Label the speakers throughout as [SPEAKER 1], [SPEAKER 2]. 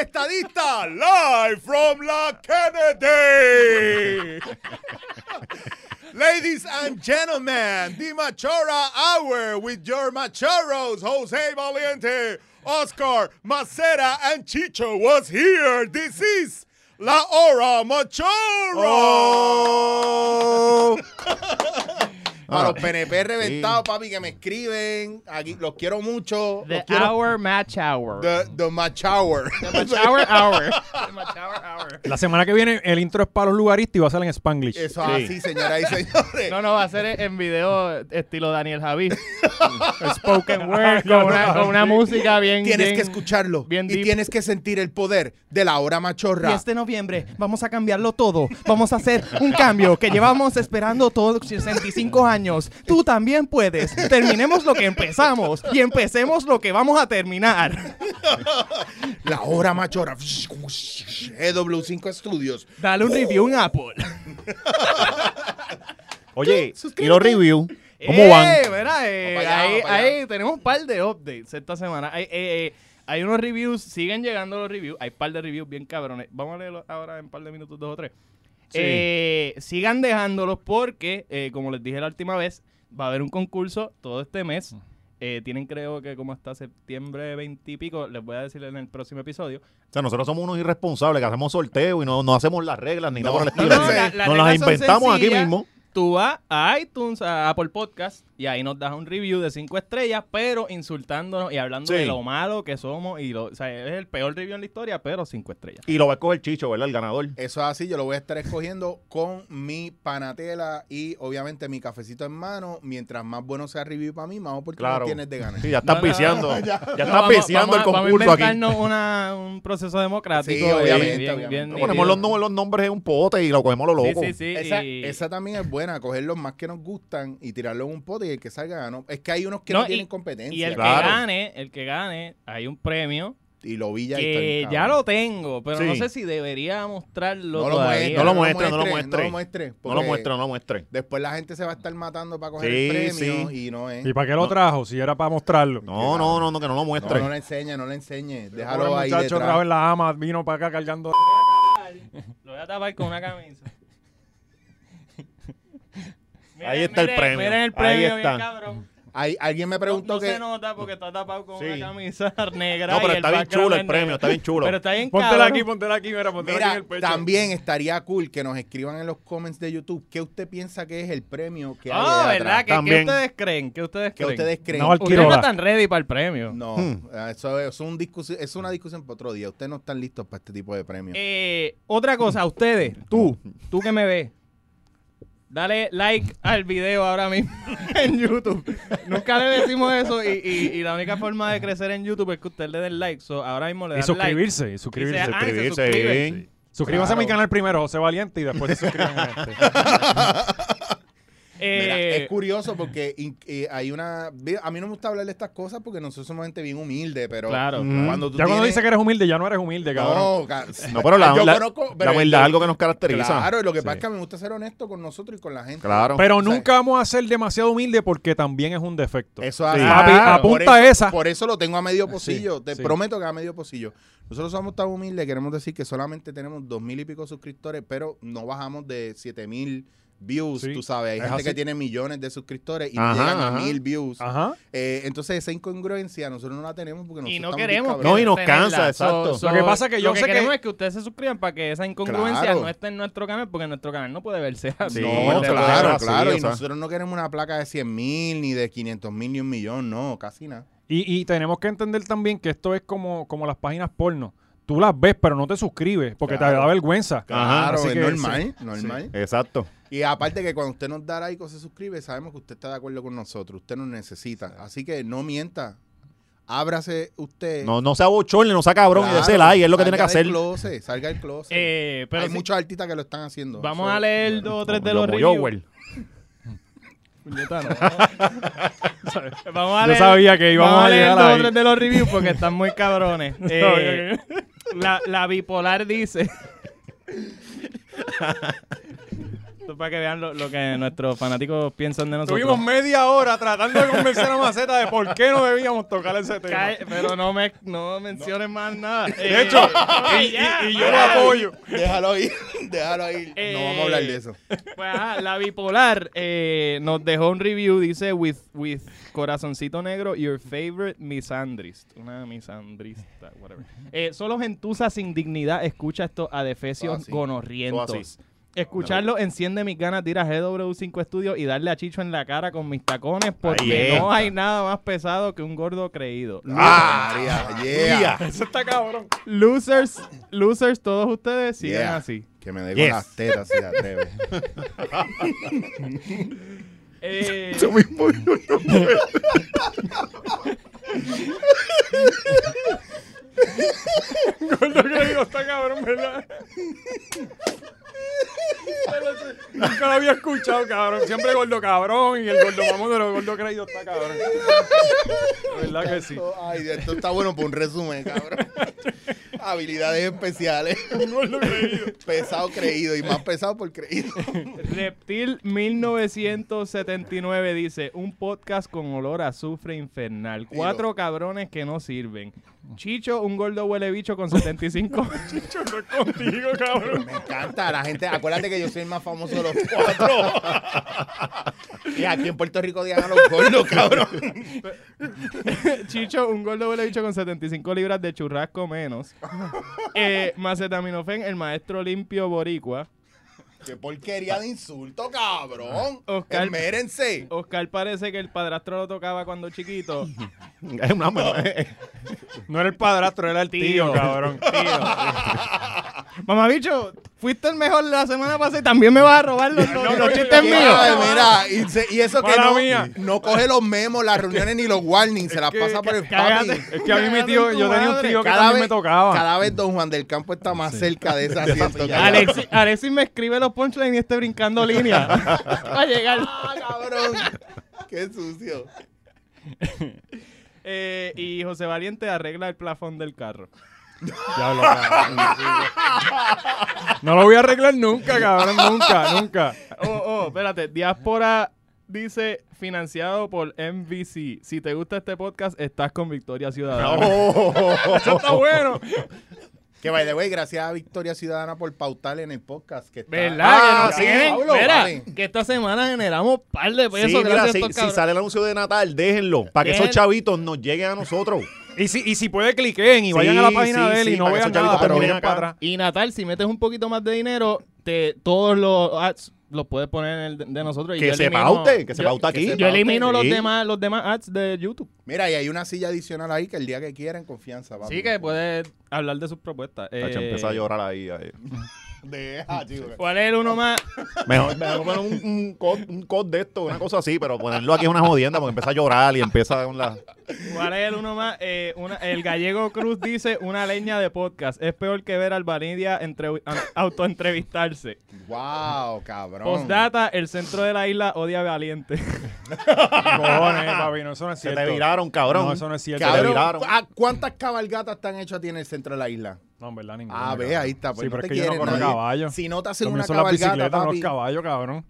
[SPEAKER 1] estadista, live from la Kennedy. Ladies and gentlemen, the Machora Hour with your Machoros, Jose Valiente, Oscar, Macera, and Chicho was here. This is La Hora Machoro. A los PNP reventados, papi, que me escriben. Aquí, los quiero mucho.
[SPEAKER 2] The
[SPEAKER 1] Los quiero.
[SPEAKER 2] hour match hour.
[SPEAKER 1] The, the Match Hour.
[SPEAKER 2] match hour hour. The match hour hour.
[SPEAKER 3] La semana que viene el intro es para los lugaristas y va a ser en Spanglish.
[SPEAKER 1] Eso es así, señoras y señores.
[SPEAKER 2] No, no, va a ser en video estilo Daniel Javis. Spoken word con una, con una música bien.
[SPEAKER 1] Tienes
[SPEAKER 2] bien-
[SPEAKER 1] que escucharlo
[SPEAKER 2] bien
[SPEAKER 1] y
[SPEAKER 2] deep. este-
[SPEAKER 1] tienes que sentir el poder de la hora machorra.
[SPEAKER 2] 10 de noviembre vamos a cambiarlo todo. Vamos a hacer un cambio que llevamos esperando todos 65 años. Tú también puedes. Terminemos lo que empezamos y empecemos lo que vamos a terminar.
[SPEAKER 1] La hora machorra. EW5 Studios.
[SPEAKER 2] Dale un review en Apple.
[SPEAKER 4] Oye,
[SPEAKER 1] Suscríbete.
[SPEAKER 4] y los reviews, ¿cómo van?
[SPEAKER 2] Eh, mira, eh,
[SPEAKER 1] Vamos para allá,
[SPEAKER 2] ahí,
[SPEAKER 1] vamos para allá.
[SPEAKER 2] ahí tenemos un par de updates esta semana. Hay, eh, eh, hay unos reviews, siguen llegando los reviews. Hay un par de reviews bien cabrones. Vamos a leerlos ahora en un par de minutos, dos o tres. Eh, sigan dejándolos porque, eh, como les dije la última vez, va a haber un concurso todo este mes.
[SPEAKER 4] Mm.
[SPEAKER 2] Eh, tienen creo que como hasta septiembre 20 y pico, les voy a decir en el próximo episodio.
[SPEAKER 4] O sea, nosotros somos unos irresponsables que hacemos sorteo y no, no hacemos las reglas ni
[SPEAKER 1] No,
[SPEAKER 4] nada por el
[SPEAKER 1] no,
[SPEAKER 4] estilo.
[SPEAKER 1] no, la-
[SPEAKER 4] Nos
[SPEAKER 2] las
[SPEAKER 4] las
[SPEAKER 2] reglas son
[SPEAKER 4] inventamos aquí
[SPEAKER 2] sencillas.
[SPEAKER 4] mismo.
[SPEAKER 2] Tú vas a iTunes, a Apple Podcast, y ahí nos das un review de 5 estrellas, pero insultándonos y hablando
[SPEAKER 4] Sí.
[SPEAKER 2] de lo malo que somos. y lo, O sea, es el peor review en la historia, pero 5 estrellas.
[SPEAKER 4] Y lo va a coger Chicho, ¿verdad? El ganador.
[SPEAKER 1] Eso es así, yo lo voy a estar escogiendo con mi panatela y obviamente mi cafecito en mano. Mientras más bueno sea el review para mí, más oportunidad
[SPEAKER 4] Claro.
[SPEAKER 1] tienes de ganar.
[SPEAKER 4] Sí, ya estás
[SPEAKER 2] No, no,
[SPEAKER 4] viciando.
[SPEAKER 2] no, no,
[SPEAKER 4] ya estás
[SPEAKER 2] No, vamos-
[SPEAKER 4] viciando
[SPEAKER 2] vamos
[SPEAKER 4] el
[SPEAKER 2] a-
[SPEAKER 4] concurso aquí.
[SPEAKER 2] Vamos a inventarnos una- un proceso democrático.
[SPEAKER 1] Sí,
[SPEAKER 2] eh,
[SPEAKER 1] obviamente,
[SPEAKER 2] bien-
[SPEAKER 1] obviamente.
[SPEAKER 2] bien
[SPEAKER 4] Le Ponemos los,
[SPEAKER 2] nítido.
[SPEAKER 4] nom- los nombres en un pote y lo cogemos a lo loco.
[SPEAKER 2] Sí, sí, sí.
[SPEAKER 1] Esa,
[SPEAKER 2] y-
[SPEAKER 1] esa también es buena, coger los más que nos gustan y tirarlos en un pote y el que salga ganó. Es que hay unos que no,
[SPEAKER 2] No,
[SPEAKER 1] tienen
[SPEAKER 2] y-
[SPEAKER 1] competencia.
[SPEAKER 2] y el
[SPEAKER 4] Claro.
[SPEAKER 2] que gane, el que gane, hay un premio
[SPEAKER 1] Y lo vi ya. y está
[SPEAKER 2] que
[SPEAKER 1] bien
[SPEAKER 2] ya
[SPEAKER 1] cabrón.
[SPEAKER 2] lo tengo, pero
[SPEAKER 4] Sí.
[SPEAKER 2] no sé si debería mostrarlo
[SPEAKER 1] No lo
[SPEAKER 2] todavía.
[SPEAKER 1] muestres,
[SPEAKER 4] No lo muestres, no lo
[SPEAKER 1] No lo
[SPEAKER 4] muestres.
[SPEAKER 1] muestres.
[SPEAKER 4] No lo
[SPEAKER 1] porque
[SPEAKER 4] muestre, no lo muestre.
[SPEAKER 1] Después la gente se va a estar matando para coger
[SPEAKER 4] Sí,
[SPEAKER 1] el premio y no es.
[SPEAKER 3] ¿Y para qué lo trajo? Si era para mostrarlo.
[SPEAKER 4] No, no, no, no, que no lo
[SPEAKER 1] No,
[SPEAKER 4] muestre.
[SPEAKER 1] no le enseñe, no le enseñe.
[SPEAKER 3] Pobre
[SPEAKER 1] Déjalo ahí
[SPEAKER 3] muchacho
[SPEAKER 1] detrás.
[SPEAKER 3] otra vez la ama vino para acá cargando.
[SPEAKER 2] Lo voy a tapar con una camisa. Miren,
[SPEAKER 4] Ahí está el
[SPEAKER 2] miren,
[SPEAKER 4] premio.
[SPEAKER 2] Miren el
[SPEAKER 4] Ahí
[SPEAKER 2] premio, bien
[SPEAKER 4] está.
[SPEAKER 2] cabrón.
[SPEAKER 1] Ahí- alguien me
[SPEAKER 2] No,
[SPEAKER 1] preguntó
[SPEAKER 2] no
[SPEAKER 1] que.
[SPEAKER 2] se nota porque está tapado con
[SPEAKER 4] Sí.
[SPEAKER 2] una camisa negra.
[SPEAKER 4] No, pero
[SPEAKER 2] y
[SPEAKER 4] está bien
[SPEAKER 2] background
[SPEAKER 4] chulo el
[SPEAKER 2] es
[SPEAKER 4] premio,
[SPEAKER 2] negro.
[SPEAKER 4] está bien chulo.
[SPEAKER 2] Pero está bien
[SPEAKER 3] Póntela
[SPEAKER 2] cabrón.
[SPEAKER 3] aquí, póntela aquí, mira, póntela aquí en
[SPEAKER 1] Mira,
[SPEAKER 3] el pecho.
[SPEAKER 1] también estaría cool que nos escriban en los comments de YouTube qué usted piensa que es el premio que hay
[SPEAKER 2] Ah,
[SPEAKER 1] allá
[SPEAKER 2] ¿verdad?
[SPEAKER 1] atrás.
[SPEAKER 2] ¿Qué, qué
[SPEAKER 4] También.
[SPEAKER 2] ustedes creen? ¿Qué ustedes
[SPEAKER 1] ¿Qué
[SPEAKER 2] creen?
[SPEAKER 1] ustedes creen?
[SPEAKER 3] No, al-
[SPEAKER 2] Ustedes no
[SPEAKER 3] Quiroga.
[SPEAKER 2] están ready para el premio.
[SPEAKER 1] No, eso es, un discusi- es una discusión para otro día. Ustedes no están listos para este tipo de premios.
[SPEAKER 2] Eh, otra cosa, ustedes, tú, tú que me ves, dale like al video ahora mismo en YouTube. Nunca le decimos eso y, y- y la única forma de crecer en YouTube es que usted le den like. So, ahora mismo le
[SPEAKER 3] Y
[SPEAKER 2] dan
[SPEAKER 3] suscribirse, y
[SPEAKER 2] like. Y se-
[SPEAKER 3] suscribirse.
[SPEAKER 2] ah, y se
[SPEAKER 4] suscribirse,
[SPEAKER 2] suscriben.
[SPEAKER 4] bien.
[SPEAKER 3] Suscríbanse ah, a mi
[SPEAKER 1] Claro.
[SPEAKER 3] canal primero, José Valiente, y después se suscriban a este.
[SPEAKER 2] Eh,
[SPEAKER 1] Mira, es curioso porque in- eh, hay una. A mí no me gusta hablar de estas cosas porque nosotros somos gente bien humilde, pero
[SPEAKER 2] Claro,
[SPEAKER 4] Mm.
[SPEAKER 1] cuando tú
[SPEAKER 3] Ya cuando
[SPEAKER 1] tienes-
[SPEAKER 3] dice que eres humilde, ya no eres humilde, cabrón.
[SPEAKER 1] No, ca-
[SPEAKER 4] No, pero la,
[SPEAKER 1] Yo
[SPEAKER 4] la-
[SPEAKER 1] conozco-
[SPEAKER 4] la
[SPEAKER 1] pero-
[SPEAKER 4] verdad, algo que nos caracteriza.
[SPEAKER 1] Claro, y lo que
[SPEAKER 4] Sí.
[SPEAKER 1] pasa es que a mí me gusta ser honesto con nosotros y con la gente.
[SPEAKER 4] Claro.
[SPEAKER 3] Pero
[SPEAKER 1] O sea,
[SPEAKER 3] nunca vamos a ser demasiado humilde porque también es un defecto.
[SPEAKER 1] Eso es
[SPEAKER 3] Sí.
[SPEAKER 1] así.
[SPEAKER 3] Papi,
[SPEAKER 1] Claro.
[SPEAKER 3] apunta
[SPEAKER 1] Por eso-
[SPEAKER 3] esa.
[SPEAKER 1] Por eso lo tengo a medio pocillo. Te
[SPEAKER 3] sí.
[SPEAKER 1] prometo que a medio pocillo. Nosotros somos tan humildes, queremos decir que solamente tenemos dos mil y pico suscriptores, pero no bajamos de siete mil views,
[SPEAKER 3] Sí,
[SPEAKER 1] tú sabes. Hay
[SPEAKER 3] es
[SPEAKER 1] gente que
[SPEAKER 3] así.
[SPEAKER 1] tiene millones de suscriptores y no
[SPEAKER 4] Ajá,
[SPEAKER 1] llegan a
[SPEAKER 4] ajá.
[SPEAKER 1] mil views.
[SPEAKER 3] Ajá.
[SPEAKER 1] Eh, entonces esa incongruencia nosotros no la tenemos porque nosotros
[SPEAKER 2] y no
[SPEAKER 1] estamos bien
[SPEAKER 2] queremos.
[SPEAKER 1] cabrones.
[SPEAKER 4] No, y nos
[SPEAKER 2] tenerla.
[SPEAKER 4] cansa, exacto.
[SPEAKER 3] Lo que pasa es que yo
[SPEAKER 2] lo
[SPEAKER 3] sé que-
[SPEAKER 2] queremos es que ustedes se suscriban para que esa incongruencia
[SPEAKER 1] Claro.
[SPEAKER 2] no esté en nuestro canal, porque nuestro canal no puede verse así.
[SPEAKER 4] Sí,
[SPEAKER 1] No, claro,
[SPEAKER 4] te lo
[SPEAKER 1] claro.
[SPEAKER 4] dejo así, o
[SPEAKER 1] y
[SPEAKER 4] sea.
[SPEAKER 1] nosotros no queremos una placa de 100 mil, ni de 500 mil, ni un millón, no, casi nada.
[SPEAKER 3] Y, y tenemos que entender también que esto es como, como las páginas porno. Tú las ves, pero no te suscribes porque te
[SPEAKER 1] Claro.
[SPEAKER 3] da vergüenza.
[SPEAKER 1] Claro,
[SPEAKER 3] Así
[SPEAKER 1] es
[SPEAKER 3] que-
[SPEAKER 1] normal, normal.
[SPEAKER 4] Exacto.
[SPEAKER 1] Y aparte que cuando usted nos da like o se suscribe, sabemos que usted está de acuerdo con nosotros, usted nos necesita. Así que no mienta, ábrase
[SPEAKER 2] Eh.
[SPEAKER 1] usted.
[SPEAKER 4] No, no sea bochorne, no sea cabrón
[SPEAKER 1] Claro,
[SPEAKER 4] y dese like, es lo que tiene que
[SPEAKER 1] salga
[SPEAKER 4] hacer.
[SPEAKER 1] del closet, salga del closet.
[SPEAKER 2] Eh, pero
[SPEAKER 1] Hay
[SPEAKER 2] sí,
[SPEAKER 1] muchos artistas que lo están haciendo.
[SPEAKER 2] vamos
[SPEAKER 1] Eso-
[SPEAKER 2] a leer
[SPEAKER 1] bueno.
[SPEAKER 2] dos o tres de
[SPEAKER 4] Como
[SPEAKER 2] los
[SPEAKER 4] yo,
[SPEAKER 2] reviews.
[SPEAKER 4] güey.
[SPEAKER 2] Puñeta, no. Vamos a
[SPEAKER 3] Yo
[SPEAKER 2] leer,
[SPEAKER 3] sabía que íbamos
[SPEAKER 2] vamos
[SPEAKER 3] a
[SPEAKER 2] leer
[SPEAKER 3] llegar
[SPEAKER 2] dos o
[SPEAKER 3] ahí.
[SPEAKER 2] tres de los reviews porque están muy cabrones. Eh, la, la bipolar dice. Esto es para que vean lo, lo que nuestros fanáticos piensan de nosotros.
[SPEAKER 3] Tuvimos media hora tratando de convencer a Maceta de por qué no debíamos tocar ese tema.
[SPEAKER 2] Cae- pero no me no menciones más nada. Eh,
[SPEAKER 3] De hecho, y, y- y yo lo apoyo.
[SPEAKER 1] Déjalo ir, déjalo ir.
[SPEAKER 2] Eh.
[SPEAKER 1] No vamos a hablar de eso.
[SPEAKER 2] Pues ajá, la bipolar eh, nos dejó un review, dice, with, with corazoncito negro, your favorite misandrist. Una misandrista, whatever. Eh, solo gentuza sin dignidad escucha estos adefesios
[SPEAKER 1] Fácil.
[SPEAKER 2] gonorrientos.
[SPEAKER 4] Fácil.
[SPEAKER 2] Escucharlo enciende mis ganas de ir a GW5 Estudios y darle a Chicho en la cara con mis tacones porque
[SPEAKER 4] Ahí
[SPEAKER 2] no
[SPEAKER 4] está.
[SPEAKER 2] hay nada más pesado que un gordo creído.
[SPEAKER 1] Ah, María, yeah.
[SPEAKER 4] Yeah.
[SPEAKER 3] Eso está cabrón.
[SPEAKER 2] Losers, losers, todos ustedes sigan
[SPEAKER 1] Yeah.
[SPEAKER 2] así.
[SPEAKER 1] Que me dé
[SPEAKER 4] Yes.
[SPEAKER 1] con las tetas si la atreve.
[SPEAKER 2] Eh,
[SPEAKER 3] Gordo creído está cabrón, ¿verdad? Nunca lo había escuchado, cabrón. Siempre gordo cabrón y el gordo mamón de los gordo creído está cabrón. De verdad que sí.
[SPEAKER 1] Ay, esto está bueno para un resumen, cabrón. Habilidades especiales. Pesado creído y más pesado por creído.
[SPEAKER 2] Reptil 1979 dice, un podcast con olor a azufre infernal. Cuatro cabrones que no sirven. Chicho, un gordo huele bicho con 75.
[SPEAKER 3] Yo estoy contigo, cabrón.
[SPEAKER 1] Me encanta. La gente, acuérdate que yo soy el más famoso de los cuatro. y aquí en Puerto Rico digan a los gordos, cabrón.
[SPEAKER 2] Chicho, un gordo huele bicho con 75 libras de churrasco menos. Eh, Macetaminofén, el maestro limpio boricua.
[SPEAKER 1] Qué porquería de insulto, cabrón.
[SPEAKER 2] Oscar-
[SPEAKER 1] Esmérense.
[SPEAKER 2] Oscar parece que el padrastro lo tocaba cuando chiquito.
[SPEAKER 4] Es una eh. mujer.
[SPEAKER 3] No era el padrastro, era el tío,
[SPEAKER 2] Tío.
[SPEAKER 3] cabrón.
[SPEAKER 2] Mamá bicho, fuiste el mejor la semana pasada y también me vas a robar los, los-
[SPEAKER 3] No,
[SPEAKER 2] los
[SPEAKER 3] no,
[SPEAKER 2] chistes
[SPEAKER 3] no,
[SPEAKER 2] míos.
[SPEAKER 1] Ay, mira, y, se- y eso que
[SPEAKER 3] Este Mala
[SPEAKER 1] no,
[SPEAKER 3] mía.
[SPEAKER 1] no coge los memos, las reuniones ni los warnings, se las
[SPEAKER 3] que-
[SPEAKER 1] pasa por el
[SPEAKER 2] cágate.
[SPEAKER 1] papi.
[SPEAKER 3] Es que a mí mi tío, yo tenía un tío que
[SPEAKER 1] Cada
[SPEAKER 3] también me
[SPEAKER 1] vez,
[SPEAKER 3] tocaba.
[SPEAKER 1] cada vez Don Juan del Campo está más cerca de esa asiento. que-
[SPEAKER 2] Alexis, Alexis me escribe los punchlines y esté brincando línea. Va a llegar.
[SPEAKER 1] Ah, cabrón. Qué sucio.
[SPEAKER 2] Eh, y José Valiente arregla el plafón del carro.
[SPEAKER 3] Diablo, cabrón. No lo voy a arreglar nunca, cabrón. Nunca, nunca.
[SPEAKER 2] Oh, oh, espérate. Diáspora dice financiado por MVC. Si te gusta este podcast, estás con Victoria Ciudadana. Oh.
[SPEAKER 3] Eso está bueno.
[SPEAKER 4] Ah,
[SPEAKER 1] Que by the way, gracias a Victoria Ciudadana por pautar en el podcast. Que está...
[SPEAKER 2] ¿Verdad?
[SPEAKER 4] Ah,
[SPEAKER 2] que
[SPEAKER 4] sí,
[SPEAKER 2] tienen-
[SPEAKER 1] Pablo,
[SPEAKER 2] Mira,
[SPEAKER 1] vale.
[SPEAKER 2] que esta semana generamos par de pesos
[SPEAKER 4] Sí, mira,
[SPEAKER 2] gracias a
[SPEAKER 4] si,
[SPEAKER 2] estos
[SPEAKER 4] si
[SPEAKER 2] cabrones.
[SPEAKER 4] sale el anuncio de Natal, déjenlo. Para que esos
[SPEAKER 2] Dejen-
[SPEAKER 4] chavitos nos lleguen a nosotros.
[SPEAKER 3] Y si, y si puede, cliquen y vayan a la página
[SPEAKER 4] sí,
[SPEAKER 3] de él y
[SPEAKER 4] sí,
[SPEAKER 3] no
[SPEAKER 4] para que
[SPEAKER 3] vean
[SPEAKER 4] esos chavitos
[SPEAKER 3] nada, pero
[SPEAKER 4] terminen
[SPEAKER 3] miren
[SPEAKER 4] acá.
[SPEAKER 3] para atrás.
[SPEAKER 2] Y Natal, si metes un poquito más de dinero, te, todos los ads los puedes poner en el de- de nosotros. y
[SPEAKER 4] Que
[SPEAKER 2] yo
[SPEAKER 4] se
[SPEAKER 2] elimino-
[SPEAKER 4] paute, que se
[SPEAKER 2] yo-
[SPEAKER 4] paute
[SPEAKER 1] que
[SPEAKER 4] aquí.
[SPEAKER 1] se
[SPEAKER 2] Yo elimino los
[SPEAKER 4] Sí.
[SPEAKER 2] demás, los demás ads de YouTube.
[SPEAKER 1] Mira, y hay una silla adicional ahí que el día que quieran, confianza. papi.
[SPEAKER 2] Así que puedes hablar de sus propuestas.
[SPEAKER 4] Tacho,
[SPEAKER 2] Eh,
[SPEAKER 4] empezó a llorar ahí. ahí.
[SPEAKER 1] Deja, tío.
[SPEAKER 2] ¿Cuál es el uno más?
[SPEAKER 4] Mejor, mejor poner un, un, cod, un cod de esto, una cosa así, pero ponerlo aquí es una jodienda porque empieza a llorar y empieza con la.
[SPEAKER 2] ¿Cuál es el uno más? Eh, una- el gallego Cruz dice una leña de podcast. Es peor que ver al Vanidia entre- a- autoentrevistarse.
[SPEAKER 1] Wow, cabrón.
[SPEAKER 2] Postdata, el centro de la isla odia a Valiente.
[SPEAKER 3] Cojones, papi, no, eso no es
[SPEAKER 4] Se
[SPEAKER 3] cierto.
[SPEAKER 4] te viraron, cabrón.
[SPEAKER 3] No, eso no es cierto.
[SPEAKER 4] Cabrón.
[SPEAKER 1] Cabrón,
[SPEAKER 4] viraron.
[SPEAKER 1] ¿cu- ah, ¿cuántas cabalgatas te han hecho a ti en el centro de la isla?
[SPEAKER 3] No, en verdad, ninguno.
[SPEAKER 1] Ah, ve,
[SPEAKER 3] cabrón.
[SPEAKER 1] ahí está. Pues
[SPEAKER 3] sí,
[SPEAKER 1] no
[SPEAKER 3] pero
[SPEAKER 1] te
[SPEAKER 3] es que yo no
[SPEAKER 1] quieren
[SPEAKER 3] corro
[SPEAKER 1] nadie.
[SPEAKER 3] caballo.
[SPEAKER 1] Si no te hacen
[SPEAKER 3] Lo mío
[SPEAKER 1] una
[SPEAKER 3] son las
[SPEAKER 1] cabalgata,
[SPEAKER 3] bicicletas, no
[SPEAKER 1] papi,
[SPEAKER 3] los caballos, cabrón.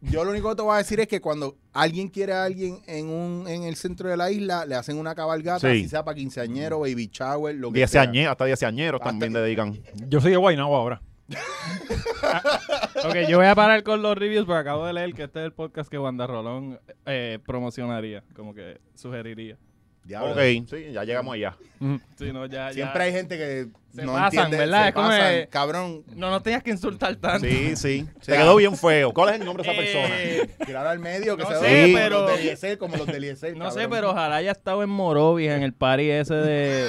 [SPEAKER 1] yo lo único que te voy a decir es que cuando alguien quiere a alguien en un en el centro de la isla, le hacen una cabalgata,
[SPEAKER 4] Sí.
[SPEAKER 1] así sea para
[SPEAKER 3] Mm.
[SPEAKER 1] quinceañero, baby shower, lo que sea.
[SPEAKER 4] Dieciañe- hasta dieciañeros
[SPEAKER 1] Hasta-
[SPEAKER 4] también dedican.
[SPEAKER 3] Yo soy de Guaynabo ahora.
[SPEAKER 2] ok, yo voy a parar con los reviews porque acabo de leer que este es el podcast que Wanda Rolón eh, promocionaría, como que sugeriría.
[SPEAKER 1] Diablo.
[SPEAKER 4] Ok, sí, ya llegamos allá.
[SPEAKER 2] Si no, ya, ya-
[SPEAKER 1] Siempre hay gente que
[SPEAKER 2] Se
[SPEAKER 1] no
[SPEAKER 2] pasan,
[SPEAKER 1] entiende,
[SPEAKER 2] ¿verdad?
[SPEAKER 1] se
[SPEAKER 2] Es como
[SPEAKER 1] pasan,
[SPEAKER 2] de-
[SPEAKER 1] cabrón.
[SPEAKER 2] No nos tenías que insultar tanto.
[SPEAKER 4] Sí, sí. Se
[SPEAKER 1] sea-
[SPEAKER 4] quedó bien feo. ¿Cuál es el nombre de esa persona?
[SPEAKER 2] Eh,
[SPEAKER 1] Tirar al medio que
[SPEAKER 2] No
[SPEAKER 1] se
[SPEAKER 2] sé,
[SPEAKER 1] ve como
[SPEAKER 2] pero-
[SPEAKER 1] los de Eliezer, E, como los de Eliezer,
[SPEAKER 2] No sé,
[SPEAKER 1] cabrón.
[SPEAKER 2] pero ojalá haya estado en Morovis, en el party ese de... de-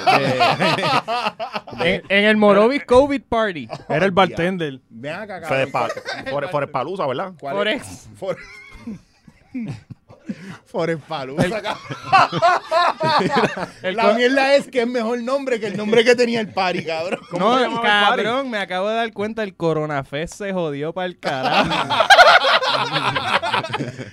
[SPEAKER 2] en, en el Morovis COVID Party.
[SPEAKER 3] Era el bartender.
[SPEAKER 1] Ven acá,
[SPEAKER 4] Fede
[SPEAKER 1] cabrón.
[SPEAKER 4] Pa- Fore- Forest Palusa, ¿verdad?
[SPEAKER 1] ¿Cuál es?
[SPEAKER 2] Forex.
[SPEAKER 1] For... Forest Palusa, cabrón.
[SPEAKER 2] El
[SPEAKER 1] La
[SPEAKER 2] co-
[SPEAKER 1] mierda es que es mejor nombre que el nombre que tenía el party, cabrón.
[SPEAKER 3] ¿Cómo se
[SPEAKER 2] no,
[SPEAKER 3] llamaba el party?
[SPEAKER 2] cabrón, me acabo de dar cuenta, el coronafest se jodió para el carajo.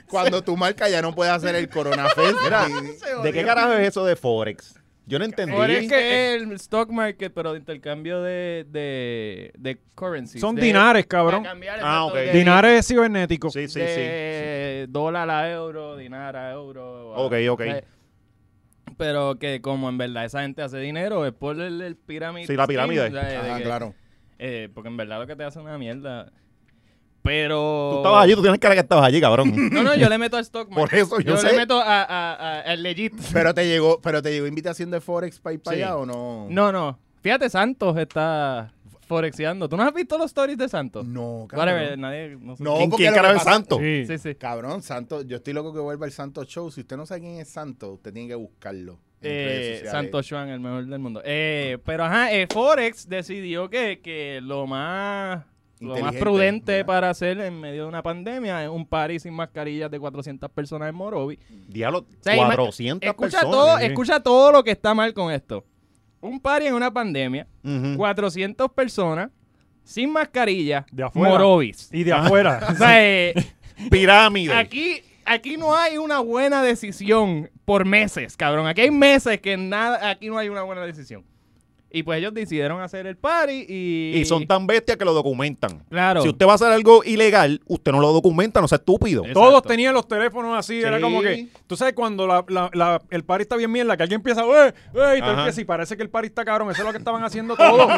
[SPEAKER 1] Cuando tu marca ya no puede hacer el Corona Fest.
[SPEAKER 4] Mira,
[SPEAKER 1] y-
[SPEAKER 4] ¿de qué carajo es eso de Forex? Yo no entendí.
[SPEAKER 2] Ahora es que el stock market, pero de intercambio de, de, de currencies.
[SPEAKER 3] Son
[SPEAKER 2] de-
[SPEAKER 3] dinares, cabrón.
[SPEAKER 2] para cambiar, exacto,
[SPEAKER 4] Ah, ok.
[SPEAKER 2] de-
[SPEAKER 3] Dinares cibernéticos.
[SPEAKER 4] Sí, sí, sí.
[SPEAKER 2] de dólar a euro, dinar a euro. a-
[SPEAKER 4] Ok, ok.
[SPEAKER 2] eh, Pero que como en verdad esa gente hace dinero es por el, el pirámide.
[SPEAKER 4] Sí, la pirámide.
[SPEAKER 1] Ah, claro.
[SPEAKER 2] eh, porque en verdad lo que te hace es una mierda. Pero...
[SPEAKER 4] Tú estabas allí, tú tienes cara que estabas allí, cabrón.
[SPEAKER 2] No, no, yo le meto al stock market.
[SPEAKER 4] Por eso yo
[SPEAKER 2] yo
[SPEAKER 4] sé.
[SPEAKER 2] le meto a, a, a- al legit.
[SPEAKER 1] Pero te llegó, pero te llegó invitación de Forex para ir para
[SPEAKER 4] Sí.
[SPEAKER 1] allá o no?
[SPEAKER 2] No, no. Fíjate, Santos está forexeando. ¿Tú no has visto los stories de Santos?
[SPEAKER 1] No, cabrón.
[SPEAKER 2] Whatever, nadie... No, sé.
[SPEAKER 1] No,
[SPEAKER 4] ¿Quién,
[SPEAKER 1] porque
[SPEAKER 4] quién
[SPEAKER 1] lo
[SPEAKER 4] carajo
[SPEAKER 1] que
[SPEAKER 4] es
[SPEAKER 1] pasa-
[SPEAKER 4] santo?
[SPEAKER 3] Sí.
[SPEAKER 2] Sí, sí.
[SPEAKER 1] Cabrón, Santo, yo estoy loco que vuelva el Santo Show. Si usted no sabe quién es Santo, usted tiene que buscarlo. en redes
[SPEAKER 2] Eh,
[SPEAKER 1] sociales.
[SPEAKER 2] Santo Juan, el mejor del mundo. Eh, pero ajá, eh, Forex decidió que, que lo más lo más
[SPEAKER 1] Inteligente,
[SPEAKER 2] prudente
[SPEAKER 1] ¿verdad?
[SPEAKER 2] para hacer en medio de una pandemia es un party sin mascarillas de 400 personas en Morovi.
[SPEAKER 4] Diablo,
[SPEAKER 2] sea, ima-
[SPEAKER 4] 400
[SPEAKER 2] Escucha
[SPEAKER 4] personas.
[SPEAKER 2] todo,
[SPEAKER 3] sí.
[SPEAKER 2] escucha todo lo que está mal con esto. Un party en una pandemia,
[SPEAKER 4] Ujú.
[SPEAKER 2] 400 personas sin mascarilla,
[SPEAKER 3] De afuera.
[SPEAKER 2] Morovis.
[SPEAKER 3] Y de
[SPEAKER 1] Ah.
[SPEAKER 3] afuera.
[SPEAKER 2] O sea, eh,
[SPEAKER 4] Pirámide.
[SPEAKER 2] Aquí, aquí no hay una buena decisión por meses, cabrón. Aquí hay meses que nada, aquí no hay una buena decisión. Y pues ellos decidieron hacer el party y.
[SPEAKER 4] Y son tan bestias que lo documentan.
[SPEAKER 2] Claro.
[SPEAKER 4] Si usted va a hacer algo ilegal, usted no lo documenta, no sea estúpido.
[SPEAKER 2] Es-
[SPEAKER 3] Todos
[SPEAKER 2] Exacto.
[SPEAKER 3] tenían los teléfonos así, era
[SPEAKER 2] Sí.
[SPEAKER 3] como que, tú sabes cuando la, la- la- el party está bien mierda, que alguien empieza, "Eh, eh", y tú
[SPEAKER 4] Ajá.
[SPEAKER 3] empiezas, y parece que el party está cabrón, eso es lo que estaban haciendo todos.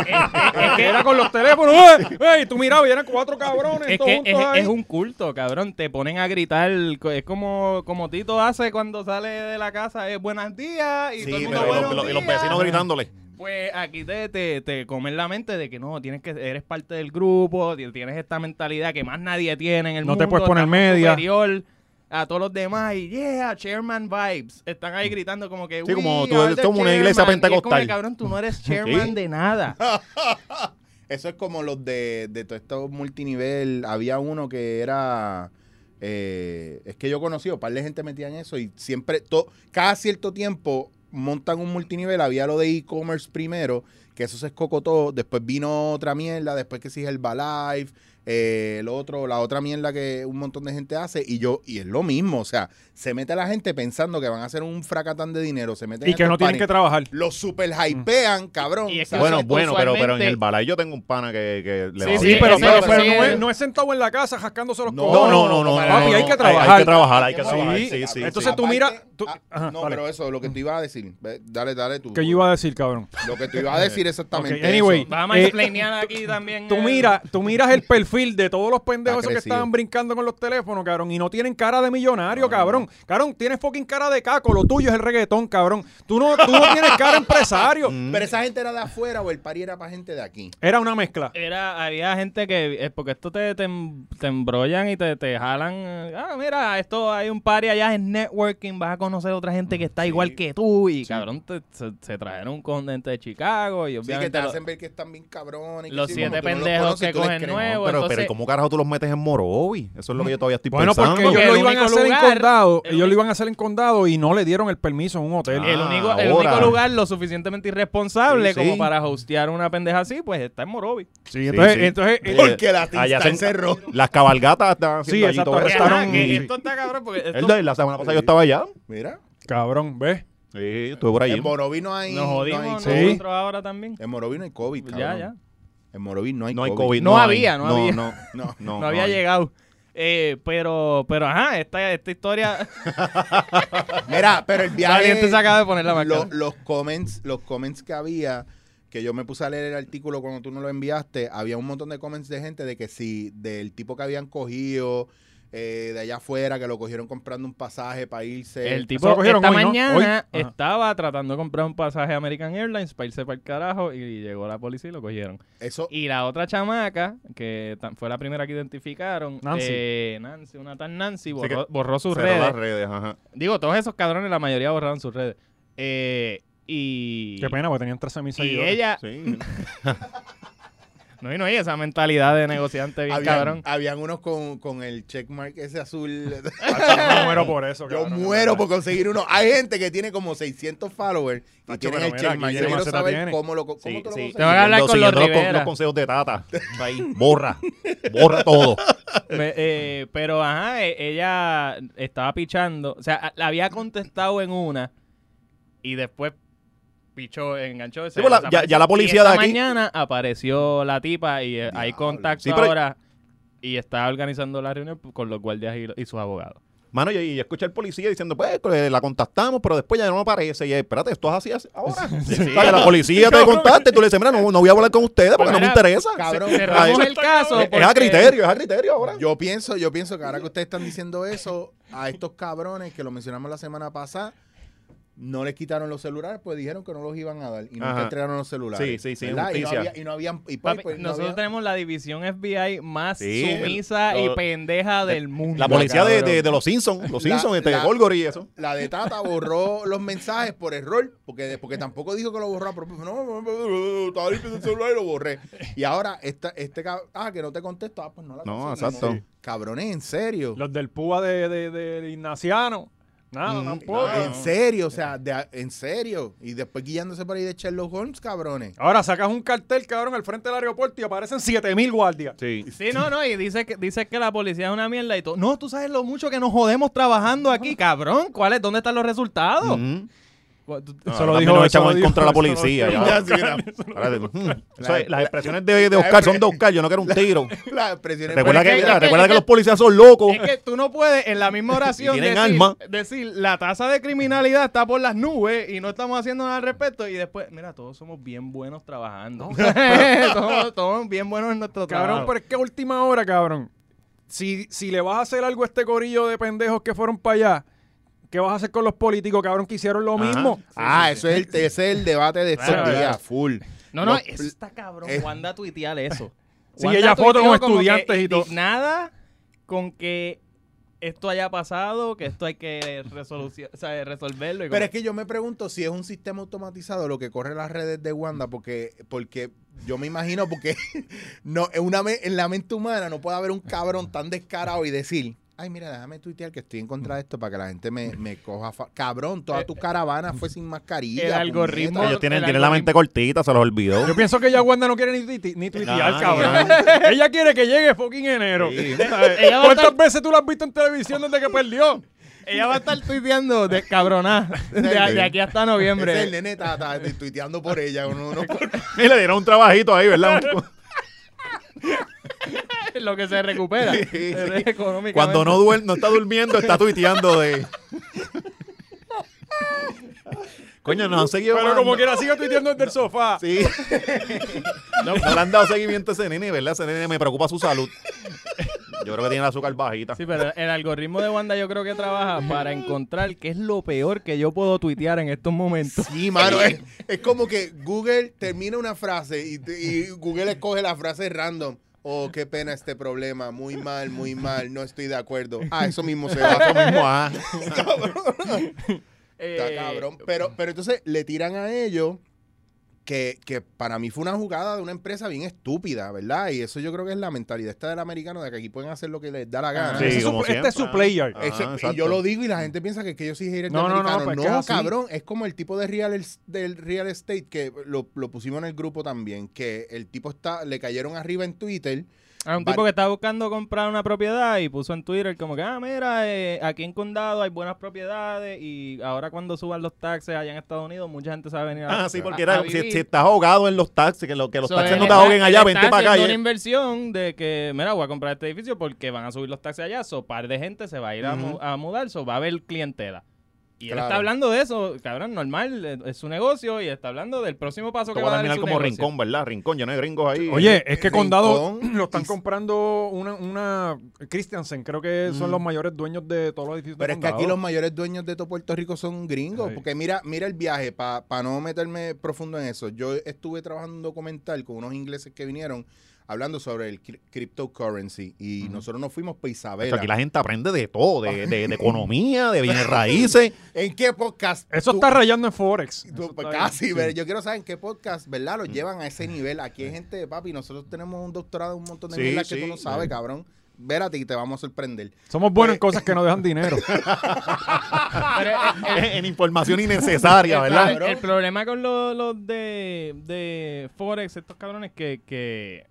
[SPEAKER 3] era con los teléfonos, "Eh, eh", y tú mirabas y eran cuatro cabrones,
[SPEAKER 2] es
[SPEAKER 3] todos
[SPEAKER 2] que es,
[SPEAKER 3] juntos ahí.
[SPEAKER 2] es un culto, cabrón. Te ponen a gritar. co- Es como, como Tito hace cuando sale de la casa. Es buenos días. Y
[SPEAKER 4] Sí,
[SPEAKER 2] todo el mundo,
[SPEAKER 4] pero y los-
[SPEAKER 2] "Buenos
[SPEAKER 4] y los- y los
[SPEAKER 2] días".
[SPEAKER 4] vecinos gritándole.
[SPEAKER 2] Pues aquí te, te, te comen la mente de que no, tienes que eres parte del grupo, ti- tienes esta mentalidad que más nadie tiene en el
[SPEAKER 3] No
[SPEAKER 2] mundo.
[SPEAKER 3] te puedes poner
[SPEAKER 2] estás por
[SPEAKER 3] media.
[SPEAKER 2] superior a todos los demás y yeah, chairman vibes. Están
[SPEAKER 3] Mm.
[SPEAKER 2] ahí gritando como que
[SPEAKER 4] Sí, como
[SPEAKER 2] "We
[SPEAKER 4] tú-
[SPEAKER 2] are the
[SPEAKER 4] como una iglesia
[SPEAKER 2] chairman". Y es como que,
[SPEAKER 4] pentecostal.
[SPEAKER 2] cabrón, tú no eres chairman
[SPEAKER 4] Sí.
[SPEAKER 2] de nada.
[SPEAKER 1] Eso es como los de, de todos estos multinivel. Había uno que era. eh, es que yo conocí, un par de gente metía en eso y siempre, to- cada cierto tiempo montan un multinivel. Había lo de e-commerce primero, que eso se escocotó. Después vino otra mierda, después que sí es el Balife, eh, el otro, la otra mierda que un montón de gente hace. Y yo, y es lo mismo, o sea, se mete la gente pensando que van a hacer un fracatán de dinero. Se meten
[SPEAKER 3] y
[SPEAKER 1] en
[SPEAKER 3] que
[SPEAKER 1] estos
[SPEAKER 3] no tienen
[SPEAKER 1] paris.
[SPEAKER 3] que Mm. trabajar.
[SPEAKER 1] Los super hypean, cabrón.
[SPEAKER 2] Y es que
[SPEAKER 1] ¿sabes?
[SPEAKER 4] Bueno,
[SPEAKER 2] Entonces,
[SPEAKER 4] bueno, pero, pero en
[SPEAKER 2] usualmente-
[SPEAKER 4] el balay yo tengo un pana que, que le
[SPEAKER 2] Sí,
[SPEAKER 4] va
[SPEAKER 2] sí,
[SPEAKER 3] Sí,
[SPEAKER 4] bien.
[SPEAKER 3] pero,
[SPEAKER 2] ese-
[SPEAKER 3] pero,
[SPEAKER 2] ese-
[SPEAKER 3] pero no, es,
[SPEAKER 2] ese-
[SPEAKER 3] no es sentado en la casa jascándose los
[SPEAKER 1] No,
[SPEAKER 4] No,
[SPEAKER 3] cojones.
[SPEAKER 4] no, no, no.
[SPEAKER 1] Papi,
[SPEAKER 4] no, no,
[SPEAKER 3] hay que
[SPEAKER 4] no. Hay,
[SPEAKER 3] trabajar.
[SPEAKER 4] que trabajar, hay que
[SPEAKER 1] Sí.
[SPEAKER 4] trabajar. Sí, sí.
[SPEAKER 3] Entonces
[SPEAKER 4] sí.
[SPEAKER 3] tú mira- tú-
[SPEAKER 1] ah,
[SPEAKER 3] ajá,
[SPEAKER 1] no,
[SPEAKER 3] dale.
[SPEAKER 1] pero eso, lo que tú ibas a decir. Ve, Dale, dale tú.
[SPEAKER 3] Que yo iba a decir, cabrón.
[SPEAKER 1] Lo que tú ibas a decir exactamente.
[SPEAKER 3] Ok, anyway.
[SPEAKER 1] eso.
[SPEAKER 2] Vamos a
[SPEAKER 3] Eh,
[SPEAKER 2] explainear aquí también.
[SPEAKER 3] Tú
[SPEAKER 2] el-
[SPEAKER 3] mira, tú miras el perfil de todos los
[SPEAKER 1] Está
[SPEAKER 3] pendejos esos que
[SPEAKER 1] crecido.
[SPEAKER 3] estaban brincando con los teléfonos, cabrón, y no tienen cara de millonario, cabrón. Cabrón, tienes fucking cara de caco, lo tuyo es el reggaetón, cabrón. Tú no, tú no tienes cara de empresario.
[SPEAKER 2] Mm.
[SPEAKER 1] Pero esa gente era de afuera o el pari era para gente de aquí.
[SPEAKER 3] Era una mezcla.
[SPEAKER 2] Era, había gente que, eh, porque esto te, te, em- te embrollan y te, te jalan. eh, Ah, mira, esto hay un party allá en networking, vas a conocer otra gente
[SPEAKER 1] Mm,
[SPEAKER 2] que está igual que tú. Y cabrón, te- se, se trajeron un condente de Chicago y
[SPEAKER 1] Sí, que te
[SPEAKER 2] obviamente lo-
[SPEAKER 1] hacen ver que están bien cabrones. que
[SPEAKER 2] los
[SPEAKER 1] sí, como
[SPEAKER 2] siete
[SPEAKER 1] tú no los
[SPEAKER 2] pendejos
[SPEAKER 1] conoces,
[SPEAKER 2] que
[SPEAKER 1] tú les
[SPEAKER 2] cogen
[SPEAKER 1] crees.
[SPEAKER 2] nueve.
[SPEAKER 4] No, pero, pero
[SPEAKER 2] entonces-
[SPEAKER 4] ¿y cómo carajo tú los metes en Morovi? Eso es lo que yo todavía estoy
[SPEAKER 3] Bueno,
[SPEAKER 4] pensando.
[SPEAKER 3] porque ellos
[SPEAKER 2] Porque
[SPEAKER 3] lo
[SPEAKER 2] el
[SPEAKER 3] iban a
[SPEAKER 2] único
[SPEAKER 3] hacer en
[SPEAKER 2] lugar-
[SPEAKER 3] condado.
[SPEAKER 2] el
[SPEAKER 3] Ellos lo
[SPEAKER 2] único-
[SPEAKER 3] iban a hacer en condado y no le dieron el permiso en un hotel.
[SPEAKER 2] El,
[SPEAKER 4] Ah,
[SPEAKER 2] único, el
[SPEAKER 4] ahora.
[SPEAKER 2] único lugar lo suficientemente irresponsable
[SPEAKER 4] Sí, sí.
[SPEAKER 2] como para hostear una pendeja así, pues está en Morovi.
[SPEAKER 3] Sí, entonces,
[SPEAKER 4] sí.
[SPEAKER 3] entonces, eh,
[SPEAKER 1] Porque la tinta
[SPEAKER 4] Allá se-
[SPEAKER 1] encerró.
[SPEAKER 4] Las cabalgatas están haciendo
[SPEAKER 3] Sí,
[SPEAKER 4] allí
[SPEAKER 3] exacto,
[SPEAKER 4] todo
[SPEAKER 2] Porque,
[SPEAKER 4] eso.
[SPEAKER 3] arrestaron-
[SPEAKER 2] ajá, que esto está cabrón porque esto-
[SPEAKER 4] El de- La semana pasada yo estaba allá.
[SPEAKER 1] Mira,
[SPEAKER 3] cabrón, ¿ves?
[SPEAKER 4] Sí, estuve por allí.
[SPEAKER 1] en Moroví no hay.
[SPEAKER 2] nos jodimos
[SPEAKER 1] no hay
[SPEAKER 3] Sí.
[SPEAKER 1] COVID.
[SPEAKER 2] nosotros ahora también.
[SPEAKER 1] En Moroví no hay COVID, cabrón.
[SPEAKER 2] Ya, ya.
[SPEAKER 1] En Moroví no hay
[SPEAKER 4] No hay
[SPEAKER 1] COVID.
[SPEAKER 4] COVID.
[SPEAKER 2] No
[SPEAKER 4] hay.
[SPEAKER 2] había, no había.
[SPEAKER 4] No, no,
[SPEAKER 2] No, había
[SPEAKER 4] hay.
[SPEAKER 2] llegado. Eh, pero, pero ajá, esta, esta historia...
[SPEAKER 1] Mira, pero el viaje.
[SPEAKER 2] Alguien te acaba de poner la máscara.
[SPEAKER 1] Lo- los comments, los comments que había, que yo me puse a leer el artículo cuando tú no lo enviaste, había un montón de comments de gente de que sí, del tipo que habían cogido eh, de allá afuera, que lo cogieron comprando un pasaje para irse.
[SPEAKER 2] El
[SPEAKER 3] Eh, Eso lo
[SPEAKER 2] tipo
[SPEAKER 3] cogieron
[SPEAKER 2] esta
[SPEAKER 3] hoy, ¿no? Hoy.
[SPEAKER 2] mañana
[SPEAKER 3] Ajá.
[SPEAKER 2] estaba tratando de comprar un pasaje a American Airlines para irse para el carajo y llegó la policía y lo cogieron.
[SPEAKER 1] Eso,
[SPEAKER 2] Y la otra chamaca, que ta- fue la primera que identificaron,
[SPEAKER 3] Nancy.
[SPEAKER 2] eh, Nancy, una tal Nancy,
[SPEAKER 4] que
[SPEAKER 2] borró, borró sus
[SPEAKER 4] Cerró las
[SPEAKER 2] redes.
[SPEAKER 4] redes, ajá.
[SPEAKER 2] Digo, todos esos cabrones, la mayoría borraron sus redes. Eh, y
[SPEAKER 3] Qué pena, porque tenían 13 mil
[SPEAKER 2] y
[SPEAKER 3] seguidores.
[SPEAKER 2] ella,
[SPEAKER 4] Sí.
[SPEAKER 2] no, y no, y esa mentalidad de negociante bien
[SPEAKER 1] habían,
[SPEAKER 2] cabrón.
[SPEAKER 1] habían unos con, con el checkmark ese azul.
[SPEAKER 3] Ah, Yo muero por eso,
[SPEAKER 1] Yo
[SPEAKER 3] cabrón,
[SPEAKER 1] muero
[SPEAKER 3] en
[SPEAKER 1] por conseguir uno. Hay gente que tiene como 600 followers y
[SPEAKER 3] Tacho,
[SPEAKER 1] tienen
[SPEAKER 3] pero
[SPEAKER 1] el
[SPEAKER 3] mira,
[SPEAKER 1] checkmark. Yo
[SPEAKER 3] Guillermo
[SPEAKER 1] quiero
[SPEAKER 3] Maceta
[SPEAKER 1] saber
[SPEAKER 3] tiene.
[SPEAKER 1] cómo lo, co- cómo
[SPEAKER 4] Sí,
[SPEAKER 1] tú lo
[SPEAKER 4] sí.
[SPEAKER 1] conseguiste.
[SPEAKER 2] Te van a hablar con los
[SPEAKER 4] Siguiendo los,
[SPEAKER 2] Rivera.
[SPEAKER 4] los consejos de Tata. Ahí, borra, borra todo.
[SPEAKER 2] Ve- eh, pero ajá, e- ella estaba pichando. O sea, a- la había contestado en una y después pichó, enganchó.
[SPEAKER 4] Sí, pues la- ya- ya la policía de aquí-
[SPEAKER 2] mañana apareció la tipa y eh, hay contacto
[SPEAKER 4] Sí, pero-
[SPEAKER 2] ahora y está organizando la reunión con los guardias y, y sus abogados.
[SPEAKER 4] Mano, y, y escuché al policía diciendo, pues, pues, la contactamos, pero después ya no aparece. Y espérate, esto es así, así ahora. O sea, la policía te contacta y tú le dices, mira, no, no voy a hablar con ustedes porque no me
[SPEAKER 2] mira,
[SPEAKER 4] interesa.
[SPEAKER 1] Cabrón.
[SPEAKER 2] Cerramos el caso.
[SPEAKER 4] Es- Es a
[SPEAKER 2] porque-
[SPEAKER 4] criterio, es a criterio ahora.
[SPEAKER 1] Yo pienso, yo pienso que ahora que ustedes están diciendo eso, a estos cabrones que lo mencionamos la semana pasada, no les quitaron los celulares, pues dijeron que no los iban a dar y nunca
[SPEAKER 4] Ajá.
[SPEAKER 1] entregaron los celulares.
[SPEAKER 4] Sí, sí, sí,
[SPEAKER 1] ¿verdad? Y no,
[SPEAKER 4] justicia.
[SPEAKER 1] había- y no habían. Y pues,
[SPEAKER 2] Papi,
[SPEAKER 1] pues, no
[SPEAKER 2] nosotros
[SPEAKER 1] habían-
[SPEAKER 2] tenemos la división FBI más
[SPEAKER 4] Sí, el-
[SPEAKER 2] sumisa
[SPEAKER 4] lo-
[SPEAKER 2] y pendeja del mundo.
[SPEAKER 4] la policía de,
[SPEAKER 2] cabrón.
[SPEAKER 4] de- de los Simpsons, los
[SPEAKER 1] La-
[SPEAKER 4] Simpsons, este
[SPEAKER 1] la-
[SPEAKER 4] Golgory y eso.
[SPEAKER 1] La de Tata borró los mensajes por error, porque, porque tampoco dijo que lo borró a propósito. No, no, no, no, estaba limpio el celular y lo borré. Y ahora, esta, este cabrón, ah, que no te contesto, ah, pues no la
[SPEAKER 4] No,
[SPEAKER 1] consigo,
[SPEAKER 4] exacto.
[SPEAKER 1] no. Cabrones, en serio.
[SPEAKER 3] Los del púa de, de, de Ignaciano. Nada,
[SPEAKER 1] Mm,
[SPEAKER 3] tampoco.
[SPEAKER 1] no, en serio, o sea, de- en serio. Y después guiándose por ahí de Sherlock Holmes, cabrones.
[SPEAKER 3] Ahora sacas un cartel, cabrón, al frente del aeropuerto y aparecen 7000 guardias.
[SPEAKER 4] Sí.
[SPEAKER 2] Sí, no, no, y dice que, dice que la policía es una mierda y todo. No, tú sabes lo mucho que nos jodemos trabajando aquí, cabrón. ¿Cuál es? ¿Dónde están los resultados?
[SPEAKER 4] Mm.
[SPEAKER 2] Cu- tú-
[SPEAKER 3] Eso lo dijo-
[SPEAKER 4] Ahora mismo
[SPEAKER 3] eso
[SPEAKER 4] nos echamos
[SPEAKER 3] lo
[SPEAKER 4] en
[SPEAKER 3] dijo-
[SPEAKER 4] contra de la
[SPEAKER 3] eso lo
[SPEAKER 4] policía.
[SPEAKER 3] dijo
[SPEAKER 4] ya.
[SPEAKER 1] Ya, sí, era-
[SPEAKER 4] Ahora de- mm. O sea,
[SPEAKER 1] La-
[SPEAKER 4] las expresiones de, de Oscar son de Oscar, yo no quiero un tiro.
[SPEAKER 1] Las expresiones-
[SPEAKER 4] Recuerda que,
[SPEAKER 2] es que-
[SPEAKER 4] mira,
[SPEAKER 2] es que-
[SPEAKER 4] recuerda
[SPEAKER 2] es que-
[SPEAKER 4] que los policías son locos.
[SPEAKER 2] Es que tú no puedes en la misma oración
[SPEAKER 4] Y tienen
[SPEAKER 2] decir,
[SPEAKER 4] alma.
[SPEAKER 2] decir, la tasa de criminalidad está por las nubes y no estamos haciendo nada al respecto y después, mira, todos somos bien buenos trabajando. todos, todos bien buenos en nuestro
[SPEAKER 3] Cabrón,
[SPEAKER 2] trabajo.
[SPEAKER 3] pero es que a última hora, cabrón. Si, si le vas a hacer algo a este corillo de pendejos que fueron para allá, ¿qué vas a hacer con los políticos, cabrón, que hicieron lo
[SPEAKER 4] Ajá.
[SPEAKER 3] mismo?
[SPEAKER 1] Ah, eso es el, ese es el debate de estos
[SPEAKER 2] Claro,
[SPEAKER 1] días,
[SPEAKER 2] claro.
[SPEAKER 1] full.
[SPEAKER 2] No, no,
[SPEAKER 1] Los-
[SPEAKER 2] eso está cabrón.
[SPEAKER 1] es-
[SPEAKER 2] Wanda tuitear eso.
[SPEAKER 3] Sí,
[SPEAKER 2] Wanda
[SPEAKER 3] ella foto
[SPEAKER 2] tuiteó
[SPEAKER 3] con
[SPEAKER 2] como que
[SPEAKER 3] estudiantes y todo.
[SPEAKER 2] indignada con que esto haya pasado, que esto hay que resolucio- o sea, resolverlo. y como-
[SPEAKER 1] Pero es que yo me pregunto si es un sistema automatizado lo que corre las redes de Wanda, porque, porque yo me imagino, porque no, en, una, me- en la mente humana no puede haber un cabrón tan descarado y decir, ay, mira, déjame tuitear que estoy en contra de esto para que la gente me, me coja. fa-". Cabrón, toda tu caravana fue sin mascarilla.
[SPEAKER 2] el algoritmo-
[SPEAKER 1] puñeta.
[SPEAKER 4] Ellos tienen,
[SPEAKER 2] el
[SPEAKER 4] tienen la mente cortita, se los olvidó.
[SPEAKER 3] Yo pienso que ya Wanda no quiere ni, tuiti- ni tuitear,
[SPEAKER 4] Ah,
[SPEAKER 3] cabrón. Ella quiere que llegue fucking enero. ¿Sabes?
[SPEAKER 2] Ella va a
[SPEAKER 3] ¿Cuántas
[SPEAKER 2] estar-
[SPEAKER 3] veces tú la has visto en televisión desde que perdió?
[SPEAKER 2] Ella va a estar tuiteando de cabroná de, de aquí
[SPEAKER 1] Ese
[SPEAKER 2] hasta
[SPEAKER 1] es el
[SPEAKER 2] noviembre.
[SPEAKER 1] nene está, está tuiteando por ella. uno- uno-
[SPEAKER 4] Y le dieron un trabajito ahí, ¿verdad?
[SPEAKER 2] Lo que se recupera.
[SPEAKER 4] sí.
[SPEAKER 2] económicamente.
[SPEAKER 4] Cuando no, duer- no está durmiendo, está tuiteando de. Coño, nos han seguido.
[SPEAKER 3] Pero
[SPEAKER 4] mandando-
[SPEAKER 3] como quiera, sigue tuiteando desde el sofá.
[SPEAKER 4] Sí. No, no le han dado seguimiento a ese nene, ¿verdad? Ese nene me preocupa su salud. Yo creo que tiene el azúcar bajita.
[SPEAKER 2] Sí, pero el algoritmo de Wanda yo creo que trabaja para encontrar qué es lo peor que yo puedo tuitear en estos momentos.
[SPEAKER 1] Sí, mano, es, es como que Google termina una frase y, te- y Google escoge la frase random. Oh, qué pena este problema. Muy mal, muy mal. No estoy de acuerdo. Ah, eso mismo se
[SPEAKER 4] Eso
[SPEAKER 1] va.
[SPEAKER 4] mismo, ah.
[SPEAKER 1] Está
[SPEAKER 2] Eh,
[SPEAKER 1] cabrón. Pero, pero entonces le tiran a ellos que, que para mí fue una jugada de una empresa bien estúpida, ¿verdad? Y eso yo creo que es la mentalidad esta del americano de que aquí pueden hacer lo que les da la gana.
[SPEAKER 4] Sí,
[SPEAKER 3] Ese es su-
[SPEAKER 4] como
[SPEAKER 3] este
[SPEAKER 4] siempre.
[SPEAKER 3] es su player.
[SPEAKER 4] Ah,
[SPEAKER 1] Ese- y
[SPEAKER 4] exacto.
[SPEAKER 1] yo lo digo y la gente piensa que, que yo soy hater de
[SPEAKER 3] No, no, no,
[SPEAKER 1] americano. No,
[SPEAKER 3] pues que es así.
[SPEAKER 1] cabrón, es como el tipo de real es- del real estate que lo, lo pusimos en el grupo también, que el tipo está le cayeron arriba en Twitter.
[SPEAKER 2] A un tipo que estaba buscando comprar una propiedad y puso en Twitter como que, ah, mira, eh, aquí en Condado hay buenas propiedades y ahora cuando suban los taxes allá en Estados Unidos, mucha gente sabe venir a
[SPEAKER 4] Ah, sí,
[SPEAKER 2] a-
[SPEAKER 4] porque era,
[SPEAKER 2] a
[SPEAKER 4] si,
[SPEAKER 2] vivir.
[SPEAKER 4] si estás ahogado en los taxis, que, lo- que los
[SPEAKER 2] So,
[SPEAKER 4] taxis
[SPEAKER 2] él
[SPEAKER 4] no te
[SPEAKER 2] está-
[SPEAKER 4] ahoguen allá,
[SPEAKER 2] él
[SPEAKER 4] vente
[SPEAKER 2] está
[SPEAKER 4] para acá.
[SPEAKER 2] haciendo una
[SPEAKER 4] eh.
[SPEAKER 2] inversión de que, mira, voy a comprar este edificio porque van a subir los taxes allá, so par de gente se va a ir a, mu- a mudar, so va a haber clientela. Y él
[SPEAKER 1] Claro.
[SPEAKER 2] está hablando de eso, cabrón, normal, eh, es su negocio y está hablando del próximo paso
[SPEAKER 4] Esto
[SPEAKER 2] que va
[SPEAKER 4] va a
[SPEAKER 2] a dar
[SPEAKER 4] terminar
[SPEAKER 2] su
[SPEAKER 4] como
[SPEAKER 2] negocio.
[SPEAKER 4] rincón, ¿verdad? Rincón, lleno de gringos ahí.
[SPEAKER 3] Oye, es que Condado
[SPEAKER 1] Rincón
[SPEAKER 3] lo están comprando una, una Christiansen, creo que
[SPEAKER 4] Mm.
[SPEAKER 3] son los mayores dueños de todos los edificios de
[SPEAKER 1] Pero es que aquí
[SPEAKER 3] Condado.
[SPEAKER 1] los mayores dueños de todo Puerto Rico son gringos.
[SPEAKER 3] Ay.
[SPEAKER 1] Porque mira, mira el viaje, para no meterme profundo en eso. Yo estuve trabajando un documental con unos ingleses que vinieron hablando sobre el cri- cryptocurrency. Y nosotros nos fuimos para
[SPEAKER 4] Esto,
[SPEAKER 1] Isabela.
[SPEAKER 4] aquí la gente aprende de todo, de, de- de economía, de bienes raíces.
[SPEAKER 1] ¿En qué podcast?
[SPEAKER 3] Eso
[SPEAKER 1] tú-
[SPEAKER 3] está rayando en Forex.
[SPEAKER 1] Tú,
[SPEAKER 3] Eso
[SPEAKER 1] pues,
[SPEAKER 3] está- Mm.
[SPEAKER 1] casi, pero yo quiero saber en qué podcast, ¿verdad? Los llevan a ese nivel. Aquí hay gente de papi, nosotros tenemos un doctorado, un montón de
[SPEAKER 4] Sí,
[SPEAKER 1] mierdas que
[SPEAKER 4] sí,
[SPEAKER 1] tú no sabes,
[SPEAKER 4] sí.
[SPEAKER 1] cabrón. Vérate y te vamos a sorprender.
[SPEAKER 3] Somos buenos en cosas que no dejan dinero.
[SPEAKER 2] Pero, eh,
[SPEAKER 4] en, en información innecesaria,
[SPEAKER 2] El,
[SPEAKER 4] ¿verdad?
[SPEAKER 2] el- el problema con los, los de, de Forex, estos cabrones que, que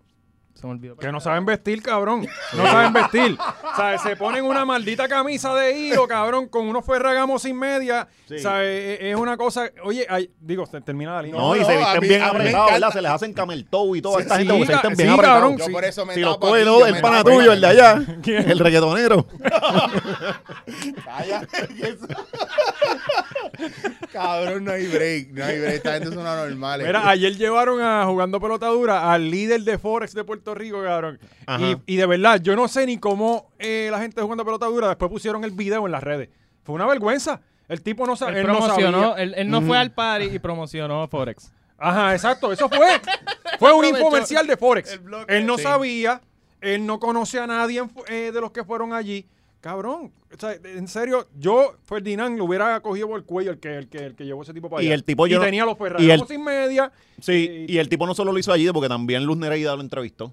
[SPEAKER 2] Se me olvidó.
[SPEAKER 3] Que no saben vestir, cabrón. No saben vestir. O sea, se ponen una maldita camisa de hilo, cabrón, con unos ferragamos sin media. O sea, e, es, es una cosa. Oye, ay, digo, te- termina la línea.
[SPEAKER 4] No, y
[SPEAKER 5] no,
[SPEAKER 4] se
[SPEAKER 5] a
[SPEAKER 4] visten
[SPEAKER 5] mí-
[SPEAKER 4] bien
[SPEAKER 5] a mí me
[SPEAKER 4] apretados, ¿verdad?
[SPEAKER 5] encanta.
[SPEAKER 4] Se les hacen camel toe y toda esta
[SPEAKER 3] Sí,
[SPEAKER 4] gente porque se
[SPEAKER 3] ca-
[SPEAKER 4] visten bien
[SPEAKER 3] sí,
[SPEAKER 4] apretados.
[SPEAKER 3] cabrón.
[SPEAKER 1] Yo
[SPEAKER 3] Sí.
[SPEAKER 1] por eso me
[SPEAKER 4] Si
[SPEAKER 1] tapo
[SPEAKER 4] lo
[SPEAKER 1] aquí,
[SPEAKER 4] coge
[SPEAKER 1] yo
[SPEAKER 4] ¿no?
[SPEAKER 1] me
[SPEAKER 4] el pana
[SPEAKER 1] tapo aquí.
[SPEAKER 4] tuyo, el de allá, el reggaetonero.
[SPEAKER 1] Cállate, que eso- Cabrón, no hay break, no hay break. Esta gente es una normal. eh.
[SPEAKER 3] Mira, ayer llevaron a jugando pelota dura al líder de Forex de Puerto Rico, cabrón.
[SPEAKER 4] Ajá.
[SPEAKER 3] Y, y de verdad, yo no sé ni cómo eh, la gente jugando pelota dura después pusieron el video en las redes. Fue una vergüenza. El tipo no, sa-
[SPEAKER 2] Él
[SPEAKER 3] él no sabía.
[SPEAKER 2] promocionó, él, él no fue al party y promocionó Forex.
[SPEAKER 3] Ajá, exacto, eso fue. Fue un
[SPEAKER 2] Aprovechó
[SPEAKER 3] infomercial de Forex.
[SPEAKER 2] el bloque.
[SPEAKER 3] Él no
[SPEAKER 2] Sí.
[SPEAKER 3] sabía, él no conoce a nadie en fu- eh, de los que fueron allí. Cabrón, o sea, en serio, yo, Ferdinand, lo hubiera cogido por el cuello el que, el que, el que llevó ese tipo para
[SPEAKER 4] Y
[SPEAKER 3] allá.
[SPEAKER 4] el tipo yo no-
[SPEAKER 3] tenía los
[SPEAKER 4] y el-
[SPEAKER 3] ferragamos sin media.
[SPEAKER 4] Sí, y el tipo no solo lo hizo allí, porque también Luz Nereida lo entrevistó.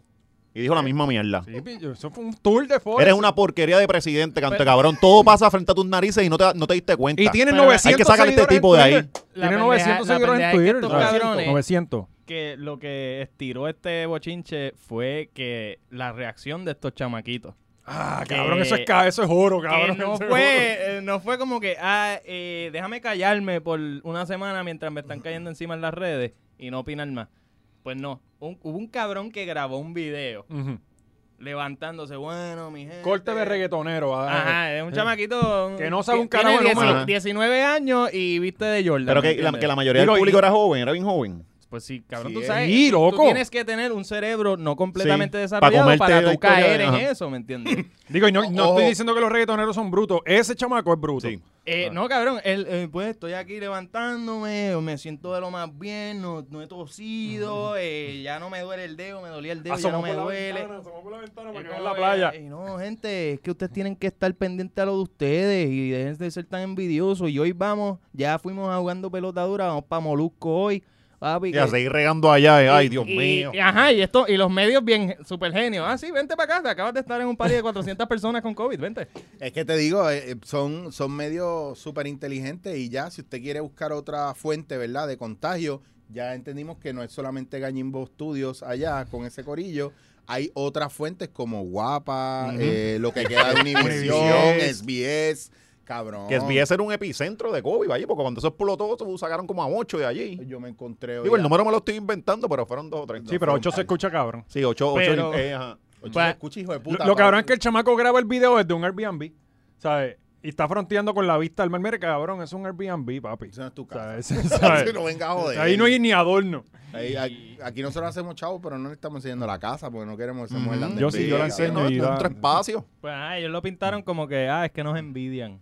[SPEAKER 4] Y dijo la misma mierda.
[SPEAKER 3] Sí, pillo, Eso fue un tour de Forex.
[SPEAKER 4] Eres una porquería de presidente, canto de cabrón. Todo pasa frente a tus narices y no te, no te diste cuenta.
[SPEAKER 3] Y tiene
[SPEAKER 2] Pero
[SPEAKER 3] 900
[SPEAKER 4] hay que sacar a este
[SPEAKER 3] seguidores en
[SPEAKER 4] tipo de ahí.
[SPEAKER 3] Twitter.
[SPEAKER 2] La
[SPEAKER 3] Tiene
[SPEAKER 2] pendeja-
[SPEAKER 3] 900
[SPEAKER 2] la
[SPEAKER 3] seguidores
[SPEAKER 2] pendeja
[SPEAKER 3] en
[SPEAKER 2] es que
[SPEAKER 3] Twitter.
[SPEAKER 2] estos
[SPEAKER 3] 900.
[SPEAKER 2] cabrones-
[SPEAKER 3] 900.
[SPEAKER 2] Que lo que estiró este bochinche fue que la reacción de estos chamaquitos.
[SPEAKER 3] Ah,
[SPEAKER 2] Que-
[SPEAKER 3] cabrón, eso es, ca- eso es oro,
[SPEAKER 2] Que
[SPEAKER 3] cabrón.
[SPEAKER 2] no
[SPEAKER 3] eso es oro.
[SPEAKER 2] fue, eh, no fue como que, ah, eh, déjame callarme por una semana mientras me están cayendo encima en las redes y no opinar más. Pues no, Un- hubo un cabrón que grabó un video
[SPEAKER 3] Ujú.
[SPEAKER 2] levantándose, bueno, mi gente.
[SPEAKER 3] Corte de reggaetonero. ah,
[SPEAKER 2] Ajá, es un
[SPEAKER 3] eh.
[SPEAKER 2] chamaquito. un-
[SPEAKER 3] Que no sabe un
[SPEAKER 2] tiene
[SPEAKER 3] carajo de
[SPEAKER 2] 10
[SPEAKER 4] número.
[SPEAKER 2] 19 años y viste de Jordan. ¿me
[SPEAKER 4] Pero que la,
[SPEAKER 2] entiendes?
[SPEAKER 4] que la mayoría
[SPEAKER 3] Digo,
[SPEAKER 4] del
[SPEAKER 3] y-
[SPEAKER 4] público era joven, era bien joven.
[SPEAKER 2] Pues sí, cabrón,
[SPEAKER 1] Sí,
[SPEAKER 2] tú sabes.
[SPEAKER 3] sí,
[SPEAKER 2] tú-
[SPEAKER 3] loco.
[SPEAKER 2] Tú tienes que tener un cerebro no completamente
[SPEAKER 4] Sí, pa'
[SPEAKER 2] desarrollado para,
[SPEAKER 4] comerte la
[SPEAKER 2] tú
[SPEAKER 4] historia de-
[SPEAKER 2] caer en
[SPEAKER 4] ajá.
[SPEAKER 2] eso, ¿me entiendes?
[SPEAKER 3] Digo, y no, no
[SPEAKER 1] Ojo.
[SPEAKER 3] estoy diciendo que los reggaetoneros son brutos. Ese chamaco es bruto.
[SPEAKER 4] Sí.
[SPEAKER 2] Eh, no, cabrón, el, eh, pues estoy aquí levantándome, me siento de lo más bien, no, no he tosido, eh, ya no me duele el dedo, me dolía el dedo, ya no
[SPEAKER 3] Asomó
[SPEAKER 2] me
[SPEAKER 3] Ah, por la
[SPEAKER 2] duele.
[SPEAKER 3] ventana, asomó por la ventana para
[SPEAKER 2] Eh,
[SPEAKER 3] que vean
[SPEAKER 2] no,
[SPEAKER 3] la
[SPEAKER 2] eh,
[SPEAKER 3] playa.
[SPEAKER 2] eh, no, gente, es que ustedes tienen que estar pendientes a lo de ustedes y dejen de ser tan envidiosos. Y hoy vamos, ya fuimos a jugando pelota dura, vamos para Molusco hoy. papi,
[SPEAKER 4] Y
[SPEAKER 2] que-
[SPEAKER 4] a seguir regando allá, eh, ay, Dios
[SPEAKER 2] y-
[SPEAKER 4] mío.
[SPEAKER 2] y- ajá, y esto, y los medios bien super genios. Ah, sí, vente para acá, te acabas de estar en un party de 400 personas con COVID, vente.
[SPEAKER 1] Es que te digo, eh, eh, son, son medios súper inteligentes y ya, si usted quiere buscar otra fuente, ¿verdad?, de contagio, ya entendimos que no es solamente Gañimbo Studios allá con ese corillo. Hay otras fuentes como Guapa, eh, lo que queda de Univisión, SBS, cabrón.
[SPEAKER 4] Que es bien ser un epicentro de COVID allí, porque cuando eso explotó, tú sacaron como a ocho de allí.
[SPEAKER 1] Yo me encontré hoy.
[SPEAKER 4] Digo, el
[SPEAKER 1] a-
[SPEAKER 4] número me lo estoy inventando, pero fueron dos o tres.
[SPEAKER 3] Sí, pero 8 se escucha cabrón.
[SPEAKER 4] Sí, ocho, ocho.
[SPEAKER 2] Pero-
[SPEAKER 4] eh, ajá.
[SPEAKER 1] Oye,
[SPEAKER 2] Pues-
[SPEAKER 1] escucha, hijo de
[SPEAKER 3] Lo,
[SPEAKER 1] puta.
[SPEAKER 3] lo
[SPEAKER 1] pa-
[SPEAKER 3] cabrón es que el chamaco graba el video desde un Airbnb, ¿sabes? Y está fronteando con la vista al mar. Mire, cabrón, es un Airbnb, papi.
[SPEAKER 1] Eso no es tu casa.
[SPEAKER 3] ¿Sabes? ¿Sabes?
[SPEAKER 1] No venga a joder.
[SPEAKER 3] Ahí no hay ni adorno.
[SPEAKER 1] Ahí- a- aquí nosotros hacemos chavo, pero no le estamos enseñando la casa porque no queremos que se muerdan de
[SPEAKER 3] Yo sí, yo
[SPEAKER 1] envidia,
[SPEAKER 3] la enseño
[SPEAKER 1] cabrón.
[SPEAKER 4] No,
[SPEAKER 3] y
[SPEAKER 4] es
[SPEAKER 3] da-
[SPEAKER 4] nuestro espacio.
[SPEAKER 2] Pues ah, ellos lo pintaron como que, ah, es que nos envidian.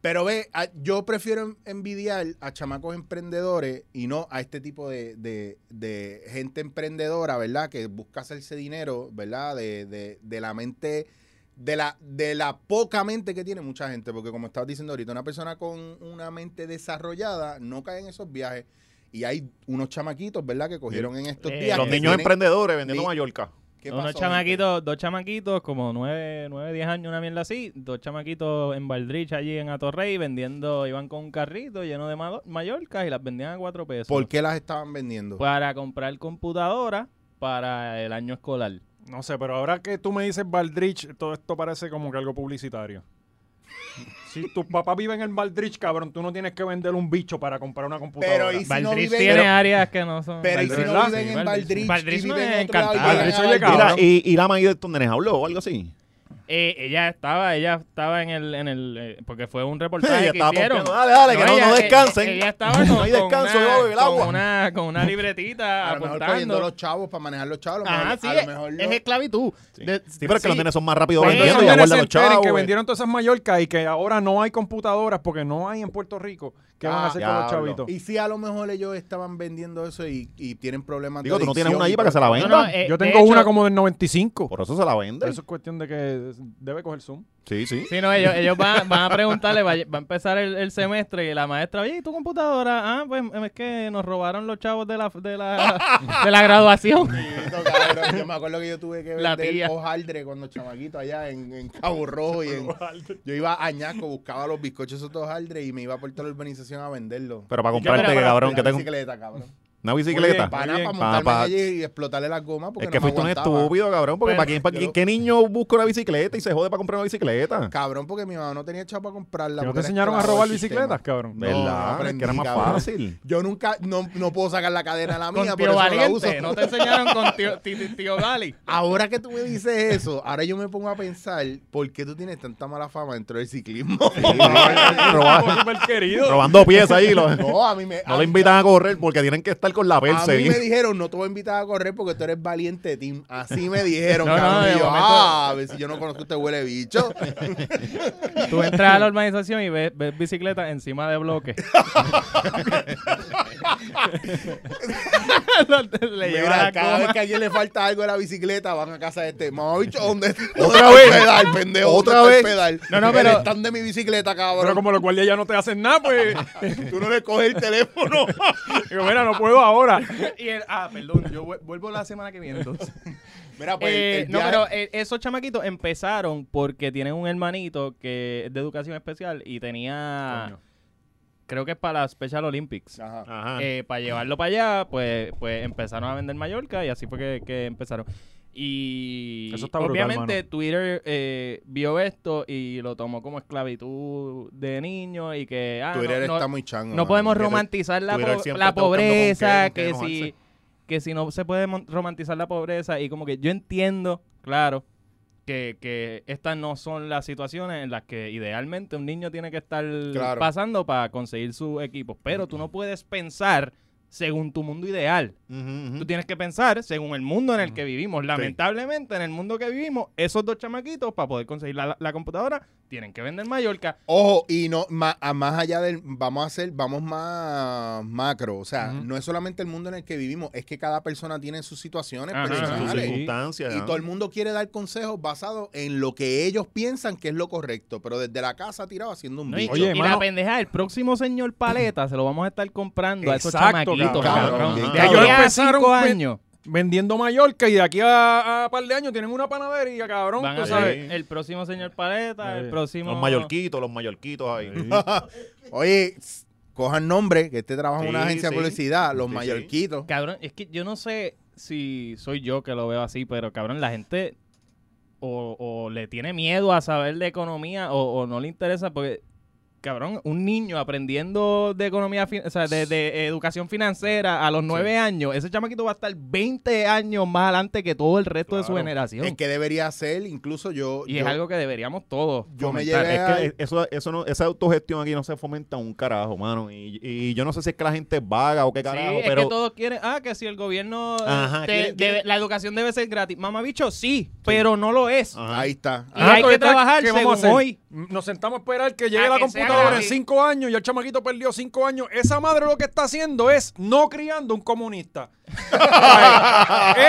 [SPEAKER 1] Pero ve, a- yo prefiero en- envidiar a chamacos emprendedores y no a este tipo de, de- de gente emprendedora, ¿verdad? Que busca hacerse dinero, ¿verdad? De, de- de la mente, de la, de la poca mente que tiene mucha gente. Porque como estás diciendo ahorita, una persona con una mente desarrollada no cae en esos viajes. Y hay unos chamaquitos, ¿verdad? Que cogieron en estos
[SPEAKER 2] Eh,
[SPEAKER 1] días.
[SPEAKER 4] Los
[SPEAKER 1] que
[SPEAKER 4] niños
[SPEAKER 1] tienen-
[SPEAKER 4] emprendedores vendiendo
[SPEAKER 1] Ni-
[SPEAKER 4] Mallorca.
[SPEAKER 1] ¿Qué
[SPEAKER 2] Unos
[SPEAKER 1] pasó,
[SPEAKER 2] chamaquitos, dos chamaquitos, como nueve, nueve, diez años, una mierda así, dos chamaquitos en Valdrich allí en Atorrey vendiendo, iban con un carrito lleno de mado- mallorcas y las vendían a cuatro pesos.
[SPEAKER 1] gente? ¿Por qué las estaban vendiendo?
[SPEAKER 2] Para comprar computadora para el año escolar.
[SPEAKER 3] No sé, pero ahora que tú me dices Baldrich, todo esto parece como que algo publicitario. Si tus papás viven en Baldrich, cabrón, tú no tienes que vender un bicho para comprar una computadora.
[SPEAKER 1] Pero, ¿y si- no
[SPEAKER 2] Valdrich
[SPEAKER 1] viven-
[SPEAKER 2] tiene
[SPEAKER 1] Pero-
[SPEAKER 2] áreas que no son...
[SPEAKER 1] Pero y si no
[SPEAKER 3] ¿verdad?
[SPEAKER 1] viven
[SPEAKER 2] Sí,
[SPEAKER 1] en Valdrich,
[SPEAKER 2] Valdrich
[SPEAKER 1] y
[SPEAKER 2] no
[SPEAKER 1] viven
[SPEAKER 2] es
[SPEAKER 1] en otro lado y
[SPEAKER 2] encantado.
[SPEAKER 1] llegan a
[SPEAKER 3] Valdrich, oye,
[SPEAKER 1] Valdrich.
[SPEAKER 4] Mira,
[SPEAKER 3] Cabrón.
[SPEAKER 4] y, y la maíz de Tondenes habló o algo así.
[SPEAKER 2] Eh, ella estaba, ella estaba en el, en el, eh, porque fue un reportaje
[SPEAKER 4] Ella
[SPEAKER 2] que
[SPEAKER 4] estaba
[SPEAKER 2] hicieron.
[SPEAKER 4] pompeando, dale, dale, que no-
[SPEAKER 2] ella-
[SPEAKER 4] no
[SPEAKER 2] eh,
[SPEAKER 4] descansen.
[SPEAKER 2] Ella estaba con,
[SPEAKER 4] No hay
[SPEAKER 2] con
[SPEAKER 4] descanso, yo
[SPEAKER 2] una,
[SPEAKER 4] voy a beber
[SPEAKER 2] con
[SPEAKER 4] agua.
[SPEAKER 2] una, con una libretita
[SPEAKER 1] A lo mejor cogiendo
[SPEAKER 2] apuntando.
[SPEAKER 1] los chavos para manejar los chavos. a lo mejor-
[SPEAKER 2] Ajá, sí,
[SPEAKER 1] a lo mejor
[SPEAKER 2] es
[SPEAKER 1] lo-
[SPEAKER 2] esclavitud. De-
[SPEAKER 4] Sí, pero es que los nenes son más rápidos
[SPEAKER 2] Cuando
[SPEAKER 3] Cuando esos
[SPEAKER 4] vendiendo y
[SPEAKER 3] nenes se
[SPEAKER 4] aguardan los
[SPEAKER 3] enteren
[SPEAKER 4] chavos.
[SPEAKER 3] que
[SPEAKER 4] eh.
[SPEAKER 3] vendieron todas esas Mallorca y que ahora no hay computadoras porque no hay en Puerto Rico, ¿qué van a
[SPEAKER 1] Ah,
[SPEAKER 3] hacer con los
[SPEAKER 4] diablo.
[SPEAKER 3] chavitos?
[SPEAKER 1] Y si a lo mejor ellos estaban vendiendo eso y, y tienen problemas
[SPEAKER 4] Digo,
[SPEAKER 1] de
[SPEAKER 4] tú no tienes
[SPEAKER 1] adicción
[SPEAKER 4] una allí
[SPEAKER 1] y
[SPEAKER 4] para que se la
[SPEAKER 1] todo.
[SPEAKER 2] No,
[SPEAKER 4] vendan.
[SPEAKER 2] no, eh,
[SPEAKER 3] Yo
[SPEAKER 2] de
[SPEAKER 3] tengo
[SPEAKER 2] hecho-
[SPEAKER 3] una como del 95.
[SPEAKER 4] Por eso se la venden.
[SPEAKER 3] Eso es cuestión de que debe coger Zoom.
[SPEAKER 4] Sí, sí.
[SPEAKER 2] Sí, no, ellos, ellos van, van a preguntarle, va, a- va a empezar el, el semestre y la maestra, oye, ¿y tu computadora? Ah, pues es que nos robaron los chavos de la, de la, de la graduación.
[SPEAKER 1] Bendito, cabrón. Yo me acuerdo que yo tuve que
[SPEAKER 2] La tía.
[SPEAKER 1] vender hojaldre cuando chamaquito allá en, en Cabo Rojo. Y en- yo iba a Añasco, buscaba los bizcochos esos de hojaldre y me iba por toda la urbanización a venderlos.
[SPEAKER 4] Pero para
[SPEAKER 2] Pero,
[SPEAKER 4] comprarte,
[SPEAKER 2] pero,
[SPEAKER 4] cabrón, que
[SPEAKER 1] La
[SPEAKER 4] tengo.
[SPEAKER 1] bicicleta, cabrón.
[SPEAKER 4] Una
[SPEAKER 3] Muy
[SPEAKER 4] bicicleta.
[SPEAKER 3] bien,
[SPEAKER 1] Para,
[SPEAKER 3] bien.
[SPEAKER 1] para montarme
[SPEAKER 4] Pa- pa-
[SPEAKER 1] allí y explotarle las gomas porque
[SPEAKER 4] es que
[SPEAKER 1] no me
[SPEAKER 4] fuiste un
[SPEAKER 1] aguantaba.
[SPEAKER 4] estúpido, cabrón. Porque
[SPEAKER 2] Pero-
[SPEAKER 4] ¿para quién, para quién- ¿qué niño busca una bicicleta y se jode para comprar una bicicleta?
[SPEAKER 1] Cabrón, porque mi mamá no tenía chapa para comprarla.
[SPEAKER 3] ¿Que no
[SPEAKER 1] porque
[SPEAKER 3] te
[SPEAKER 1] era
[SPEAKER 3] enseñaron a
[SPEAKER 1] esclavo
[SPEAKER 3] robar
[SPEAKER 1] del sistema.
[SPEAKER 3] bicicletas, cabrón?
[SPEAKER 1] No,
[SPEAKER 4] ¿Verdad?
[SPEAKER 1] no
[SPEAKER 4] Pero es
[SPEAKER 1] aprendí,
[SPEAKER 4] que era más
[SPEAKER 1] cabrón.
[SPEAKER 4] fácil.
[SPEAKER 1] Yo nunca, no, no puedo sacar la cadena a la mía,
[SPEAKER 2] con
[SPEAKER 1] por
[SPEAKER 2] tío
[SPEAKER 1] eso no la uso.
[SPEAKER 2] Valiente. No te enseñaron con tío, tío, tío Gali.
[SPEAKER 1] Ahora que tú me dices eso, ahora yo me pongo a pensar por qué tú tienes tanta mala fama dentro del ciclismo.
[SPEAKER 4] Roba-
[SPEAKER 3] Súper querido.
[SPEAKER 4] robando piezas ahí. lo- no
[SPEAKER 1] no, a mí me... a-
[SPEAKER 4] lo invitan a correr porque tienen que estar con la
[SPEAKER 1] A mí me
[SPEAKER 4] Perse.
[SPEAKER 1] dijeron, no te voy a invitar a correr porque tú eres valiente, Tim. Así me dijeron,
[SPEAKER 2] No, no,
[SPEAKER 1] cabrón.
[SPEAKER 2] de
[SPEAKER 1] Y yo,
[SPEAKER 2] momento-
[SPEAKER 1] ah, a ver si yo no conozco a este huele bicho.
[SPEAKER 2] Tú entras a la urbanización y ves, ves bicicleta encima de bloques. Le lleva
[SPEAKER 1] Mira,
[SPEAKER 2] la
[SPEAKER 1] cada vez
[SPEAKER 2] coma.
[SPEAKER 1] que a alguien le falta algo a la bicicleta, van a casa de este. Mamá, bicho, ¿dónde está
[SPEAKER 4] Otra
[SPEAKER 1] el
[SPEAKER 4] vez.
[SPEAKER 1] pedal, pendejo? ¿Dónde
[SPEAKER 4] Otra
[SPEAKER 1] está el
[SPEAKER 4] vez.
[SPEAKER 1] pedal?
[SPEAKER 2] No, no,
[SPEAKER 1] El
[SPEAKER 2] pero-
[SPEAKER 1] stand de mi bicicleta,
[SPEAKER 3] Pero
[SPEAKER 1] cabrón.
[SPEAKER 3] como los guardias ya no te hacen nada, pues.
[SPEAKER 1] Tú no le coges el teléfono.
[SPEAKER 3] Digo, mira, no puedo ahora.
[SPEAKER 2] Y el- ah, perdón, yo vu- vuelvo la semana que viene entonces.
[SPEAKER 1] Mira, pues.
[SPEAKER 2] Eh,
[SPEAKER 1] el
[SPEAKER 2] no,
[SPEAKER 1] viaje-
[SPEAKER 2] pero eh, esos chamaquitos empezaron porque tienen un hermanito que es de educación especial y tenía, creo que es para la Special Olympics.
[SPEAKER 1] Ajá.
[SPEAKER 4] Ajá.
[SPEAKER 2] Eh, para llevarlo para allá, pues, pues empezaron a vender Mallorca y así fue que, que empezaron. Y
[SPEAKER 3] Eso está brutal,
[SPEAKER 2] obviamente
[SPEAKER 3] mano.
[SPEAKER 2] Twitter eh, vio esto y lo tomó como esclavitud de niño y que ah,
[SPEAKER 1] Twitter
[SPEAKER 2] no, no-
[SPEAKER 1] está muy chango.
[SPEAKER 2] no
[SPEAKER 1] mano.
[SPEAKER 2] podemos
[SPEAKER 4] Twitter-
[SPEAKER 2] romantizar la,
[SPEAKER 4] Twitter
[SPEAKER 2] po-
[SPEAKER 4] siempre
[SPEAKER 2] la
[SPEAKER 4] está buscando con
[SPEAKER 2] pobreza,
[SPEAKER 4] qué-
[SPEAKER 2] que,
[SPEAKER 4] en qué
[SPEAKER 2] si
[SPEAKER 4] enojarse.
[SPEAKER 2] que si no se puede mon- romantizar la pobreza y como que yo entiendo, claro, que, que estas no son las situaciones en las que idealmente un niño tiene que estar
[SPEAKER 1] Claro.
[SPEAKER 2] pasando para conseguir su equipo, pero tú no puedes pensar según tu mundo ideal.
[SPEAKER 4] Ujú,
[SPEAKER 2] Tú
[SPEAKER 4] ujú.
[SPEAKER 2] tienes que pensar según el mundo en el que vivimos. Lamentablemente, en el mundo que vivimos, esos dos chamaquitos, para poder conseguir la, la- la computadora, tienen que vender Mallorca.
[SPEAKER 1] Ojo, y no, ma- a más allá del, vamos a hacer, vamos más macro. O sea, no es solamente el mundo en el que vivimos, es que cada persona tiene sus situaciones
[SPEAKER 2] Ajá.
[SPEAKER 4] Sus
[SPEAKER 1] personales.
[SPEAKER 2] Sí.
[SPEAKER 4] circunstancias.
[SPEAKER 1] Y
[SPEAKER 4] ¿no?
[SPEAKER 1] todo el mundo quiere dar consejos basados en lo que ellos piensan que es lo correcto, pero desde la casa tirado haciendo un
[SPEAKER 2] No, y,
[SPEAKER 1] bicho.
[SPEAKER 3] Oye,
[SPEAKER 2] y
[SPEAKER 3] mano.
[SPEAKER 2] la pendeja, el próximo señor Paleta se lo vamos a estar comprando a
[SPEAKER 3] Exacto,
[SPEAKER 2] esos chamaquitos,
[SPEAKER 1] cabrón,
[SPEAKER 2] cabrón.
[SPEAKER 1] bien
[SPEAKER 2] De
[SPEAKER 1] cabrón.
[SPEAKER 2] aquí a
[SPEAKER 3] Empezaron
[SPEAKER 2] cinco
[SPEAKER 3] con-
[SPEAKER 2] años
[SPEAKER 3] Vendiendo Mallorca y de aquí a, a par de años tienen una panadería, cabrón.
[SPEAKER 2] van
[SPEAKER 3] tú
[SPEAKER 2] a
[SPEAKER 3] sabes.
[SPEAKER 2] ser el próximo señor Paleta,
[SPEAKER 3] Sí.
[SPEAKER 2] el próximo...
[SPEAKER 4] Los mallorquitos, los mallorquitos ahí.
[SPEAKER 1] Oye, s- cojan nombre, que este trabaja en una
[SPEAKER 4] Sí,
[SPEAKER 1] agencia
[SPEAKER 4] sí.
[SPEAKER 1] de publicidad, los
[SPEAKER 4] Sí, sí.
[SPEAKER 1] mallorquitos.
[SPEAKER 2] Cabrón, es que yo no sé si soy yo que lo veo así, pero cabrón, la gente o, o le tiene miedo a saber de economía o, o no le interesa porque... Cabrón, un niño aprendiendo de economía, fin- o sea, de, de educación financiera a los nueve años, ese chamaquito va a estar 20 años más adelante que todo el resto de su
[SPEAKER 3] Claro.
[SPEAKER 2] generación.
[SPEAKER 1] Es que debería ser, incluso yo.
[SPEAKER 2] Y
[SPEAKER 1] yo-
[SPEAKER 2] es algo que deberíamos todos.
[SPEAKER 1] Yo me
[SPEAKER 2] fomentar.
[SPEAKER 1] llevé
[SPEAKER 4] Es
[SPEAKER 1] a-
[SPEAKER 4] que es- eso, eso no, esa autogestión aquí no se fomenta un carajo, mano. Y, y yo no sé si es que la gente es vaga o qué carajo,
[SPEAKER 2] sí,
[SPEAKER 4] pero.
[SPEAKER 2] es que todos quieren. Ah, que si el gobierno.
[SPEAKER 4] Ajá,
[SPEAKER 2] te-
[SPEAKER 4] quieren-
[SPEAKER 2] debe-
[SPEAKER 4] quieren-
[SPEAKER 2] la educación debe ser gratis. Mamá bicho, sí, pero no lo es.
[SPEAKER 4] Ajá.
[SPEAKER 1] Ahí está.
[SPEAKER 2] Y hay que
[SPEAKER 3] entonces,
[SPEAKER 2] trabajar
[SPEAKER 3] ¿qué vamos a
[SPEAKER 2] según
[SPEAKER 3] hacer?
[SPEAKER 2] hoy.
[SPEAKER 3] Nos sentamos a esperar que llegue
[SPEAKER 2] A
[SPEAKER 3] la
[SPEAKER 2] que sea
[SPEAKER 3] computadora en
[SPEAKER 2] gratis.
[SPEAKER 3] cinco años y el chamaquito perdió cinco años. Esa madre lo que está haciendo es no criando un comunista.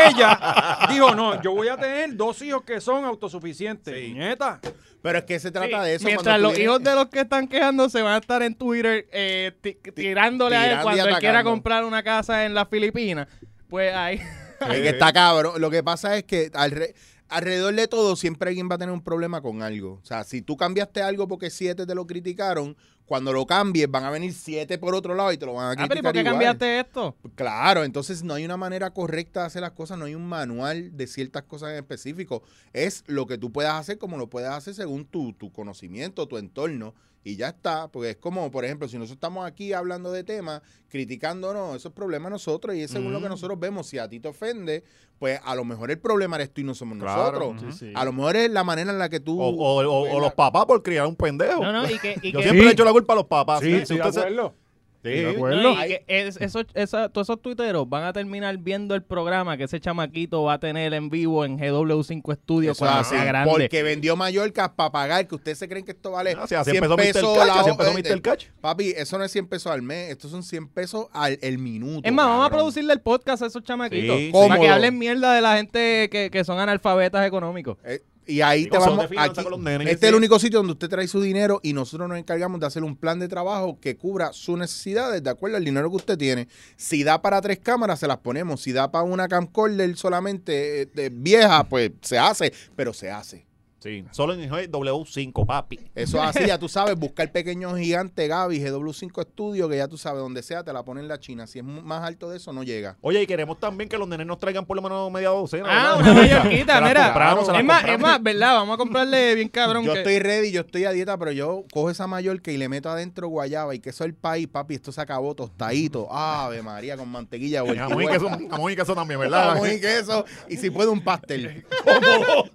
[SPEAKER 3] Ella dijo, no, yo voy a tener dos hijos que son autosuficientes. Nieta.
[SPEAKER 1] Pero es que se trata de eso.
[SPEAKER 2] Mientras
[SPEAKER 1] cuando
[SPEAKER 2] los
[SPEAKER 1] tú vienes-
[SPEAKER 2] hijos de los que están quejando se van a estar en Twitter eh, ti- tirándole a él
[SPEAKER 1] tirando y
[SPEAKER 2] cuando él quiera
[SPEAKER 1] atacando.
[SPEAKER 2] comprar una casa en las Filipinas. Pues ahí.
[SPEAKER 1] Es que está cabrón. Lo que pasa es que alre- alrededor de todo siempre alguien va a tener un problema con algo. O sea, si tú cambiaste algo porque siete te lo criticaron, cuando lo cambies van a venir siete por otro lado y te lo van a
[SPEAKER 2] ah,
[SPEAKER 1] criticar
[SPEAKER 2] pero ¿y por qué
[SPEAKER 1] igual.
[SPEAKER 2] cambiaste esto?
[SPEAKER 1] Claro, entonces no hay una manera correcta de hacer las cosas, no hay un manual de ciertas cosas en específico. Es lo que tú puedas hacer como lo puedas hacer según tu, tu conocimiento, tu entorno. Y ya está, porque es como, por ejemplo, si nosotros estamos aquí hablando de temas, criticándonos, esos problemas nosotros, y es según lo
[SPEAKER 4] Mm.
[SPEAKER 1] que nosotros vemos, si a ti te ofende, pues a lo mejor el problema eres tú y no somos
[SPEAKER 4] Claro,
[SPEAKER 1] nosotros.
[SPEAKER 4] sí, sí.
[SPEAKER 1] A lo mejor es la manera en la que tú...
[SPEAKER 4] O, o- o- o los papás por criar un pendejo.
[SPEAKER 2] No, no, y que. y
[SPEAKER 4] pues, Yo
[SPEAKER 2] que-
[SPEAKER 4] siempre
[SPEAKER 3] Sí.
[SPEAKER 4] le echo la culpa a los papás.
[SPEAKER 3] Sí,
[SPEAKER 4] Si
[SPEAKER 3] estoy de
[SPEAKER 4] usted se-
[SPEAKER 3] acuerdo.
[SPEAKER 4] Sí.
[SPEAKER 3] Estoy de acuerdo.
[SPEAKER 2] No, y que es- esos- esa- todos esos tuiteros van a terminar viendo el programa que ese chamaquito va a tener en vivo en GW5 Studio
[SPEAKER 1] Eso es
[SPEAKER 2] cuando
[SPEAKER 1] así,
[SPEAKER 2] sea grande.
[SPEAKER 1] porque vendió Mallorca para pagar, que ustedes se creen que esto vale
[SPEAKER 4] Ah, si así
[SPEAKER 1] 100
[SPEAKER 4] empezó Mr.
[SPEAKER 1] pesos
[SPEAKER 4] Catch,
[SPEAKER 1] la
[SPEAKER 4] así
[SPEAKER 1] ho-
[SPEAKER 4] empezó
[SPEAKER 1] eh,
[SPEAKER 4] Mr. Catch.
[SPEAKER 1] Papi, eso no es 100 pesos al mes, estos son 100 pesos al el minuto.
[SPEAKER 2] Es más, vamos a
[SPEAKER 1] cabrón.
[SPEAKER 2] producirle el podcast a esos chamaquitos.
[SPEAKER 4] Sí,
[SPEAKER 2] para
[SPEAKER 1] sí.
[SPEAKER 2] que hablen mierda de la gente que, que son analfabetas económicos.
[SPEAKER 1] Eh, y ahí te
[SPEAKER 4] Digo, son
[SPEAKER 1] vamos
[SPEAKER 4] de finanzas
[SPEAKER 1] aquí,
[SPEAKER 4] con los nenes.
[SPEAKER 1] Este es el único sitio donde usted trae su dinero y nosotros nos encargamos de hacer un plan de trabajo que cubra sus necesidades de acuerdo al dinero que usted tiene. Si da para tres cámaras, se las ponemos. Si da para una camcorder solamente eh, de vieja, pues se hace, pero se hace.
[SPEAKER 4] Sí. Solo en W5, papi.
[SPEAKER 1] Eso es así, ya tú sabes, buscar pequeño gigante Gaby, GW5 Estudio, que ya tú sabes, donde sea, te la ponen la China. Si es mu- más alto de eso, no llega.
[SPEAKER 4] Oye, y queremos también que los nenes nos traigan por lo menos media docena.
[SPEAKER 2] Ah, una
[SPEAKER 4] ¿verdad?
[SPEAKER 2] mallorquita,
[SPEAKER 4] Se la
[SPEAKER 2] mira.
[SPEAKER 4] compramos, se la
[SPEAKER 2] es más, es
[SPEAKER 4] compramos.
[SPEAKER 2] más, ¿verdad? Vamos a comprarle bien cabrón.
[SPEAKER 1] Yo
[SPEAKER 2] que-
[SPEAKER 1] estoy ready, yo estoy a dieta, pero yo cojo esa mallorca y le meto adentro guayaba y queso del país, papi, esto se acabó tostadito. Ave María, con mantequilla, güey.
[SPEAKER 4] Jamón y queso, jamón y queso también, ¿verdad?
[SPEAKER 1] Jamón y queso, y si puede un pastel.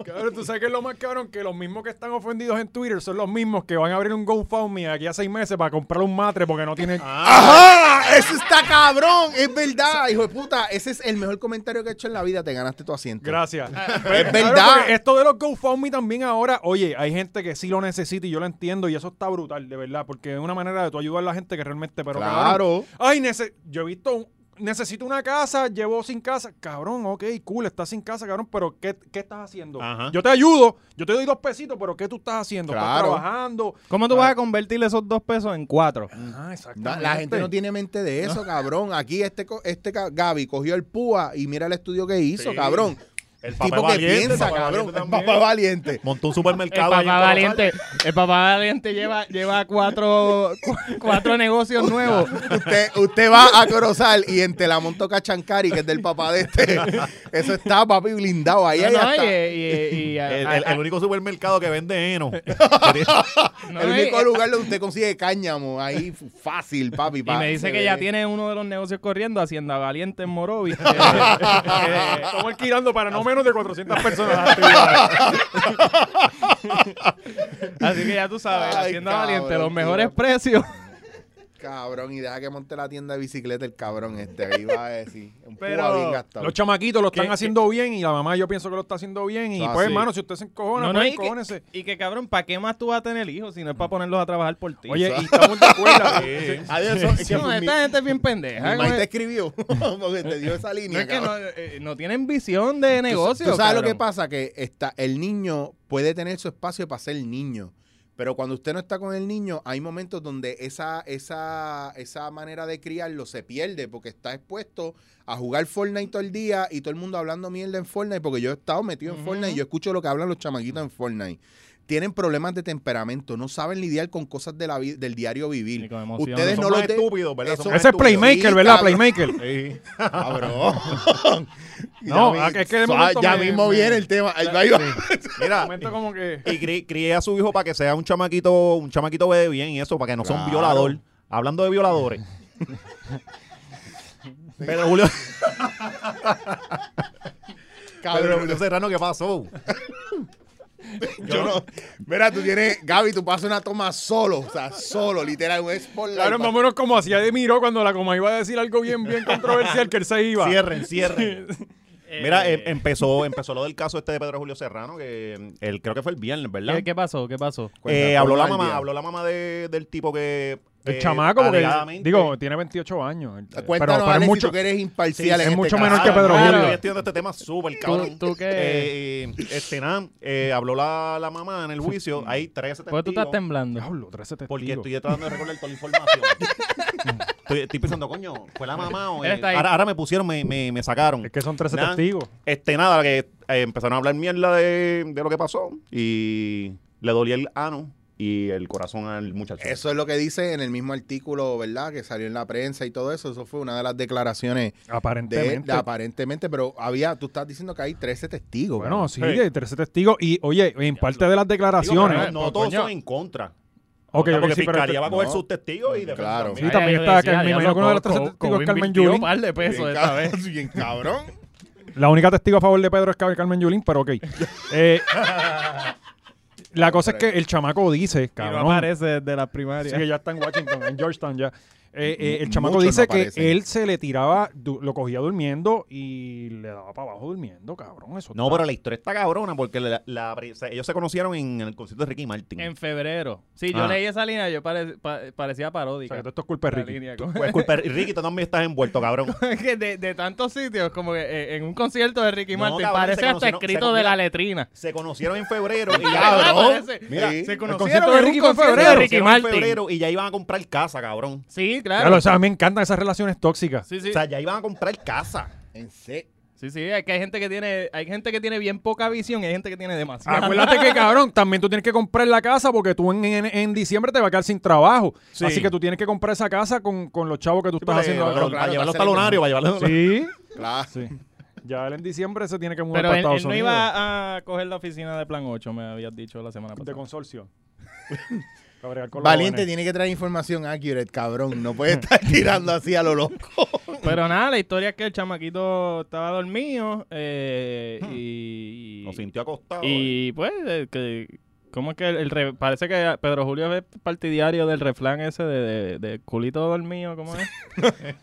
[SPEAKER 3] Cabrón, tú sabes que es lo más cabrón, que los mismos que están ofendidos en Twitter son los mismos que van a abrir un GoFundMe aquí a seis meses para comprar un matre porque no tienen...
[SPEAKER 4] Ah.
[SPEAKER 1] ¡Ajá! ¡Eso está cabrón! Es verdad, hijo de puta. Ese es el mejor comentario que he hecho en la vida. Te ganaste tu asiento.
[SPEAKER 3] Gracias.
[SPEAKER 4] pues,
[SPEAKER 1] Es
[SPEAKER 3] Claro,
[SPEAKER 1] verdad.
[SPEAKER 3] porque esto de los GoFundMe también ahora, oye, hay gente que sí lo necesita y yo lo entiendo y eso está brutal, de verdad, porque es una manera de tú ayudar a la gente que realmente, pero cabrón,
[SPEAKER 1] Claro.
[SPEAKER 3] ay, nece- yo he visto, un- necesito una casa, llevo sin casa, cabrón, ok, cool, estás sin casa, cabrón, pero ¿qué, qué estás haciendo?
[SPEAKER 4] Ajá.
[SPEAKER 3] Yo te ayudo, yo te doy dos pesitos, pero ¿qué tú estás haciendo?
[SPEAKER 1] Claro.
[SPEAKER 3] Estás trabajando.
[SPEAKER 2] ¿Cómo tú vas a convertir esos dos pesos en cuatro?
[SPEAKER 3] Ah, exacto.
[SPEAKER 1] Da- La gente no tiene mente de
[SPEAKER 4] Ah.
[SPEAKER 1] eso, cabrón. Aquí este, co- este ca- Gaby cogió el púa y mira el estudio que hizo,
[SPEAKER 4] Sí.
[SPEAKER 1] cabrón.
[SPEAKER 4] El papá
[SPEAKER 1] Tipo que
[SPEAKER 4] valiente,
[SPEAKER 1] piensa,
[SPEAKER 4] papá
[SPEAKER 1] cabrón.
[SPEAKER 4] valiente
[SPEAKER 1] El
[SPEAKER 4] también.
[SPEAKER 1] papá valiente.
[SPEAKER 4] Montó un
[SPEAKER 2] El
[SPEAKER 4] supermercado.
[SPEAKER 2] papá
[SPEAKER 4] allí en Corozal.
[SPEAKER 2] valiente, el papá valiente lleva, lleva cuatro, cu- cuatro negocios nuevos.
[SPEAKER 1] Usted, usted va a Corozal y en Telamonto Cachancari, que es del papá de este. Eso está, papi, blindado. Ahí, ahí
[SPEAKER 2] No, no, y-
[SPEAKER 1] hasta-
[SPEAKER 2] y- y- y- a-
[SPEAKER 4] El,
[SPEAKER 2] a-
[SPEAKER 4] el- el único supermercado que vende heno.
[SPEAKER 2] no,
[SPEAKER 1] el único
[SPEAKER 2] y-
[SPEAKER 1] lugar donde usted consigue cáñamo. Ahí f- fácil, papi.
[SPEAKER 2] Y me dice que ya tiene uno de los negocios corriendo, Hacienda Valiente en Morovis. Eh,
[SPEAKER 3] Estamos alquilando para no menos de 400 personas. las actividades.
[SPEAKER 2] Así que ya tú sabes,
[SPEAKER 1] Ay,
[SPEAKER 2] Hacienda
[SPEAKER 1] cabrón,
[SPEAKER 2] Valiente,
[SPEAKER 1] tío.
[SPEAKER 2] los mejores precios.
[SPEAKER 1] Cabrón, y deja que monte la tienda de bicicleta el cabrón este. Ahí va a decir. Un púa
[SPEAKER 2] Pero-
[SPEAKER 1] bien gastado.
[SPEAKER 3] Los chamaquitos lo están
[SPEAKER 2] ¿Qué-
[SPEAKER 3] haciendo bien y la mamá yo pienso que lo está haciendo bien. Y
[SPEAKER 1] Ah,
[SPEAKER 3] pues,
[SPEAKER 1] sí.
[SPEAKER 3] hermano, si usted se encojona,
[SPEAKER 2] No, no,
[SPEAKER 3] pues,
[SPEAKER 2] y, que,
[SPEAKER 3] encójonese.
[SPEAKER 2] y que, cabrón, ¿para qué más tú vas a tener hijos si no es para ponerlos a trabajar por ti?
[SPEAKER 3] Oye, y estamos de acuerdo. Sí.
[SPEAKER 1] Adiós, son- es que
[SPEAKER 2] No,
[SPEAKER 1] mi-
[SPEAKER 2] esta gente es bien pendeja.
[SPEAKER 1] mi
[SPEAKER 2] güey.
[SPEAKER 1] maíz te escribió porque te dio esa
[SPEAKER 2] No
[SPEAKER 1] línea.
[SPEAKER 2] es que
[SPEAKER 1] cabrón.
[SPEAKER 2] no, eh, no tienen visión de
[SPEAKER 1] Tú-
[SPEAKER 2] negocio.
[SPEAKER 1] Tú, sabes lo
[SPEAKER 2] cabrón.
[SPEAKER 1] que pasa, que está, el niño puede tener su espacio para ser niño. Pero cuando usted no está con el niño, hay momentos donde esa, esa, esa manera de criarlo se pierde porque está expuesto a jugar Fortnite todo el día y todo el mundo hablando mierda en Fortnite porque yo he estado metido en
[SPEAKER 2] Ujú.
[SPEAKER 1] Fortnite y yo escucho lo que hablan los chamaquitos en Fortnite. Tienen problemas de temperamento, no saben lidiar con cosas de la vi- del diario
[SPEAKER 2] Ni
[SPEAKER 1] vivir.
[SPEAKER 2] con emociones.
[SPEAKER 1] Ustedes
[SPEAKER 4] Son
[SPEAKER 1] no
[SPEAKER 4] más
[SPEAKER 1] los de-
[SPEAKER 4] estúpidos, ¿verdad? Son
[SPEAKER 1] Eso-
[SPEAKER 4] más
[SPEAKER 3] Ese es Playmaker,
[SPEAKER 1] Sí,
[SPEAKER 3] ¿verdad?
[SPEAKER 1] cabrón.
[SPEAKER 3] Playmaker.
[SPEAKER 4] estúpidos. Sí.
[SPEAKER 1] Cabrón.
[SPEAKER 3] No,
[SPEAKER 1] Ya
[SPEAKER 3] ah,
[SPEAKER 1] vi-
[SPEAKER 3] que es que de
[SPEAKER 1] so-
[SPEAKER 3] momento
[SPEAKER 1] ya
[SPEAKER 3] me-
[SPEAKER 1] mismo
[SPEAKER 3] me-
[SPEAKER 1] viene el tema. Ahí va, ahí va.
[SPEAKER 4] Mira,
[SPEAKER 3] Momento como que.
[SPEAKER 4] y cri- crié a su hijo para que sea un chamaquito, un chamaquito de bien y eso, para que no sea un
[SPEAKER 1] Claro.
[SPEAKER 4] violador. Hablando de violadores. Pero Julio, pero
[SPEAKER 1] Cabrón.
[SPEAKER 4] Julio Serrano, ¿qué pasó?
[SPEAKER 1] Yo no. Mira, tú tienes, Gaby, tú pasas una toma solo, o sea, solo, literal, un spotlight.
[SPEAKER 3] Claro, más o menos como hacía de Miró cuando la coma iba a decir algo bien, bien controversial que él se iba.
[SPEAKER 4] Cierren, cierren.
[SPEAKER 2] Eh,
[SPEAKER 4] Mira, em- empezó, empezó lo del caso este de Pedro Julio Serrano, que mm, él creo que fue el viernes, ¿verdad?
[SPEAKER 2] ¿Qué, qué pasó? ¿Qué pasó? Pues,
[SPEAKER 4] Eh,
[SPEAKER 1] Cuenta,
[SPEAKER 4] habló la
[SPEAKER 1] ponlo al
[SPEAKER 4] mamá,
[SPEAKER 1] día.
[SPEAKER 4] habló la mamá de- del tipo que.
[SPEAKER 3] El
[SPEAKER 4] eh,
[SPEAKER 3] chamaco, porque.
[SPEAKER 4] alegadamente-
[SPEAKER 3] Digo, tiene 28 años. él- Pero,
[SPEAKER 1] Cuéntanos,
[SPEAKER 3] pero es
[SPEAKER 1] Alex,
[SPEAKER 3] mucho.
[SPEAKER 1] si tú que eres imparcial.
[SPEAKER 4] Sí,
[SPEAKER 1] en
[SPEAKER 4] es
[SPEAKER 1] este
[SPEAKER 3] mucho
[SPEAKER 1] caso.
[SPEAKER 3] menos que Pedro
[SPEAKER 4] Ah,
[SPEAKER 3] Julio.
[SPEAKER 4] yo Estoy estudiando este tema súper cabrón.
[SPEAKER 2] tú qué-
[SPEAKER 4] Eh, eh, este, nada, eh, habló la, la mamá en el juicio. Hay 13
[SPEAKER 2] ¿Por qué
[SPEAKER 4] testigos.
[SPEAKER 2] Pues tú estás temblando?
[SPEAKER 3] Diablo, 13 testigos.
[SPEAKER 4] Porque estoy tratando de recordar toda la información. estoy, estoy pensando, coño, fue la mamá o.
[SPEAKER 2] Él
[SPEAKER 4] eh,
[SPEAKER 2] está ahí.
[SPEAKER 4] ahora, ahora me pusieron, me, me, me sacaron.
[SPEAKER 3] Es que son 13
[SPEAKER 4] Nah.
[SPEAKER 3] testigos.
[SPEAKER 4] Este, nada, que eh, empezaron a hablar mierda de, de lo que pasó. Y le dolía el ano y el corazón al muchacho.
[SPEAKER 1] Eso es lo que dice en el mismo artículo, ¿verdad? Que salió en la prensa y todo eso. Eso fue una de las declaraciones de,
[SPEAKER 3] Aparentemente.
[SPEAKER 1] de aparentemente, pero había, tú estás diciendo que hay 13 testigos.
[SPEAKER 3] Bueno, sí,
[SPEAKER 4] Sí.
[SPEAKER 3] hay 13 testigos. Y oye, en parte de las
[SPEAKER 4] Digo, pero
[SPEAKER 3] declaraciones.
[SPEAKER 4] no todos son en contra.
[SPEAKER 3] Ok, ok,
[SPEAKER 4] porque
[SPEAKER 3] sí, pero
[SPEAKER 4] Fiscalía
[SPEAKER 3] este-
[SPEAKER 4] va a coger
[SPEAKER 1] no.
[SPEAKER 4] sus testigos y defensa
[SPEAKER 1] Claro.
[SPEAKER 4] también.
[SPEAKER 3] Sí, también
[SPEAKER 2] yo
[SPEAKER 3] está
[SPEAKER 2] decía,
[SPEAKER 3] Carmen- me
[SPEAKER 2] diablo,
[SPEAKER 3] imagino que uno de los
[SPEAKER 2] Co-
[SPEAKER 3] tres
[SPEAKER 2] Co-
[SPEAKER 3] testigos es
[SPEAKER 2] Cobo
[SPEAKER 3] Carmen
[SPEAKER 2] invirtió
[SPEAKER 3] Yulín.
[SPEAKER 2] un par de pesos
[SPEAKER 1] bien,
[SPEAKER 2] esta vez.
[SPEAKER 1] cabrón, bien cabrón.
[SPEAKER 3] La única testigo a favor de Pedro es Car- Carmen Yulín, pero ok. Eh, la cosa es que el chamaco dice,
[SPEAKER 2] Y no
[SPEAKER 3] cabrón.
[SPEAKER 2] aparece desde la
[SPEAKER 3] Sí,
[SPEAKER 2] primaria.
[SPEAKER 3] que ya está en Washington, en Georgetown ya. Eh, eh, el
[SPEAKER 1] Muchos
[SPEAKER 3] chamaco
[SPEAKER 1] no
[SPEAKER 3] dice que
[SPEAKER 1] aparecen.
[SPEAKER 3] él se le tiraba, du- lo cogía durmiendo y le daba para abajo durmiendo, cabrón. Eso
[SPEAKER 4] No,
[SPEAKER 3] está-
[SPEAKER 4] pero la historia está cabrona porque la- la- o sea, ellos se conocieron en el concierto de Ricky Martin.
[SPEAKER 2] En febrero. Sí, yo
[SPEAKER 4] Ah.
[SPEAKER 2] leí esa línea, yo pare- pa- parecía
[SPEAKER 3] O sea,
[SPEAKER 2] paródica.
[SPEAKER 3] que todo esto es culpa de
[SPEAKER 2] La
[SPEAKER 3] Ricky.
[SPEAKER 2] línea, como-
[SPEAKER 4] Pues culpa, Ricky, tú también estás envuelto, cabrón.
[SPEAKER 2] que de, de tantos sitios, como que eh, en un concierto de Ricky
[SPEAKER 4] No,
[SPEAKER 2] Martin,
[SPEAKER 4] cabrón, se
[SPEAKER 2] parece hasta
[SPEAKER 4] conocieron- se
[SPEAKER 2] escrito de la
[SPEAKER 4] conocieron-
[SPEAKER 2] letrina.
[SPEAKER 4] Se conocieron en febrero y
[SPEAKER 2] Ah,
[SPEAKER 4] ya,
[SPEAKER 1] Cabrón.
[SPEAKER 2] parece.
[SPEAKER 1] Mira,
[SPEAKER 2] Se
[SPEAKER 3] concierto
[SPEAKER 2] conocieron
[SPEAKER 3] de
[SPEAKER 2] en un
[SPEAKER 3] Ricky fue en
[SPEAKER 2] concierto de
[SPEAKER 3] febrero.
[SPEAKER 2] Ricky
[SPEAKER 4] en
[SPEAKER 2] Martin.
[SPEAKER 4] febrero y ya iban a comprar casa, cabrón.
[SPEAKER 2] Sí,
[SPEAKER 3] Claro,
[SPEAKER 2] claro.
[SPEAKER 3] o sea, me encantan esas relaciones tóxicas.
[SPEAKER 2] Sí, sí.
[SPEAKER 4] O sea, ya iban a comprar casa.
[SPEAKER 1] En se-
[SPEAKER 2] Sí, sí, es que hay gente que tiene, hay gente que tiene bien poca visión y hay gente que tiene demasiada.
[SPEAKER 3] Acuérdate que, cabrón, también tú tienes que comprar la casa porque tú en, en- en diciembre te vas a quedar sin trabajo.
[SPEAKER 4] Sí.
[SPEAKER 3] Así que tú tienes que comprar esa casa con, con los chavos que tú estás
[SPEAKER 2] eh,
[SPEAKER 3] haciendo
[SPEAKER 4] Para
[SPEAKER 3] ahora.
[SPEAKER 1] claro,
[SPEAKER 4] llevar los
[SPEAKER 1] está saliendo.
[SPEAKER 4] talonarios, para llevarlo.
[SPEAKER 3] Sí.
[SPEAKER 1] Claro.
[SPEAKER 3] sí. Ya él en diciembre se tiene que mudar
[SPEAKER 2] Pero
[SPEAKER 3] para
[SPEAKER 2] él,
[SPEAKER 3] Estados
[SPEAKER 2] él no
[SPEAKER 3] Unidos.
[SPEAKER 2] iba a coger la oficina de Plan 8, me habías dicho la semana
[SPEAKER 3] De
[SPEAKER 2] pasada.
[SPEAKER 3] consorcio. Para bregar con los
[SPEAKER 1] Valiente
[SPEAKER 3] jóvenes.
[SPEAKER 1] tiene que traer información accurate, cabrón. No puede estar tirando así a lo loco.
[SPEAKER 2] Pero nada, la historia es que el chamaquito estaba dormido eh, y...
[SPEAKER 4] Lo sintió acostado.
[SPEAKER 2] Y pues, eh, que, ¿cómo es que el, el re- parece que Pedro Julio es partidario del refrán ese de, de- de culito dormido? ¿Cómo es?
[SPEAKER 4] eh.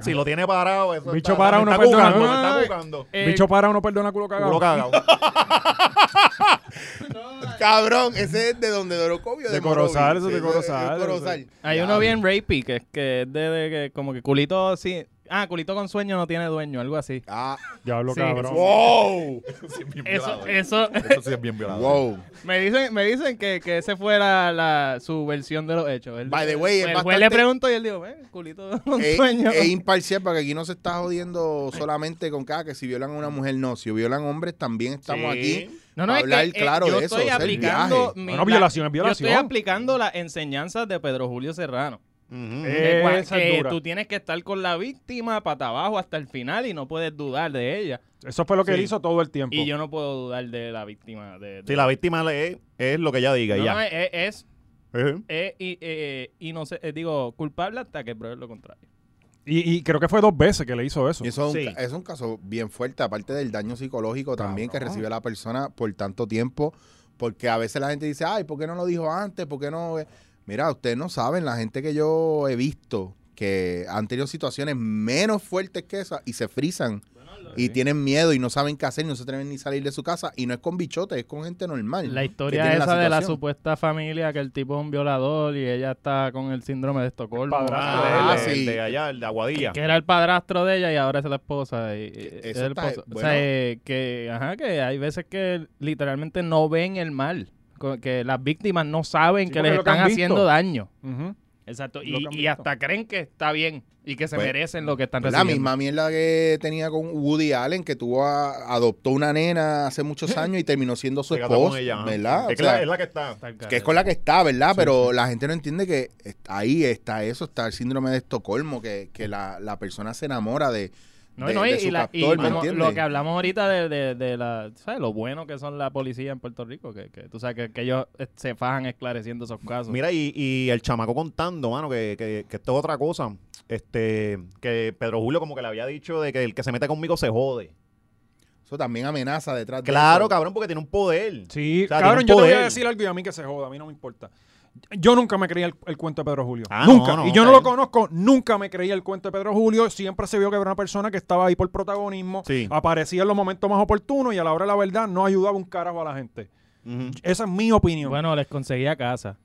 [SPEAKER 4] Si lo tiene parado, eso
[SPEAKER 3] Bicho
[SPEAKER 4] está-
[SPEAKER 3] para
[SPEAKER 4] se
[SPEAKER 3] uno,
[SPEAKER 4] está
[SPEAKER 3] perdona.
[SPEAKER 4] jugando, se está
[SPEAKER 2] Ay.
[SPEAKER 4] jugando.
[SPEAKER 2] Eh,
[SPEAKER 3] Bicho para uno perdona culo cagado.
[SPEAKER 4] Culo cagado.
[SPEAKER 1] Cabrón, ese es de donde Dorocovio.
[SPEAKER 3] De Corozal,
[SPEAKER 1] Morovis.
[SPEAKER 3] eso es de
[SPEAKER 1] Sí,
[SPEAKER 3] Corozal,
[SPEAKER 1] Corozal.
[SPEAKER 2] hay
[SPEAKER 1] Ya.
[SPEAKER 2] uno bien rapey, que es que es de, de que como que culito sí Ah, culito con sueño no tiene dueño, algo así.
[SPEAKER 1] Ah,
[SPEAKER 3] Ya hablo,
[SPEAKER 2] Sí.
[SPEAKER 3] cabrón.
[SPEAKER 1] wow.
[SPEAKER 4] Sí, es bien
[SPEAKER 2] Eso,
[SPEAKER 4] violado.
[SPEAKER 2] eso,
[SPEAKER 4] Eso sí es bien violado.
[SPEAKER 1] wow.
[SPEAKER 2] me dicen, me dicen que, que ese fue la, la- su versión de los hechos. El-
[SPEAKER 1] By the way, es
[SPEAKER 2] el juez
[SPEAKER 1] bastante-
[SPEAKER 2] le preguntó y él dijo, eh, culito con
[SPEAKER 1] Es,
[SPEAKER 2] sueño.
[SPEAKER 1] es imparcial porque aquí no se está jodiendo solamente con cada que si violan a una mujer, no. Si violan hombres, también estamos
[SPEAKER 4] Sí.
[SPEAKER 1] aquí.
[SPEAKER 2] No, no,
[SPEAKER 1] a
[SPEAKER 2] es
[SPEAKER 1] hablar
[SPEAKER 2] que, eh,
[SPEAKER 1] claro
[SPEAKER 2] yo
[SPEAKER 1] de eso.
[SPEAKER 2] estoy
[SPEAKER 1] o sea, el
[SPEAKER 2] aplicando
[SPEAKER 1] viaje.
[SPEAKER 2] mi-
[SPEAKER 3] No, no, violación es
[SPEAKER 2] Yo
[SPEAKER 3] violación.
[SPEAKER 2] estoy aplicando las enseñanzas de Pedro Julio Serrano.
[SPEAKER 3] Eh,
[SPEAKER 4] Ujú.
[SPEAKER 2] Que cua-
[SPEAKER 3] Esa es
[SPEAKER 2] que
[SPEAKER 3] dura.
[SPEAKER 2] tú tienes que estar con la víctima pata abajo hasta el final y no puedes dudar de ella.
[SPEAKER 3] Eso fue lo que
[SPEAKER 2] Sí.
[SPEAKER 3] él hizo todo el tiempo.
[SPEAKER 2] Y yo no puedo dudar de la víctima. De, de-
[SPEAKER 4] Si la víctima le es lo que ella diga, y
[SPEAKER 2] No,
[SPEAKER 4] ya.
[SPEAKER 2] es, es,
[SPEAKER 4] Ujú.
[SPEAKER 2] es- y- eh, inocen- eh, digo, culpable hasta que pruebe lo contrario.
[SPEAKER 3] Y, y creo que fue dos veces que le hizo eso.
[SPEAKER 1] Y eso es, un,
[SPEAKER 4] Sí.
[SPEAKER 1] ca- es un caso bien fuerte, aparte del daño psicológico también que
[SPEAKER 3] Cabrón.
[SPEAKER 1] recibe la persona por tanto tiempo, porque a veces la gente dice, ay, ¿por qué no lo dijo antes? ¿Por qué no? eh?" Mira, ustedes no saben, la gente que yo he visto que han tenido situaciones menos fuertes que esa y se frisan y tienen miedo y no saben qué hacer, y no se atreven ni salir de su casa y no es con bichotes, es con gente normal.
[SPEAKER 2] La
[SPEAKER 1] que
[SPEAKER 2] historia
[SPEAKER 1] tiene
[SPEAKER 2] esa de la
[SPEAKER 1] situación.
[SPEAKER 2] supuesta familia, que el tipo es un violador y ella está con el síndrome de Estocolmo.
[SPEAKER 3] El padrastro
[SPEAKER 4] Ah,
[SPEAKER 1] Ah,
[SPEAKER 4] el de-
[SPEAKER 1] sí.
[SPEAKER 4] el de allá, el de Aguadilla.
[SPEAKER 2] Que era el padrastro de ella y ahora es la esposa. y- y- es
[SPEAKER 1] eso
[SPEAKER 2] el
[SPEAKER 1] está-
[SPEAKER 2] esposo. O
[SPEAKER 1] bueno.
[SPEAKER 2] sea, eh, que, ajá, que hay veces que literalmente no ven el mal. co- Que las víctimas no saben
[SPEAKER 3] Sí,
[SPEAKER 2] que
[SPEAKER 3] porque
[SPEAKER 2] les
[SPEAKER 3] lo que
[SPEAKER 2] están
[SPEAKER 3] han visto.
[SPEAKER 2] haciendo daño.
[SPEAKER 3] Ujú.
[SPEAKER 2] Exacto.
[SPEAKER 3] Lo que
[SPEAKER 2] Y,
[SPEAKER 3] han
[SPEAKER 2] y
[SPEAKER 3] visto.
[SPEAKER 2] hasta creen que está bien y que se
[SPEAKER 1] Pues,
[SPEAKER 2] merecen lo que están
[SPEAKER 1] La
[SPEAKER 2] recibiendo.
[SPEAKER 1] misma mierda que tenía con Woody Allen, que tuvo a- adoptó una nena hace muchos años y terminó siendo su
[SPEAKER 4] Se casó con
[SPEAKER 1] esposa,
[SPEAKER 4] ella, ajá.
[SPEAKER 1] ¿verdad? O
[SPEAKER 4] Es, la,
[SPEAKER 1] sea,
[SPEAKER 4] es la que está.
[SPEAKER 2] Está el
[SPEAKER 1] que es
[SPEAKER 2] carajo.
[SPEAKER 1] con la que está, ¿verdad? Pero la gente no entiende que est- ahí está eso, está el síndrome de Estocolmo, que, que la, la persona se enamora de,
[SPEAKER 2] No,
[SPEAKER 1] de-
[SPEAKER 2] no, y,
[SPEAKER 1] de su
[SPEAKER 2] y la- y
[SPEAKER 1] captor, ¿me
[SPEAKER 2] como
[SPEAKER 1] entiendes?
[SPEAKER 2] lo que hablamos ahorita de, de- de la, ¿sabes? lo bueno que son la policía en Puerto Rico, que, que tú sabes que, que ellos eh, se fajan esclareciendo esos casos.
[SPEAKER 4] Mira, y, y el chamaco contando, mano, que, que- que esto es otra cosa. Este, que Pedro Julio como que le había dicho de que el que se mete conmigo se jode.
[SPEAKER 1] Eso también amenaza detrás
[SPEAKER 4] Claro,
[SPEAKER 1] de eso.
[SPEAKER 4] cabrón, porque tiene un poder.
[SPEAKER 3] Sí,
[SPEAKER 4] O sea,
[SPEAKER 3] cabrón,
[SPEAKER 4] tiene
[SPEAKER 3] yo te
[SPEAKER 4] un
[SPEAKER 3] voy a
[SPEAKER 4] poder.
[SPEAKER 3] decir algo y a mí que se joda, a mí no me importa. Yo nunca me creía el, el cuento de Pedro Julio.
[SPEAKER 4] Ah,
[SPEAKER 3] nunca.
[SPEAKER 4] no, no,
[SPEAKER 3] y yo no
[SPEAKER 4] está
[SPEAKER 3] lo
[SPEAKER 4] bien.
[SPEAKER 3] conozco, nunca me creía el cuento de Pedro Julio. Siempre se vio que era una persona que estaba ahí por protagonismo.
[SPEAKER 4] Sí.
[SPEAKER 3] Aparecía en los momentos más oportunos y a la hora de la verdad no ayudaba un carajo a la gente.
[SPEAKER 4] Ujú.
[SPEAKER 3] Esa es mi opinión.
[SPEAKER 2] bueno, les conseguía casa.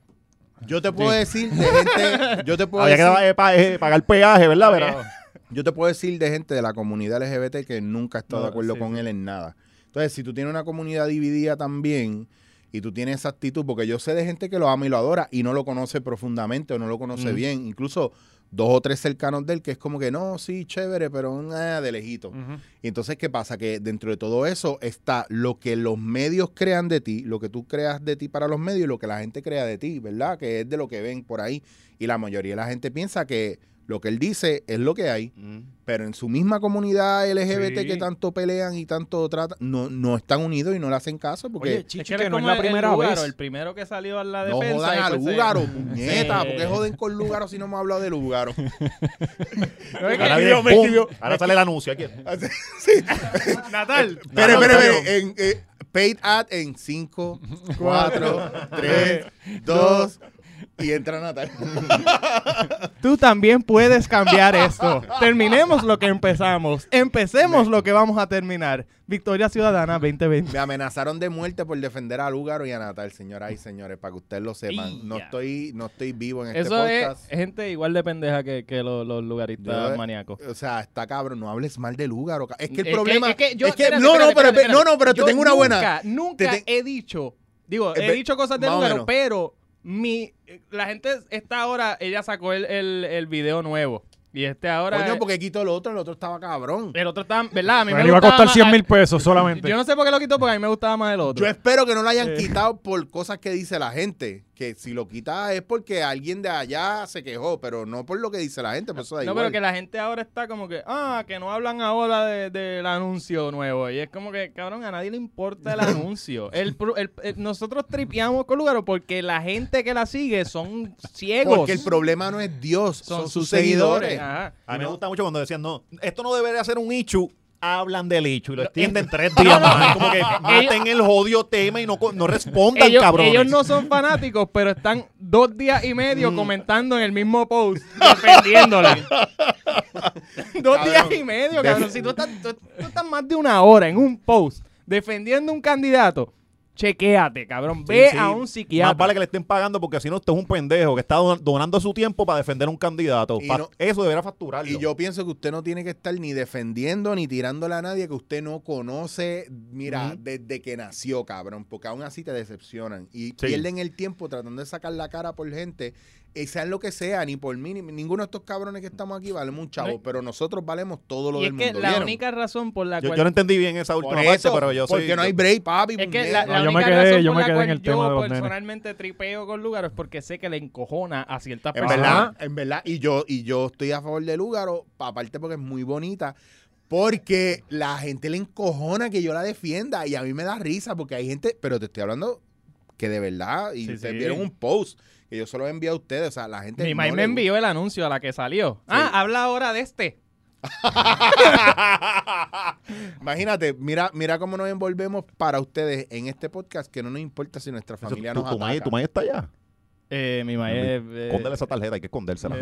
[SPEAKER 1] Yo te puedo decir de gente, yo te
[SPEAKER 3] Pues
[SPEAKER 1] puedo
[SPEAKER 4] Había que
[SPEAKER 1] decir,
[SPEAKER 4] eh, pa- eh, pagar peaje, ¿verdad?
[SPEAKER 2] Eh,
[SPEAKER 4] Pero-
[SPEAKER 1] yo te puedo decir de gente de la comunidad LGBT que nunca está de
[SPEAKER 2] No,
[SPEAKER 1] acuerdo
[SPEAKER 2] sí,
[SPEAKER 1] con él en nada. Entonces, si tú tienes una comunidad dividida también y tú tienes esa actitud, porque yo sé de gente que lo ama y lo adora y no lo conoce profundamente o no lo conoce
[SPEAKER 4] Mm.
[SPEAKER 1] bien, incluso dos o tres cercanos de él que es como que no, sí, chévere, pero nada de lejito.
[SPEAKER 3] Ujú.
[SPEAKER 1] Y entonces, ¿qué pasa? Que dentro de todo eso está lo que los medios crean de ti, lo que tú creas de ti para los medios y lo que la gente crea de ti, ¿verdad? Que es de lo que ven por ahí. Y la mayoría de la gente piensa que lo que él dice es lo que hay,
[SPEAKER 4] Ujú.
[SPEAKER 1] pero en su misma comunidad LGBT
[SPEAKER 3] Sí.
[SPEAKER 1] que tanto pelean y tanto tratan, no, no están unidos y no le hacen caso porque
[SPEAKER 3] Oye, Chichi,
[SPEAKER 2] Es que
[SPEAKER 3] que,
[SPEAKER 2] eres
[SPEAKER 3] no es
[SPEAKER 2] como
[SPEAKER 3] la
[SPEAKER 2] el-
[SPEAKER 3] primera
[SPEAKER 2] el Lugaro,
[SPEAKER 3] vez.
[SPEAKER 2] El primero que salió a la
[SPEAKER 1] no
[SPEAKER 2] defensa.
[SPEAKER 1] jodan
[SPEAKER 2] y
[SPEAKER 1] a
[SPEAKER 2] pues se-
[SPEAKER 1] Lugaro, puñeta,
[SPEAKER 2] Sí.
[SPEAKER 1] porque joden con Lugaro si no me ha hablado de Lugaro.
[SPEAKER 2] No, es que-
[SPEAKER 4] Ahora, viene el boom. Ahora sale el anuncio aquí.
[SPEAKER 2] Natal.
[SPEAKER 1] Espere,
[SPEAKER 4] No, no,
[SPEAKER 1] espere,
[SPEAKER 4] no.
[SPEAKER 1] espere. En, eh, paid ad en 5, 4, 3, 2 y entra Natal.
[SPEAKER 2] Tú también puedes cambiar esto. Terminemos lo que empezamos. Empecemos lo que vamos a terminar. Victoria Ciudadana 2020.
[SPEAKER 1] Me amenazaron de muerte por defender a Lúgaro y a Natal, señoras y señores, para que ustedes lo sepan. No
[SPEAKER 2] Ya.
[SPEAKER 1] estoy, no estoy vivo en este
[SPEAKER 2] Eso es
[SPEAKER 1] podcast.
[SPEAKER 2] gente igual de pendeja que, que los, los lugaristas
[SPEAKER 1] Yo-
[SPEAKER 2] maníacos.
[SPEAKER 1] O sea, está cabrón, no hables mal de Lúgaro. ca- Es que el
[SPEAKER 2] Es que-
[SPEAKER 1] problema
[SPEAKER 2] es que yo-
[SPEAKER 1] es que-
[SPEAKER 2] espérate,
[SPEAKER 1] no,
[SPEAKER 2] espérate,
[SPEAKER 1] no, pero
[SPEAKER 2] espérate,
[SPEAKER 1] no,
[SPEAKER 2] espérate.
[SPEAKER 1] no, pero te
[SPEAKER 2] Yo
[SPEAKER 1] tengo una buena.
[SPEAKER 2] Nunca, nunca
[SPEAKER 1] Te
[SPEAKER 2] he dicho, digo,
[SPEAKER 1] Eh,
[SPEAKER 2] he
[SPEAKER 1] ve-
[SPEAKER 2] dicho cosas de
[SPEAKER 1] más o
[SPEAKER 2] Lugaro,
[SPEAKER 1] menos.
[SPEAKER 2] pero mi, la gente está ahora, ella sacó el, el, el video nuevo. Y este ahora. Eh,
[SPEAKER 1] Coño, porque quito el otro, el otro estaba cabrón.
[SPEAKER 2] El otro está. ¿Verdad? A mí
[SPEAKER 3] Bueno,
[SPEAKER 2] me
[SPEAKER 3] iba a
[SPEAKER 2] gustaba
[SPEAKER 3] costar
[SPEAKER 2] más-
[SPEAKER 3] 100 mil pesos solamente.
[SPEAKER 2] Yo no sé por qué lo quitó, porque a mí me gustaba más el otro.
[SPEAKER 1] Yo espero que no lo
[SPEAKER 2] eh.
[SPEAKER 1] hayan quitado por cosas que dice la gente. Que si lo quita es porque alguien de allá se quejó, pero no por lo que dice la gente. Por eso da
[SPEAKER 2] No,
[SPEAKER 1] igual.
[SPEAKER 2] pero que la gente ahora está como que, ah, que no hablan ahora de- del anuncio nuevo. Y es como que, cabrón, a nadie le importa el anuncio. El, pro- el- el- nosotros tripeamos con Lugaro porque la gente que la sigue son ciegos.
[SPEAKER 1] Porque el problema no es Dios, son, sus, seguidores.
[SPEAKER 2] Ajá.
[SPEAKER 4] A mí me
[SPEAKER 2] No.
[SPEAKER 4] gusta mucho cuando decían, no, esto no debería ser un ichu. Hablan del ichu y lo extienden tres días más. Como que maten el jodido tema y no, co- no respondan,
[SPEAKER 2] Ellos,
[SPEAKER 4] cabrones.
[SPEAKER 2] ellos no son fanáticos, pero están dos días y
[SPEAKER 1] Mm.
[SPEAKER 2] medio comentando en el mismo post, defendiéndola. dos días y medio, cabrón. Si tú estás, tú- tú estás más de una hora en un post defendiendo un candidato, chequéate, cabrón.
[SPEAKER 4] Sí,
[SPEAKER 2] Ve
[SPEAKER 4] sí.
[SPEAKER 2] a un
[SPEAKER 4] Más
[SPEAKER 2] psiquiatra.
[SPEAKER 4] vale que le estén pagando porque si no, usted es un pendejo que está don- donando su tiempo para defender a un candidato.
[SPEAKER 1] Y
[SPEAKER 4] Fa-
[SPEAKER 1] no-
[SPEAKER 4] Eso deberá facturarlo.
[SPEAKER 1] Y yo pienso que usted no tiene que estar ni defendiendo ni tirándole a nadie que usted no conoce, mira, desde que nació, cabrón, porque aún así te decepcionan y pierden el tiempo tratando de sacar la cara por gente, y sean lo que sea, ni por mí, ni ninguno de estos cabrones que estamos aquí valemos un chavo,
[SPEAKER 2] No, y-
[SPEAKER 1] pero nosotros valemos todo lo
[SPEAKER 2] Y es
[SPEAKER 1] del
[SPEAKER 2] que
[SPEAKER 1] mundo.
[SPEAKER 2] la
[SPEAKER 1] ¿vieron?
[SPEAKER 2] única razón por la
[SPEAKER 4] Yo-
[SPEAKER 2] cual.
[SPEAKER 4] yo no entendí bien esa
[SPEAKER 1] Por
[SPEAKER 4] última parte,
[SPEAKER 1] eso,
[SPEAKER 4] pero yo soy.
[SPEAKER 1] porque no hay break, papi. pues,
[SPEAKER 2] es que
[SPEAKER 1] puñeta.
[SPEAKER 2] la, la
[SPEAKER 3] No, yo me
[SPEAKER 2] única
[SPEAKER 3] quedé-
[SPEAKER 2] razón
[SPEAKER 3] yo
[SPEAKER 2] por
[SPEAKER 3] me
[SPEAKER 2] la
[SPEAKER 3] quedé
[SPEAKER 2] cual
[SPEAKER 3] en el
[SPEAKER 2] yo
[SPEAKER 3] tema de los nenes.
[SPEAKER 2] personalmente tripeo con Lugaro es porque sé que le encojona a ciertas
[SPEAKER 1] En
[SPEAKER 3] Pues
[SPEAKER 2] personas.
[SPEAKER 1] verdad, en verdad. Y yo, y yo estoy a favor de Lúgaro, aparte porque es muy bonita. Porque la gente le encojona que yo la defienda y a mí me da risa porque hay gente, pero te estoy hablando que de verdad, y
[SPEAKER 2] Sí,
[SPEAKER 1] ustedes
[SPEAKER 2] sí.
[SPEAKER 1] vieron un post que yo se lo envié a ustedes, o sea, la gente...
[SPEAKER 2] Mi
[SPEAKER 1] no
[SPEAKER 2] mamá me
[SPEAKER 1] le-
[SPEAKER 2] envió el anuncio a la que salió. Ah, habla ahora de este.
[SPEAKER 1] Imagínate, mira, mira cómo nos envolvemos para ustedes en este podcast que no nos importa si nuestra
[SPEAKER 4] Eso-
[SPEAKER 1] familia
[SPEAKER 4] tu,
[SPEAKER 1] nos
[SPEAKER 4] tu maíz-
[SPEAKER 1] ataca.
[SPEAKER 4] tu maíz está allá.
[SPEAKER 2] Eh, mi mamá es, eh,
[SPEAKER 4] Escóndele esa tarjeta, hay que escondérsela.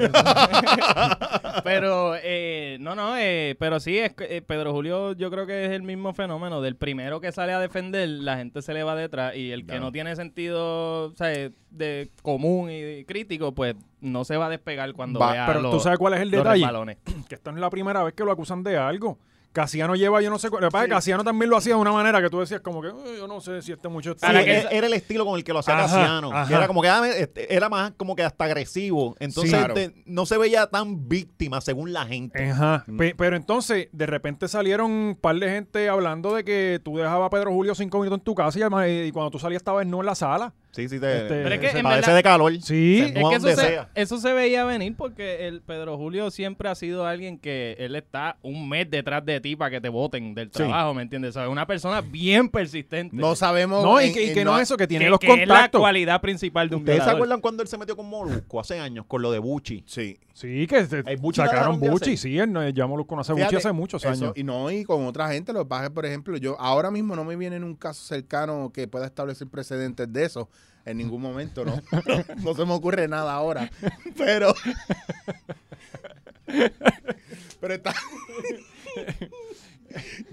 [SPEAKER 2] Pero, eh, no, no, eh, pero sí, es, que, eh, Pedro Julio yo creo que es el mismo fenómeno. Del primero que sale a defender, la gente se le va detrás y el que
[SPEAKER 1] Claro.
[SPEAKER 2] no tiene sentido o sea, eh, de común y de crítico, pues no se va a despegar cuando
[SPEAKER 1] Va,
[SPEAKER 2] vea
[SPEAKER 3] Pero
[SPEAKER 2] los,
[SPEAKER 3] tú sabes cuál es el
[SPEAKER 2] los
[SPEAKER 3] detalle.
[SPEAKER 2] resbalones.
[SPEAKER 3] que esta no es la primera vez que lo acusan de algo. Casiano lleva, yo no sé, cu- lo que pasa es que Casiano también lo hacía de una manera que tú decías como que, "Eh, yo no sé si este muchacho...
[SPEAKER 4] Sí, e,
[SPEAKER 2] Para que-
[SPEAKER 4] era, era el estilo con el que lo hacía
[SPEAKER 3] Ajá,
[SPEAKER 4] Casiano. que
[SPEAKER 3] ajá.
[SPEAKER 4] Era como que ah, este, era más como que hasta agresivo. Entonces
[SPEAKER 1] Claro.
[SPEAKER 4] te- no se veía tan víctima según la gente.
[SPEAKER 3] Eh, Ajá. Pe- pero entonces, de repente salieron un par de gente hablando de que tú dejabas a Pedro Julio cinco minutos en tu casa y, además, eh, y cuando tú salías estaba no en la sala.
[SPEAKER 4] Sí, sí, te,
[SPEAKER 3] Este, Pero
[SPEAKER 2] es que
[SPEAKER 4] se
[SPEAKER 2] en
[SPEAKER 4] padece
[SPEAKER 2] verdad-
[SPEAKER 4] de calor.
[SPEAKER 3] Sí.
[SPEAKER 4] Se
[SPEAKER 3] Es
[SPEAKER 2] Es
[SPEAKER 4] moja
[SPEAKER 2] que eso
[SPEAKER 4] donde
[SPEAKER 2] se,
[SPEAKER 4] sea.
[SPEAKER 2] eso se veía venir porque el Pedro Julio siempre ha sido alguien que él está un mes detrás de ti para que te voten del trabajo, ¿me entiendes? O sea, una persona bien persistente.
[SPEAKER 1] No sabemos...
[SPEAKER 3] No, y
[SPEAKER 1] en-
[SPEAKER 3] que, y
[SPEAKER 1] en
[SPEAKER 3] que no
[SPEAKER 1] ha-
[SPEAKER 3] eso, que tiene
[SPEAKER 2] que-
[SPEAKER 3] los
[SPEAKER 2] que es la
[SPEAKER 3] contactos.
[SPEAKER 2] cualidad principal de un
[SPEAKER 4] ¿Ustedes se
[SPEAKER 2] violador.
[SPEAKER 4] acuerdan cuando él se metió con Molusco hace años con lo de Buchi?
[SPEAKER 1] Sí.
[SPEAKER 3] Sí, que se-
[SPEAKER 4] Hay Buchi la
[SPEAKER 3] sacaron
[SPEAKER 4] dejaron de
[SPEAKER 3] Buchi,
[SPEAKER 4] hacer.
[SPEAKER 3] sí, él, no- ya Molusco no hace Buchi
[SPEAKER 1] Fíjate,
[SPEAKER 3] hace muchos
[SPEAKER 1] eso,
[SPEAKER 3] años.
[SPEAKER 1] Y no, y con otra gente, los bajes, por ejemplo, yo ahora mismo no me viene en un caso cercano que pueda establecer precedentes de eso. En ningún momento, ¿no? no se me ocurre nada ahora. Pero. Pero está.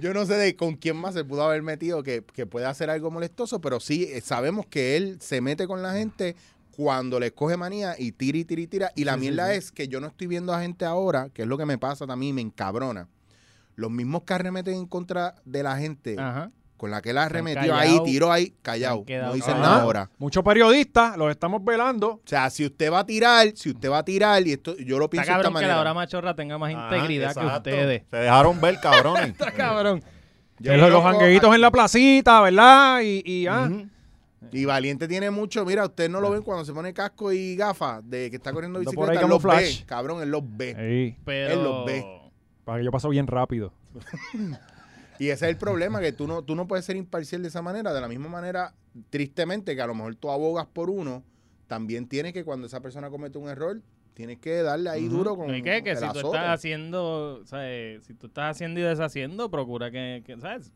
[SPEAKER 1] Yo no sé de con quién más se pudo haber metido que, que pueda hacer algo molestoso, pero sí eh, sabemos que él se mete con la gente cuando le coge manía y tira y tira y tira. Y la mierda es que yo no estoy viendo a gente ahora, que es lo que me pasa también, me encabrona. Los mismos que arremeten en contra de la gente
[SPEAKER 2] Ajá.
[SPEAKER 1] con la que él arremetió
[SPEAKER 2] callado.
[SPEAKER 1] ahí, tiró ahí, callado.
[SPEAKER 2] Se han quedado
[SPEAKER 1] No dicen
[SPEAKER 3] Ajá.
[SPEAKER 1] nada ahora.
[SPEAKER 3] Muchos periodistas los estamos velando.
[SPEAKER 1] O sea, si usted va a tirar, si usted va a tirar, y esto yo lo
[SPEAKER 2] Está
[SPEAKER 1] pienso de esta
[SPEAKER 2] cabrón que la hora
[SPEAKER 1] manera.
[SPEAKER 2] machorra tenga más
[SPEAKER 4] Ajá,
[SPEAKER 2] integridad que
[SPEAKER 4] exacto.
[SPEAKER 2] ustedes.
[SPEAKER 4] Se dejaron ver, cabrones.
[SPEAKER 2] Está cabrón.
[SPEAKER 1] Yo
[SPEAKER 3] Eh, los, los
[SPEAKER 1] conozco
[SPEAKER 3] jangueitos en la placita, ¿verdad? Y, y, ah,
[SPEAKER 4] Ujú.
[SPEAKER 1] Y Valiente tiene mucho, mira, usted no lo
[SPEAKER 2] Ah.
[SPEAKER 1] ven cuando se pone casco y gafas de que está corriendo
[SPEAKER 3] Anda por
[SPEAKER 1] bicicleta,
[SPEAKER 3] ahí
[SPEAKER 1] él los
[SPEAKER 3] camuflaje.
[SPEAKER 1] ve, cabrón, él los
[SPEAKER 2] Eh.
[SPEAKER 1] ve.
[SPEAKER 3] Ey,
[SPEAKER 2] Pero...
[SPEAKER 1] Él los ve.
[SPEAKER 3] para que yo paso bien rápido.
[SPEAKER 1] Y ese es el problema, que tú no, tú no puedes ser imparcial de esa manera, de la misma manera, tristemente, que a lo mejor tú abogas por uno, también tienes que cuando esa persona comete un error, tienes que darle ahí duro con
[SPEAKER 2] ¿Y qué? Que
[SPEAKER 1] el
[SPEAKER 2] si tú
[SPEAKER 1] azote.
[SPEAKER 2] estás haciendo, o sea, eh, si tú estás haciendo y deshaciendo, procura que, que, ¿sabes?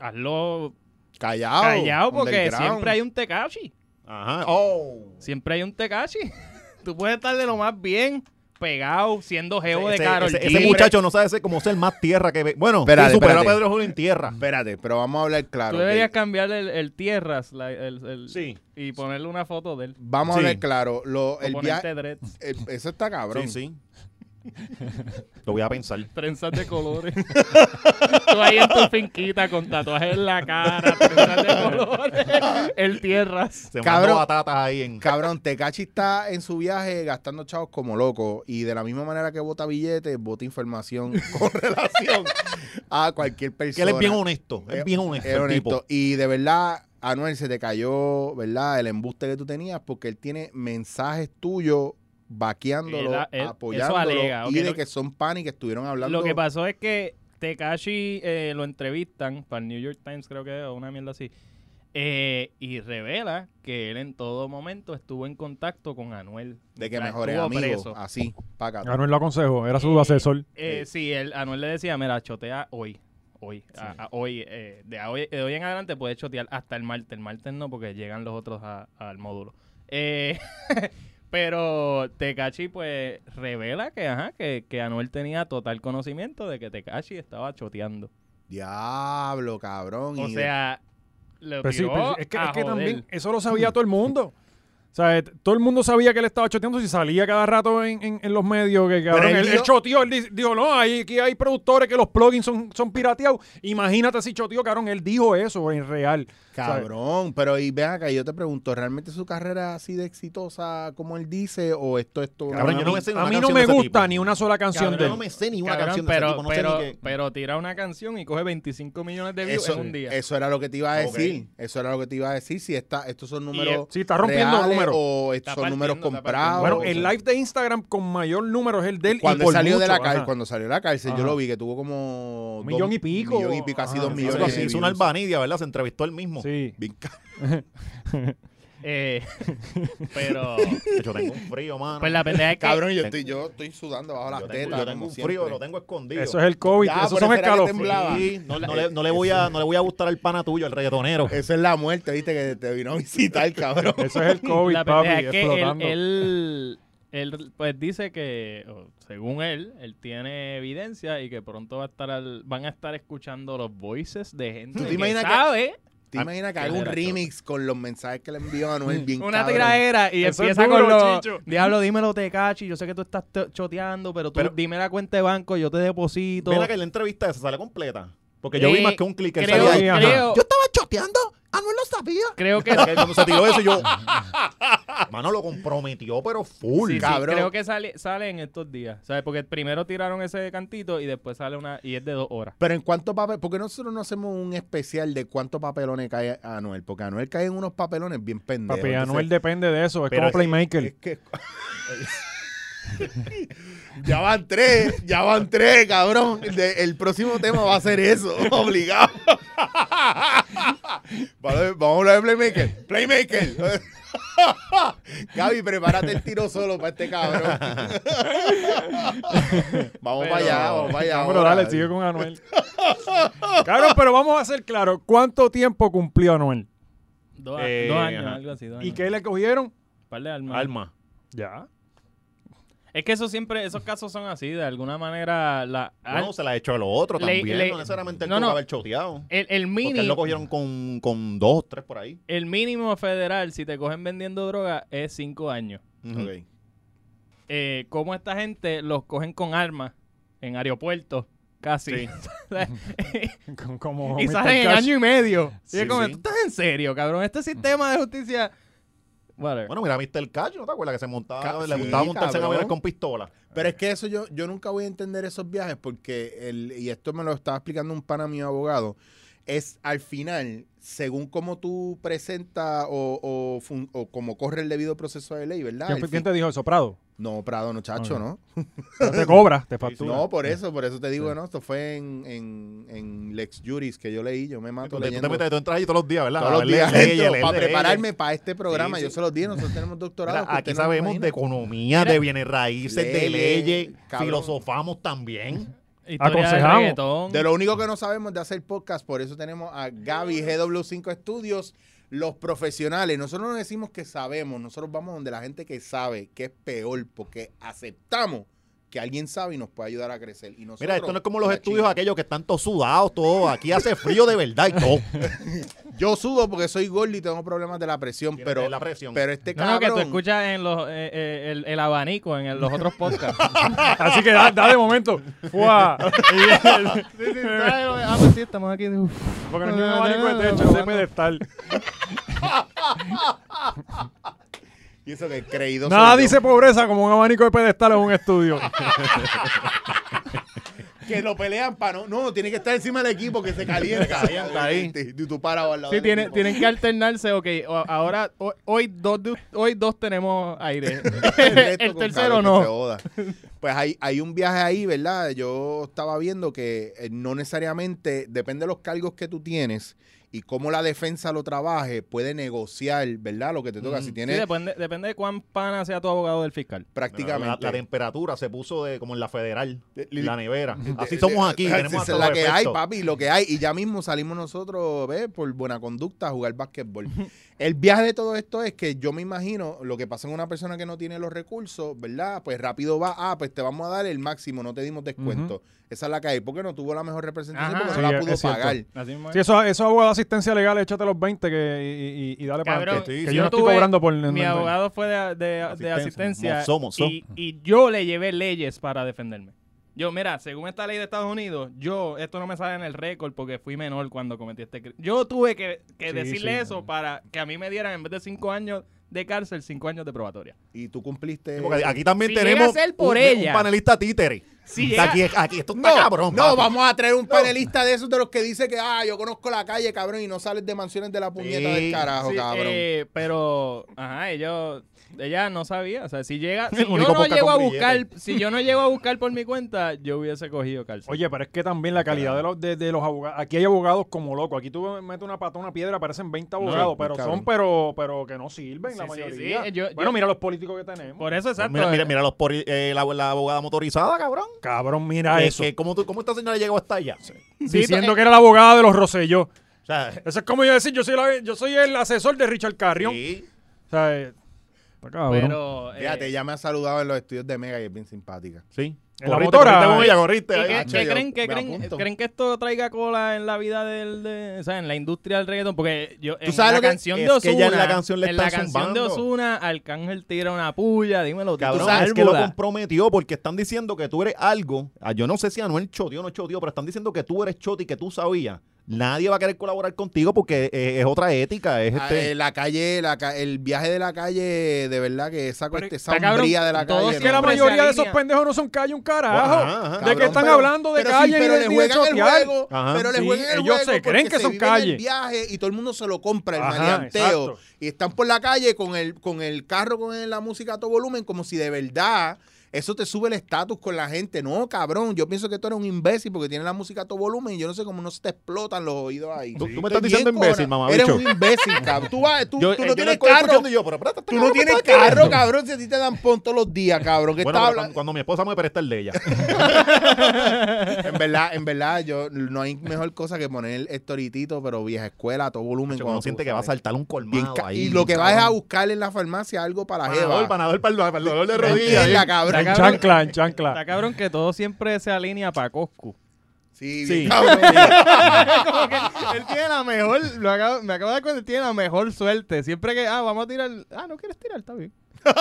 [SPEAKER 2] Hazlo
[SPEAKER 1] Callado.
[SPEAKER 2] callado porque siempre hay
[SPEAKER 1] un...
[SPEAKER 2] un Tekashi.
[SPEAKER 4] Ajá. Oh.
[SPEAKER 2] Siempre hay un Tekashi. Tú puedes estar de lo más bien pegado, siendo geo de
[SPEAKER 4] Ese-
[SPEAKER 2] Karol
[SPEAKER 4] ese,
[SPEAKER 2] G.
[SPEAKER 4] ese muchacho no sabe ser como ser más tierra que. Bueno,
[SPEAKER 1] Espérate,
[SPEAKER 4] sí, superó
[SPEAKER 1] espérate.
[SPEAKER 4] a Pedro Julio en tierra.
[SPEAKER 1] Espérate, pero vamos a hablar claro.
[SPEAKER 2] Tú
[SPEAKER 1] ¿ok?
[SPEAKER 2] deberías cambiarle el, el tierras la- el- el-
[SPEAKER 4] Sí.
[SPEAKER 2] y ponerle una foto de él.
[SPEAKER 1] Vamos
[SPEAKER 4] Sí.
[SPEAKER 1] a hablar claro. Lo,
[SPEAKER 2] O
[SPEAKER 1] el
[SPEAKER 2] ponerte
[SPEAKER 1] viaje,
[SPEAKER 2] dreads.
[SPEAKER 1] el- eso está cabrón.
[SPEAKER 4] Sí, sí. Lo voy a pensar.
[SPEAKER 2] Trenzas de colores. Tú ahí en tu finquita con tatuajes en la cara, trenzas de colores, el tierras.
[SPEAKER 4] Se
[SPEAKER 1] Cabrón.
[SPEAKER 4] mandó batatas ahí en.
[SPEAKER 1] Cabrón, Tecachi está en su viaje gastando chavos como loco y de la misma manera que vota billetes, vota información con relación a cualquier
[SPEAKER 4] Que
[SPEAKER 1] persona. Eh,
[SPEAKER 4] él es bien honesto. Es bien honesto.
[SPEAKER 1] Es
[SPEAKER 4] el
[SPEAKER 1] honesto.
[SPEAKER 4] tipo.
[SPEAKER 1] Y de verdad, Anuel, se te cayó, ¿verdad? El embuste que tú tenías porque él tiene mensajes tuyos vaqueándolo,
[SPEAKER 2] Él- él- eso
[SPEAKER 1] apoyándolo
[SPEAKER 2] alega, ok,
[SPEAKER 1] y de
[SPEAKER 2] lo-
[SPEAKER 1] que son pan y que estuvieron hablando.
[SPEAKER 2] Lo que pasó es que Tekashi eh, lo entrevistan para el New York Times, creo que, o una mierda así. eh, y revela que él en todo momento estuvo en contacto con Anuel.
[SPEAKER 1] de que
[SPEAKER 2] mientras
[SPEAKER 1] mejores
[SPEAKER 2] estuvo
[SPEAKER 1] amigos,
[SPEAKER 2] preso.
[SPEAKER 1] así, paca.
[SPEAKER 3] Anuel lo aconsejo, era su
[SPEAKER 2] Eh,
[SPEAKER 3] asesor.
[SPEAKER 2] Eh, sí, el, Anuel le decía, mira, chotea hoy. Hoy, a- a hoy, eh, de, a hoy de hoy en adelante puedes chotear hasta el martes. El martes no, porque llegan los otros a- al módulo. Eh, pero Tecachi, pues, revela que, ajá, que, que Anuel tenía total conocimiento de que Tecachi estaba choteando.
[SPEAKER 1] Diablo, cabrón.
[SPEAKER 2] O
[SPEAKER 1] y-
[SPEAKER 2] sea, lo
[SPEAKER 3] Pero sí,
[SPEAKER 2] tiró
[SPEAKER 3] pero es que,
[SPEAKER 2] a
[SPEAKER 3] es que
[SPEAKER 2] joder.
[SPEAKER 3] también eso lo sabía todo el mundo. O sea, eh, todo el mundo sabía que él estaba choteando si salía cada rato en, en- en los medios. Que, cabrón,
[SPEAKER 1] él
[SPEAKER 3] él, él
[SPEAKER 1] dijo-
[SPEAKER 3] choteó, él di- dijo, no, hay, aquí hay productores que los plugins son, son pirateados. Imagínate si choteó, cabrón, él dijo eso en real.
[SPEAKER 1] Cabrón, pero y vean acá, yo te pregunto, ¿realmente su carrera así de exitosa como él dice o esto es todo?
[SPEAKER 4] Cabrón, yo no me sé ni
[SPEAKER 3] A
[SPEAKER 4] una
[SPEAKER 3] mí no
[SPEAKER 4] canción
[SPEAKER 3] me
[SPEAKER 4] de ese
[SPEAKER 3] gusta
[SPEAKER 4] tipo.
[SPEAKER 3] ni una sola canción
[SPEAKER 2] Cabrón,
[SPEAKER 4] Yo
[SPEAKER 3] de
[SPEAKER 4] no
[SPEAKER 3] él.
[SPEAKER 4] me sé ni una
[SPEAKER 2] Cabrón,
[SPEAKER 4] canción de ese
[SPEAKER 2] pero,
[SPEAKER 4] tipo. No
[SPEAKER 2] pero,
[SPEAKER 4] sé ni qué.
[SPEAKER 2] pero tira una canción y coge 25 millones de views
[SPEAKER 1] eso,
[SPEAKER 2] en un día.
[SPEAKER 1] eso era lo que te iba a
[SPEAKER 4] Ok.
[SPEAKER 1] decir. Eso era lo que te iba a decir. Si está, estos son números.
[SPEAKER 3] Sí, eh, está rompiendo
[SPEAKER 1] reales
[SPEAKER 3] números.
[SPEAKER 1] O estos
[SPEAKER 2] Está
[SPEAKER 1] son números
[SPEAKER 2] partiendo, está
[SPEAKER 1] comprados.
[SPEAKER 2] partiendo.
[SPEAKER 3] Bueno, el
[SPEAKER 1] O sea,
[SPEAKER 3] live de Instagram con mayor número es el de él. y
[SPEAKER 1] Cuando él
[SPEAKER 3] por
[SPEAKER 1] salió de la
[SPEAKER 3] mucho,
[SPEAKER 1] cárcel,
[SPEAKER 3] ajá.
[SPEAKER 1] cuando salió de la cárcel, yo
[SPEAKER 3] Ajá.
[SPEAKER 1] lo vi que tuvo como.
[SPEAKER 3] Un millón y pico.
[SPEAKER 1] Millón y pico, casi
[SPEAKER 3] Ajá,
[SPEAKER 1] dos
[SPEAKER 3] Ah, sí,
[SPEAKER 1] millones.
[SPEAKER 4] Algo
[SPEAKER 1] de
[SPEAKER 4] así, hizo una
[SPEAKER 1] views.
[SPEAKER 4] albanidia, ¿verdad? Se entrevistó él mismo.
[SPEAKER 3] Sí.
[SPEAKER 4] Bien ca-
[SPEAKER 2] Eh, pero,
[SPEAKER 4] Yo tengo un frío, mano.
[SPEAKER 2] pues la pendeja es que...
[SPEAKER 1] Cabrón, yo estoy, yo estoy sudando bajo las
[SPEAKER 4] yo tengo,
[SPEAKER 1] tetas.
[SPEAKER 4] yo tengo
[SPEAKER 1] como
[SPEAKER 4] un frío,
[SPEAKER 1] siempre.
[SPEAKER 4] lo tengo escondido.
[SPEAKER 3] Eso es el COVID,
[SPEAKER 1] Ya,
[SPEAKER 3] esos
[SPEAKER 1] por
[SPEAKER 3] son
[SPEAKER 1] eso era que
[SPEAKER 3] escalofríos.
[SPEAKER 1] temblaba.
[SPEAKER 4] Sí, no, no le, no le voy a, no le voy a gustar el pana tuyo, el reggaetonero.
[SPEAKER 1] Eso es la muerte, viste, que te vino a visitar, cabrón.
[SPEAKER 3] Eso es el COVID,
[SPEAKER 2] la
[SPEAKER 3] papi,
[SPEAKER 2] pendeja es que él,
[SPEAKER 3] explotando.
[SPEAKER 2] él, él, pues dice que, o, según él, él tiene evidencia y que pronto va a estar al- van a estar escuchando los voices de gente
[SPEAKER 1] ¿Tú te
[SPEAKER 2] que
[SPEAKER 1] imaginas que-
[SPEAKER 2] sabe
[SPEAKER 1] ¿Te imaginas que
[SPEAKER 2] Ah,
[SPEAKER 1] haga un
[SPEAKER 2] era
[SPEAKER 1] remix con los mensajes que le envió a Anuel bien
[SPEAKER 2] una
[SPEAKER 1] cabrón?
[SPEAKER 2] tiradera y
[SPEAKER 3] Eso es
[SPEAKER 2] empieza
[SPEAKER 3] duro,
[SPEAKER 2] con los...
[SPEAKER 3] Chicho.
[SPEAKER 2] Diablo, dímelo, Tecachi, yo sé que tú estás te- choteando, pero tú
[SPEAKER 4] Pero-
[SPEAKER 2] dime la cuenta de banco, yo te deposito.
[SPEAKER 4] Ven acá, la entrevista esa sale completa. Porque yo vi
[SPEAKER 2] Eh,
[SPEAKER 4] más que un clic que
[SPEAKER 2] creo,
[SPEAKER 4] salía ahí.
[SPEAKER 2] creo,
[SPEAKER 4] estaba choteando. Anuel lo sabía.
[SPEAKER 2] creo que...
[SPEAKER 4] Que Cuando se tiró eso, yo. Mano, lo comprometió, pero full.
[SPEAKER 2] Sí, sí,
[SPEAKER 1] cabrón.
[SPEAKER 2] creo que sale, sale en estos días, ¿sabes? Porque primero tiraron ese cantito y después sale una... Y es de dos horas.
[SPEAKER 1] Pero en cuánto papel, porque nosotros no hacemos un especial de cuántos papelones cae a Anuel, porque Anuel cae en unos papelones bien pendejos.
[SPEAKER 3] Papi,
[SPEAKER 1] Entonces,
[SPEAKER 3] Anuel depende de eso, es
[SPEAKER 4] Pero
[SPEAKER 3] como
[SPEAKER 4] es-
[SPEAKER 3] Playmaker.
[SPEAKER 1] es que- ya van tres, ya van tres, cabrón. De- el próximo tema va a ser eso, obligado. Vale, Vamos a hablar de Playmaker. Playmaker. Gaby, prepárate el tiro solo para este cabrón. vamos
[SPEAKER 2] Pero-
[SPEAKER 1] para allá, vamos para allá.
[SPEAKER 3] Vamos,
[SPEAKER 1] ahora.
[SPEAKER 3] dale, sigue con Anuel. Cabrón, pero vamos a ser claros. ¿Cuánto tiempo cumplió Anuel?
[SPEAKER 2] Dos, a-
[SPEAKER 4] Eh,
[SPEAKER 2] dos años,
[SPEAKER 4] ajá.
[SPEAKER 2] algo así. Dos
[SPEAKER 3] ¿Y
[SPEAKER 2] años.
[SPEAKER 3] qué le cogieron?
[SPEAKER 2] Par de almas.
[SPEAKER 4] Alma.
[SPEAKER 3] Ya.
[SPEAKER 2] Es que eso siempre, esos casos son así, de alguna manera. La, al-
[SPEAKER 4] No, se la ha hecho a los otros
[SPEAKER 2] Le-
[SPEAKER 4] también.
[SPEAKER 2] le-
[SPEAKER 4] no necesariamente él
[SPEAKER 2] no,
[SPEAKER 4] tuvo que
[SPEAKER 2] no.
[SPEAKER 4] haber choteado.
[SPEAKER 2] el, el
[SPEAKER 4] Porque él lo
[SPEAKER 2] mínimo,
[SPEAKER 4] cogieron con, con dos o tres por ahí.
[SPEAKER 2] el mínimo federal, si te cogen vendiendo droga, es cinco años.
[SPEAKER 4] Ujú.
[SPEAKER 1] Ok.
[SPEAKER 2] Eh, ¿Cómo esta gente los cogen con armas en aeropuertos? Casi.
[SPEAKER 3] Con- Como
[SPEAKER 2] y
[SPEAKER 3] Mr.
[SPEAKER 2] salen en
[SPEAKER 3] Cash.
[SPEAKER 2] año y medio.
[SPEAKER 4] Sí,
[SPEAKER 2] y es como,
[SPEAKER 4] sí.
[SPEAKER 2] ¿tú estás en serio, cabrón? Este sistema de justicia. Whatever.
[SPEAKER 4] Bueno, mira, Mr. Cash, ¿no te acuerdas que se montaba,
[SPEAKER 1] Ca-
[SPEAKER 4] le
[SPEAKER 1] sí,
[SPEAKER 4] gustaba montarse en
[SPEAKER 1] cabrón.
[SPEAKER 4] aviones con pistola?
[SPEAKER 1] Pero es que eso yo, yo nunca voy a entender esos viajes porque, el, y esto me lo estaba explicando un pana mío abogado, es al final, según cómo tú presentas o, o, fun- o cómo corre el debido proceso de ley, ¿verdad?
[SPEAKER 3] ¿Quién,
[SPEAKER 1] El
[SPEAKER 3] fue-
[SPEAKER 1] fin-
[SPEAKER 3] quién te dijo eso, Prado?
[SPEAKER 1] No, Prado, no, chacho,
[SPEAKER 3] Ok.
[SPEAKER 1] ¿no?
[SPEAKER 3] No te cobras, te factura.
[SPEAKER 1] No, por eso, por eso te digo, no, esto fue en, en, en Lex Juris que yo leí, yo me mato
[SPEAKER 4] Tú, te- tú
[SPEAKER 1] leyendo
[SPEAKER 4] te metes, tú entras ahí todos los días, ¿verdad?
[SPEAKER 1] todos
[SPEAKER 4] A
[SPEAKER 1] los
[SPEAKER 4] ver,
[SPEAKER 1] días
[SPEAKER 4] leyes,
[SPEAKER 1] entro
[SPEAKER 4] leer
[SPEAKER 1] para
[SPEAKER 4] leyes.
[SPEAKER 1] prepararme para este programa,
[SPEAKER 4] Sí,
[SPEAKER 1] yo
[SPEAKER 4] sí.
[SPEAKER 1] se los di, nosotros tenemos doctorado.
[SPEAKER 4] Mira,
[SPEAKER 1] que
[SPEAKER 4] aquí
[SPEAKER 1] usted no se
[SPEAKER 4] sabemos de
[SPEAKER 1] imagina.
[SPEAKER 4] economía, de bienes raíces, de
[SPEAKER 1] Leyes,
[SPEAKER 4] leyes,
[SPEAKER 1] cabrón.
[SPEAKER 4] filosofamos también.
[SPEAKER 2] Historia del
[SPEAKER 3] aconsejamos.
[SPEAKER 2] reggaetón.
[SPEAKER 1] De lo único que no sabemos de hacer podcast, por eso tenemos a Gaby GW5 Estudios, los profesionales. Nosotros no decimos que sabemos, nosotros vamos donde la gente que sabe, que es peor, porque aceptamos que alguien sabe y nos puede ayudar a crecer. Y nosotros,
[SPEAKER 4] Mira, esto no es como los
[SPEAKER 1] la
[SPEAKER 4] estudios
[SPEAKER 1] chinga.
[SPEAKER 4] aquellos que están todos sudados, todo. Aquí hace frío de verdad y todo.
[SPEAKER 1] Yo sudo porque soy gordo y tengo problemas de la presión,
[SPEAKER 4] Tiene
[SPEAKER 1] pero,
[SPEAKER 4] la presión.
[SPEAKER 1] pero este
[SPEAKER 6] No, no,
[SPEAKER 1] cabrón...
[SPEAKER 6] que tú escuchas en los, eh, eh, el, el abanico, en el- los otros podcasts.
[SPEAKER 3] Así que da, da de momento. ¡Fua!
[SPEAKER 6] sí, sí, ah, pues sí, estamos aquí. Uf.
[SPEAKER 3] Porque no es un abanico de techo, es de pedestal.
[SPEAKER 1] Y eso que he creído soy
[SPEAKER 3] Nada
[SPEAKER 1] yo.
[SPEAKER 3] dice pobreza como un abanico de pedestal en un estudio.
[SPEAKER 1] Que lo pelean para no... No, tiene que estar encima del equipo que se calienta.
[SPEAKER 4] calienta ahí.
[SPEAKER 1] Y tú parado al lado
[SPEAKER 2] Sí,
[SPEAKER 1] del
[SPEAKER 2] tiene-
[SPEAKER 1] equipo.
[SPEAKER 2] tienen que alternarse. Ok, o- ahora, ho- hoy dos, de- hoy dos tenemos aire.
[SPEAKER 1] el resto
[SPEAKER 2] el
[SPEAKER 1] con
[SPEAKER 2] tercero
[SPEAKER 1] Carlos, que se
[SPEAKER 2] no.
[SPEAKER 1] joda. Pues hay, hay un viaje ahí, ¿verdad? Yo estaba viendo que eh, no necesariamente, depende de los cargos que tú tienes y cómo la defensa lo trabaje, puede negociar, ¿verdad? Lo que te
[SPEAKER 2] Mm.
[SPEAKER 1] toca. Si
[SPEAKER 6] Sí,
[SPEAKER 1] tienes
[SPEAKER 6] depende, depende de cuán pana sea tu abogado del fiscal.
[SPEAKER 4] Mira,
[SPEAKER 1] prácticamente...
[SPEAKER 4] La, la temperatura se puso de como en la federal,
[SPEAKER 1] li-
[SPEAKER 4] la nevera. Así somos aquí.
[SPEAKER 1] Ah,
[SPEAKER 4] Tenemos
[SPEAKER 1] sí,
[SPEAKER 4] hasta
[SPEAKER 1] es la
[SPEAKER 4] los
[SPEAKER 1] que hay,
[SPEAKER 4] efectos.
[SPEAKER 1] papi, lo que hay. Y ya mismo salimos nosotros, ¿ves? Por buena conducta a jugar básquetbol. El viaje de todo esto es que yo me imagino lo que pasa en una persona que no tiene los recursos, ¿verdad? Pues rápido va, ah, pues te vamos a dar el máximo, no te dimos descuento. Esa es la que hay, porque no tuvo la mejor representación,
[SPEAKER 2] Ajá.
[SPEAKER 1] porque
[SPEAKER 3] Sí,
[SPEAKER 1] no la
[SPEAKER 3] es-
[SPEAKER 1] pudo
[SPEAKER 3] es cierto.
[SPEAKER 1] pagar.
[SPEAKER 6] Así mismo es.
[SPEAKER 3] Si eso, eso abogado de asistencia legal, échate los 20 que, y, y- y dale para
[SPEAKER 2] Cabrón,
[SPEAKER 3] adelante. Que
[SPEAKER 4] sí,
[SPEAKER 3] yo no estoy
[SPEAKER 2] tuve-
[SPEAKER 3] cobrando por...
[SPEAKER 2] Mi
[SPEAKER 3] no-
[SPEAKER 2] abogado fue de, de- de
[SPEAKER 4] Asistencia.
[SPEAKER 2] asistencia.
[SPEAKER 4] Mozó, mozó.
[SPEAKER 2] Y, y yo le llevé leyes para defenderme. Yo, mira, según esta ley de Estados Unidos, yo, esto no me sale en el récord porque fui menor cuando cometí este crimen. Yo tuve que, que
[SPEAKER 3] Sí,
[SPEAKER 2] decirle
[SPEAKER 3] sí.
[SPEAKER 2] eso para que a mí me dieran, en vez de cinco años de cárcel, cinco años de probatoria.
[SPEAKER 1] Y tú cumpliste.
[SPEAKER 4] Porque aquí también
[SPEAKER 2] Si
[SPEAKER 4] tenemos
[SPEAKER 2] llega a ser por
[SPEAKER 4] un,
[SPEAKER 2] ella.
[SPEAKER 4] un panelista títere.
[SPEAKER 2] Si
[SPEAKER 4] O sea,
[SPEAKER 2] llega-
[SPEAKER 4] aquí, aquí esto está
[SPEAKER 1] No,
[SPEAKER 4] cabrón.
[SPEAKER 1] no
[SPEAKER 4] papi.
[SPEAKER 1] vamos a traer un panelista de esos de los que dice que, ah, yo conozco la calle, cabrón, y no sales de mansiones de la puñeta
[SPEAKER 4] Sí,
[SPEAKER 1] del carajo,
[SPEAKER 2] Sí,
[SPEAKER 1] cabrón.
[SPEAKER 2] eh, pero, ajá, ellos, ella no sabía. O sea, si llega, si
[SPEAKER 4] El
[SPEAKER 2] yo
[SPEAKER 4] único
[SPEAKER 2] no
[SPEAKER 4] podcast
[SPEAKER 2] llego a
[SPEAKER 4] con
[SPEAKER 2] buscar, si yo no llego a buscar por mi cuenta, yo hubiese cogido cárcel.
[SPEAKER 3] Oye, pero es que también la calidad de los, de, de los abogados. Aquí hay abogados como locos. Aquí tú metes una pata, una piedra, aparecen 20 abogados, pero
[SPEAKER 1] cabrón.
[SPEAKER 3] son, pero, pero que no sirven la
[SPEAKER 2] Sí, sí,
[SPEAKER 3] mayoría.
[SPEAKER 2] sí, yo-
[SPEAKER 3] bueno,
[SPEAKER 2] yo-
[SPEAKER 3] mira los políticos que tenemos.
[SPEAKER 2] Por eso, exacto.
[SPEAKER 4] pues Mira, mira,
[SPEAKER 2] eh,
[SPEAKER 4] mira los por, eh, la, la abogada motorizada, cabrón.
[SPEAKER 2] e-
[SPEAKER 3] Cabrón, mira
[SPEAKER 2] Ah,
[SPEAKER 4] Que-
[SPEAKER 3] eso.
[SPEAKER 4] que ¿cómo, tú- ¿Cómo esta señora llegó hasta allá?
[SPEAKER 2] eh,
[SPEAKER 3] Diciendo que era la abogada de los Roselló.
[SPEAKER 4] O sea,
[SPEAKER 3] Eso es como yo decir, yo soy, la- yo soy el asesor de Richard Carrion.
[SPEAKER 4] sí.
[SPEAKER 3] O sea, eh, está cabrón.
[SPEAKER 2] Pero, eh,
[SPEAKER 1] Fíjate, ella me ha saludado en los estudios de Mega y es bien simpática.
[SPEAKER 4] Sí.
[SPEAKER 3] En la
[SPEAKER 4] Corriste,
[SPEAKER 3] motora,
[SPEAKER 4] corriste con
[SPEAKER 3] eh.
[SPEAKER 4] ella, corriste. Ah,
[SPEAKER 2] ¿Y
[SPEAKER 4] ahí.
[SPEAKER 2] qué,
[SPEAKER 1] Hacho,
[SPEAKER 2] qué
[SPEAKER 1] yo
[SPEAKER 2] creen, qué
[SPEAKER 1] me
[SPEAKER 2] creen,
[SPEAKER 1] apunto.
[SPEAKER 2] creen que esto traiga cola en la vida del, de, o sea, en la industria del reggaetón? Porque yo, en
[SPEAKER 4] sabes
[SPEAKER 2] la
[SPEAKER 4] lo que-
[SPEAKER 2] canción
[SPEAKER 4] es
[SPEAKER 2] de
[SPEAKER 4] que ya
[SPEAKER 2] Ozuna,
[SPEAKER 4] en la canción le
[SPEAKER 2] en la
[SPEAKER 4] están
[SPEAKER 2] canción de
[SPEAKER 4] zumbando.
[SPEAKER 2] Ozuna, Arcángel tira una puya, dímelo, tú,
[SPEAKER 4] Cabrón,
[SPEAKER 2] tú sabes
[SPEAKER 4] es que lo
[SPEAKER 2] Buda.
[SPEAKER 4] comprometió porque están diciendo que tú eres algo. Ah, Yo no sé si Anuel choteó o no choteó, pero están diciendo que tú eres chote y que tú sabías. Nadie va a querer colaborar contigo porque eh, es otra ética. Es
[SPEAKER 1] Ah,
[SPEAKER 4] este.
[SPEAKER 1] eh, la calle, la ca- el viaje de la calle, de verdad que esa, cueste- esa
[SPEAKER 2] está cabrón,
[SPEAKER 1] hombría de la
[SPEAKER 2] todo
[SPEAKER 1] calle.
[SPEAKER 2] es
[SPEAKER 3] que la
[SPEAKER 2] hombre, esa
[SPEAKER 3] mayoría de esos
[SPEAKER 2] línea.
[SPEAKER 3] pendejos no son calle un carajo.
[SPEAKER 4] Ajá, ajá.
[SPEAKER 3] ¿De
[SPEAKER 1] Cabrón,
[SPEAKER 3] qué están
[SPEAKER 1] pero-
[SPEAKER 3] hablando? De
[SPEAKER 1] pero sí,
[SPEAKER 3] calle
[SPEAKER 1] pero
[SPEAKER 3] y
[SPEAKER 1] le
[SPEAKER 3] de, y de
[SPEAKER 1] juegan el
[SPEAKER 3] chotear.
[SPEAKER 1] juego,
[SPEAKER 4] Ajá.
[SPEAKER 1] pero le
[SPEAKER 3] Sí,
[SPEAKER 1] juegan el
[SPEAKER 3] ellos
[SPEAKER 1] juego
[SPEAKER 3] se creen
[SPEAKER 1] porque
[SPEAKER 3] que
[SPEAKER 1] se
[SPEAKER 3] son
[SPEAKER 1] viven
[SPEAKER 3] calle.
[SPEAKER 1] el viaje y todo el mundo se lo compra, el
[SPEAKER 3] Ajá,
[SPEAKER 1] maleanteo.
[SPEAKER 3] exacto.
[SPEAKER 1] Y están por la calle con el, con el carro, con la música a todo volumen, como si de verdad eso te sube el estatus con la gente. No, cabrón, yo pienso que tú eres un imbécil porque tienes la música a todo volumen y yo no sé cómo no se te explotan los oídos ahí.
[SPEAKER 4] Tú- tú me
[SPEAKER 1] Estoy
[SPEAKER 4] estás diciendo
[SPEAKER 1] bien cojonado.
[SPEAKER 4] imbécil, mamabicho.
[SPEAKER 1] Eres un imbécil, cabrón. Tú, vas- tú,
[SPEAKER 4] Yo-
[SPEAKER 1] tú no
[SPEAKER 4] eh, yo lo
[SPEAKER 1] tienes
[SPEAKER 4] estoy
[SPEAKER 1] carro.
[SPEAKER 4] escuchando y yo, pero espérate,
[SPEAKER 1] Tú no
[SPEAKER 4] cabrón,
[SPEAKER 1] tienes
[SPEAKER 4] ¿qué estás
[SPEAKER 1] carro,
[SPEAKER 4] haciendo?
[SPEAKER 1] cabrón, si a ti te dan pon todos los días, cabrón. ¿Qué
[SPEAKER 4] Bueno,
[SPEAKER 1] estás
[SPEAKER 4] pero
[SPEAKER 1] hablando?
[SPEAKER 4] cuando, cuando mi esposa me presta el de ella.
[SPEAKER 1] En verdad, en verdad, yo no hay mejor cosa que poner este oritito, pero vieja escuela, a todo volumen.
[SPEAKER 4] Cuando
[SPEAKER 1] tú
[SPEAKER 4] siente que va a
[SPEAKER 1] sales.
[SPEAKER 4] saltar un
[SPEAKER 1] Bien
[SPEAKER 4] colmado
[SPEAKER 1] ca-
[SPEAKER 4] ahí.
[SPEAKER 1] Y lo que vas es a buscar en la farmacia algo para la
[SPEAKER 4] Panadol,
[SPEAKER 1] jeva.
[SPEAKER 4] panador para el para el eh. dolor de rodillas.
[SPEAKER 1] Entienda,
[SPEAKER 3] En
[SPEAKER 1] cabrón.
[SPEAKER 2] Saca-
[SPEAKER 3] chancla, en chancla.
[SPEAKER 2] Está cabrón que todo siempre se alinea para Coscu.
[SPEAKER 1] Sí,
[SPEAKER 4] Sí.
[SPEAKER 1] bien cabrón.
[SPEAKER 2] Como que él tiene la mejor, lo acabo- me acabo de dar cuenta, él tiene la mejor suerte. Siempre que, ah, vamos a tirar, ah, no quieres tirar, está bien. Se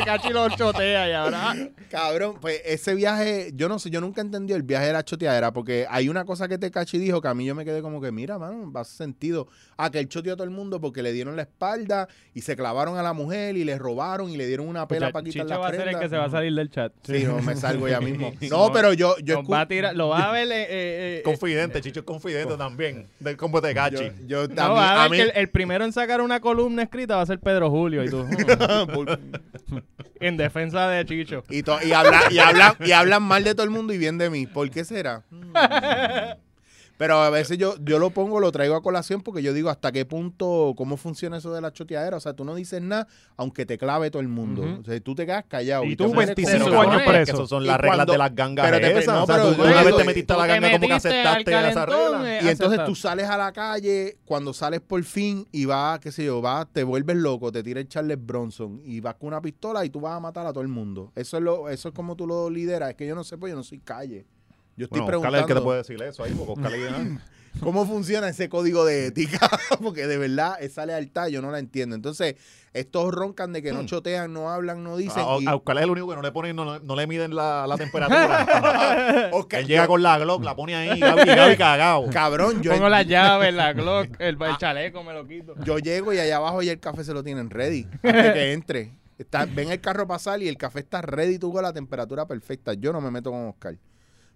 [SPEAKER 2] cacha y lo chotea y ahora, ah,
[SPEAKER 1] Cabrón, pues ese viaje, yo no sé, yo nunca entendí el viaje de la choteadera, porque hay una cosa que te cachi dijo que a mí yo me quedé como que, mira, mano, va a hacer sentido. Ah, que él choteó a todo el mundo porque le dieron la espalda y se clavaron a la mujer y le robaron y le dieron una pela para quitar
[SPEAKER 2] Pues
[SPEAKER 1] la
[SPEAKER 2] Chicho va a ser el
[SPEAKER 1] prenda.
[SPEAKER 2] que se va a salir del chat.
[SPEAKER 1] Sí, no, me salgo ya mismo.
[SPEAKER 2] No,
[SPEAKER 1] No, pero yo, yo
[SPEAKER 2] Nos va a
[SPEAKER 1] escu-
[SPEAKER 2] tirar, lo va a ver, eh, eh, eh,
[SPEAKER 4] Confidente, Chicho es confidente también. Del combo de
[SPEAKER 1] yo,
[SPEAKER 4] gachi.
[SPEAKER 1] yo
[SPEAKER 2] No,
[SPEAKER 1] también-
[SPEAKER 2] va a
[SPEAKER 1] a mí-
[SPEAKER 2] ver que el, el primero en sacar una columna escrita va a ser Pedro Julio y tú. en defensa de Chicho.
[SPEAKER 1] Y, to- y, habla- y, hablan, y hablan mal de todo el mundo y bien de mí. ¿Por qué será? Mm. Pero a veces yo, yo lo pongo, lo traigo a colación porque yo digo hasta qué punto, cómo funciona eso de la choteadera. O sea, tú no dices nada aunque te clave todo el mundo.
[SPEAKER 3] Ujú.
[SPEAKER 1] O sea, tú te quedas callado.
[SPEAKER 3] Y
[SPEAKER 1] te
[SPEAKER 3] tú
[SPEAKER 1] pones
[SPEAKER 3] 25
[SPEAKER 1] como-
[SPEAKER 2] años
[SPEAKER 4] Pero
[SPEAKER 3] preso.
[SPEAKER 4] que Esas son
[SPEAKER 1] Y
[SPEAKER 4] las reglas
[SPEAKER 1] cuando-
[SPEAKER 4] de las gangas
[SPEAKER 1] pero te-
[SPEAKER 4] esas.
[SPEAKER 1] no,
[SPEAKER 4] o sea,
[SPEAKER 1] pero
[SPEAKER 4] tú
[SPEAKER 1] yo
[SPEAKER 4] una vez
[SPEAKER 1] digo,
[SPEAKER 4] te metiste a la
[SPEAKER 2] tú te
[SPEAKER 4] ganga, como que
[SPEAKER 2] metiste al
[SPEAKER 4] aceptaste esa
[SPEAKER 2] calentón, eh.
[SPEAKER 4] regla?
[SPEAKER 1] Y entonces
[SPEAKER 2] aceptado.
[SPEAKER 1] tú sales a la calle, cuando sales por fin y vas, qué sé yo, vas, te vuelves loco, te tira el Charles Bronson y vas con una pistola y tú vas a matar a todo el mundo. Eso es lo eso es como tú lo lideras, es que yo no sé, pues yo no soy calle. Yo estoy
[SPEAKER 4] Bueno, Oscar es
[SPEAKER 1] preguntando.
[SPEAKER 4] el que te puede decir eso ahí, porque Oscar le-
[SPEAKER 1] ¿Cómo funciona ese código de ética? Porque de verdad, esa lealtad yo no la entiendo. Entonces, estos roncan de que
[SPEAKER 2] Hmm.
[SPEAKER 1] no chotean, no hablan, no dicen.
[SPEAKER 2] Ah,
[SPEAKER 1] y-
[SPEAKER 4] A, a Oscar es el único que no le ponen, no, no le miden la, la temperatura.
[SPEAKER 1] Oscar,
[SPEAKER 4] Él llega con la Glock, la pone ahí, Gaby, Gaby cagao.
[SPEAKER 1] Cabrón, yo, Ah.
[SPEAKER 2] Pongo la llave, la Glock, el, el chaleco me lo quito.
[SPEAKER 1] yo llego y allá abajo y el café se lo tienen ready. Antes que entre. Está- ven el carro pasar y el café está ready, tú con la temperatura perfecta. Yo no me meto con Oscar.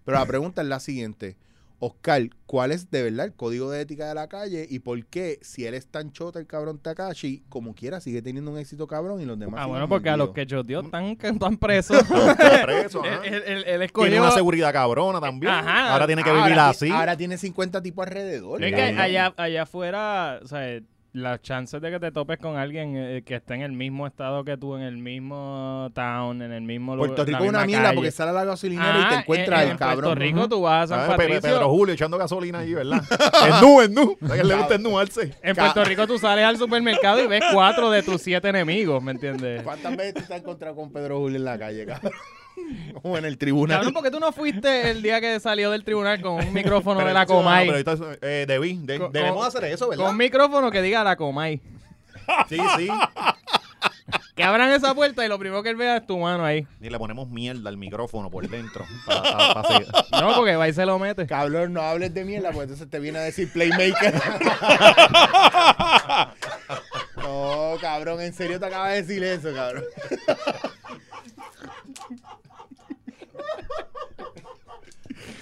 [SPEAKER 1] Pero la pregunta es la siguiente. Oscar, ¿cuál es de verdad el código de ética de la calle y por qué, si él es tan chota el cabrón Takashi, como quiera, sigue teniendo un éxito cabrón y los demás...
[SPEAKER 2] Ah,
[SPEAKER 1] siguen
[SPEAKER 2] bueno, porque a los
[SPEAKER 1] mordidos?
[SPEAKER 2] que choteó están, que están presos.
[SPEAKER 4] Está preso,
[SPEAKER 2] él,
[SPEAKER 4] ajá.
[SPEAKER 2] él- él- él
[SPEAKER 4] Tiene
[SPEAKER 2] escogió...
[SPEAKER 4] una seguridad cabrona también.
[SPEAKER 2] eh, Ajá.
[SPEAKER 4] ahora tiene que
[SPEAKER 1] Ahora
[SPEAKER 4] vivir
[SPEAKER 1] ti-
[SPEAKER 4] así.
[SPEAKER 1] Ahora tiene 50 tipos alrededor.
[SPEAKER 2] No, es que
[SPEAKER 1] cabrón.
[SPEAKER 2] allá, allá afuera, o sea, las chances de que te topes con alguien eh, que esté en el mismo estado que tú, en el mismo town, en el mismo lugar.
[SPEAKER 1] Puerto
[SPEAKER 2] la
[SPEAKER 1] Rico es una
[SPEAKER 2] misma
[SPEAKER 1] mierda
[SPEAKER 2] calle.
[SPEAKER 1] porque sale a la gasolinera
[SPEAKER 2] Ah,
[SPEAKER 1] y te encuentras
[SPEAKER 2] en-
[SPEAKER 1] el
[SPEAKER 2] en
[SPEAKER 1] cabrón.
[SPEAKER 2] Puerto Rico tú vas a San
[SPEAKER 4] ¿Sabes? Pe- pe-
[SPEAKER 2] Patricio.
[SPEAKER 4] Pedro Julio echando gasolina ahí, ¿verdad? Es nu, es nu. ¿Sabes que a él le gusta ennuarse?
[SPEAKER 2] En Puerto Rico tú sales al supermercado y ves cuatro de tus siete enemigos, ¿me entiendes?
[SPEAKER 1] ¿Cuántas veces tú te has encontrado con Pedro Julio en la calle, cabrón? o en el tribunal.
[SPEAKER 2] Cabrón, ¿por qué tú no fuiste el día que salió del tribunal con un micrófono de la
[SPEAKER 1] ah,
[SPEAKER 4] Pero-
[SPEAKER 2] Comay?
[SPEAKER 4] no, pero ahorita, eh, debí, de-
[SPEAKER 2] Con-
[SPEAKER 4] debemos
[SPEAKER 2] con-
[SPEAKER 4] hacer eso,
[SPEAKER 2] con
[SPEAKER 4] ¿verdad?
[SPEAKER 2] un micrófono que diga la Comay.
[SPEAKER 4] Sí, sí.
[SPEAKER 2] Que abran esa puerta y lo primero que él vea es tu mano ahí.
[SPEAKER 4] Y le ponemos mierda al micrófono por dentro. pa- pa- pa seguir.
[SPEAKER 2] No, porque va y se lo mete.
[SPEAKER 1] Cabrón, no hables de mierda, porque entonces te viene a decir Playmaker. no, cabrón, en serio te acabas de decir eso, cabrón.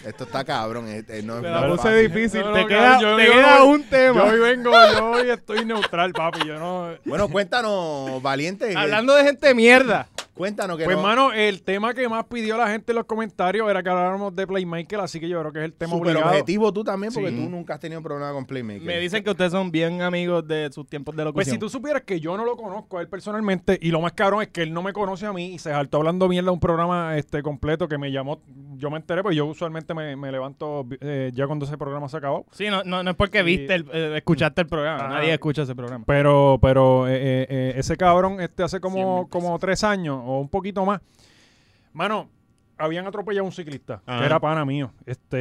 [SPEAKER 1] Esto está cabrón, eh, eh, no,
[SPEAKER 3] Te
[SPEAKER 1] no
[SPEAKER 3] la
[SPEAKER 1] es
[SPEAKER 3] puse
[SPEAKER 1] fácil.
[SPEAKER 3] difícil.
[SPEAKER 7] No, no,
[SPEAKER 3] te
[SPEAKER 7] cabrón,
[SPEAKER 3] queda,
[SPEAKER 7] yo
[SPEAKER 3] te
[SPEAKER 7] digo,
[SPEAKER 3] queda
[SPEAKER 7] no,
[SPEAKER 3] un tema. Yo hoy vengo, yo hoy estoy neutral, papi. Yo no.
[SPEAKER 1] Bueno, cuéntanos, valiente. eh,
[SPEAKER 2] Hablando de gente mierda.
[SPEAKER 1] Cuéntanos que
[SPEAKER 3] Pues,
[SPEAKER 1] no-
[SPEAKER 3] hermano, el tema que más pidió la gente en los comentarios era que habláramos de Playmaker, así que yo creo que es el tema
[SPEAKER 1] Súper
[SPEAKER 3] obligado.
[SPEAKER 1] objetivo tú también, porque
[SPEAKER 3] Sí.
[SPEAKER 1] tú nunca has tenido problema con Playmaker.
[SPEAKER 2] Me dicen que ustedes son bien amigos de sus tiempos de
[SPEAKER 3] Pues
[SPEAKER 2] locución.
[SPEAKER 3] si tú supieras que yo no lo conozco a él personalmente y lo más cabrón es que él no me conoce a mí y se saltó hablando mierda un programa este completo que me llamó, yo me enteré, pues yo usualmente me, me levanto eh, ya cuando ese programa se acabó.
[SPEAKER 2] Sí, no, no, no es porque
[SPEAKER 3] Sí.
[SPEAKER 2] viste, el- eh, escuchaste el programa.
[SPEAKER 3] Ah.
[SPEAKER 2] Nadie escucha ese programa.
[SPEAKER 3] Pero, pero eh, eh, eh, ese cabrón este hace
[SPEAKER 2] Cien mil
[SPEAKER 3] como, como tres años o un poquito más. Mano, habían atropellado a un ciclista
[SPEAKER 4] Ah.
[SPEAKER 3] que era pana mío. Este,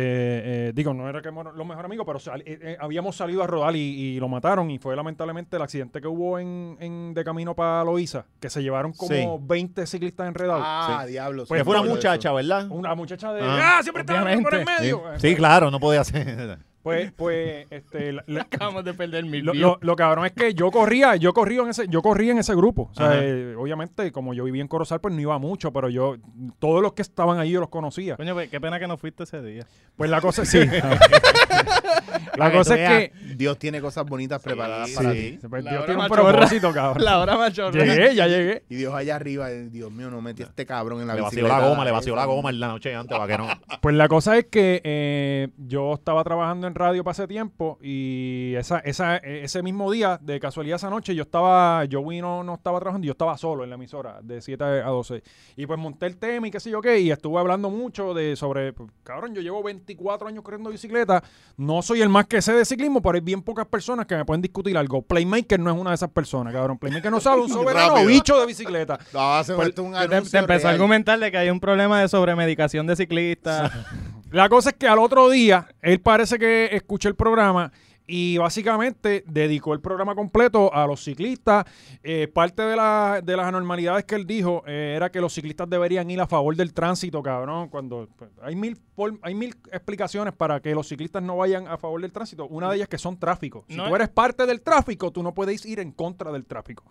[SPEAKER 3] eh, digo, no era que mor- los mejores amigos, pero sal- eh, eh, habíamos salido a rodar y, y lo mataron. Y fue lamentablemente el accidente que hubo en, en- de camino para Loíza, que se llevaron como
[SPEAKER 4] Sí.
[SPEAKER 3] 20 ciclistas enredados.
[SPEAKER 1] Ah, diablo.
[SPEAKER 3] Pues
[SPEAKER 1] sí,
[SPEAKER 4] Que fue una
[SPEAKER 1] me acuerdo de
[SPEAKER 4] muchacha, ¿verdad?
[SPEAKER 3] Una muchacha de.
[SPEAKER 4] Ah.
[SPEAKER 3] ¡Ah! Siempre estaba en el
[SPEAKER 2] Obviamente.
[SPEAKER 3] medio. Eh,
[SPEAKER 4] Sí, claro, no podía ser.
[SPEAKER 3] Pues, pues, este. la- la-
[SPEAKER 2] Acabamos de perder mil
[SPEAKER 3] Lo,
[SPEAKER 2] views.
[SPEAKER 3] lo- lo cabrón es que yo corría, yo corría en ese, yo corría en ese grupo. O sea,
[SPEAKER 4] Ajá.
[SPEAKER 3] eh, obviamente, como yo vivía en Corozal, pues no iba mucho, pero yo, todos los que estaban ahí yo los conocía.
[SPEAKER 2] Coño, pues, qué pena que no fuiste ese día.
[SPEAKER 3] Pues la cosa es sí. la
[SPEAKER 2] que
[SPEAKER 3] cosa
[SPEAKER 2] tú
[SPEAKER 3] es que
[SPEAKER 1] eso. Dios tiene cosas bonitas preparadas para ti.
[SPEAKER 3] pues,
[SPEAKER 2] La
[SPEAKER 3] Dios
[SPEAKER 2] hora
[SPEAKER 3] tiene un
[SPEAKER 2] machorra.
[SPEAKER 3] propósito, cabrón.
[SPEAKER 2] La hora machorra.
[SPEAKER 3] Llegué, ya llegué.
[SPEAKER 1] Y Dios allá arriba, eh, Dios mío, no metí a este cabrón en la
[SPEAKER 4] Le vació
[SPEAKER 1] bicicleta.
[SPEAKER 4] la goma, le vació la goma en la noche antes para que no.
[SPEAKER 3] Pues la cosa es que eh, yo estaba trabajando en radio para ese tiempo y esa, esa, eh, ese mismo día, de casualidad esa noche, yo estaba, yo vino, no estaba trabajando, yo estaba solo en la emisora de 7 a 12. Y pues monté el tema y qué sé yo qué, y estuve hablando mucho de sobre, pues, cabrón, yo llevo 24 años corriendo bicicleta, no soy el más que sé de ciclismo, pero hay bien pocas personas que me pueden discutir algo. Playmaker no es una de esas personas, cabrón. Playmaker no sabe un soberano
[SPEAKER 1] Rápido.
[SPEAKER 3] bicho de bicicleta.
[SPEAKER 1] No, se me metió un
[SPEAKER 2] Te,
[SPEAKER 1] anuncio
[SPEAKER 2] te empezó a
[SPEAKER 1] real.
[SPEAKER 2] argumentar de que hay un problema de sobremedicación de ciclistas.
[SPEAKER 3] La cosa es que al otro día, él parece que escuchó el programa y básicamente dedicó el programa completo a los ciclistas. Eh, parte de, la- de las anormalidades que él dijo eh, era que los ciclistas deberían ir a favor del tránsito, cabrón. Cuando pues, hay mil form- hay mil explicaciones para que los ciclistas no vayan a favor del tránsito. Una de ellas que son tráfico. Si
[SPEAKER 2] No
[SPEAKER 3] tú
[SPEAKER 2] es-
[SPEAKER 3] eres parte del tráfico, tú no puedes ir en contra del tráfico.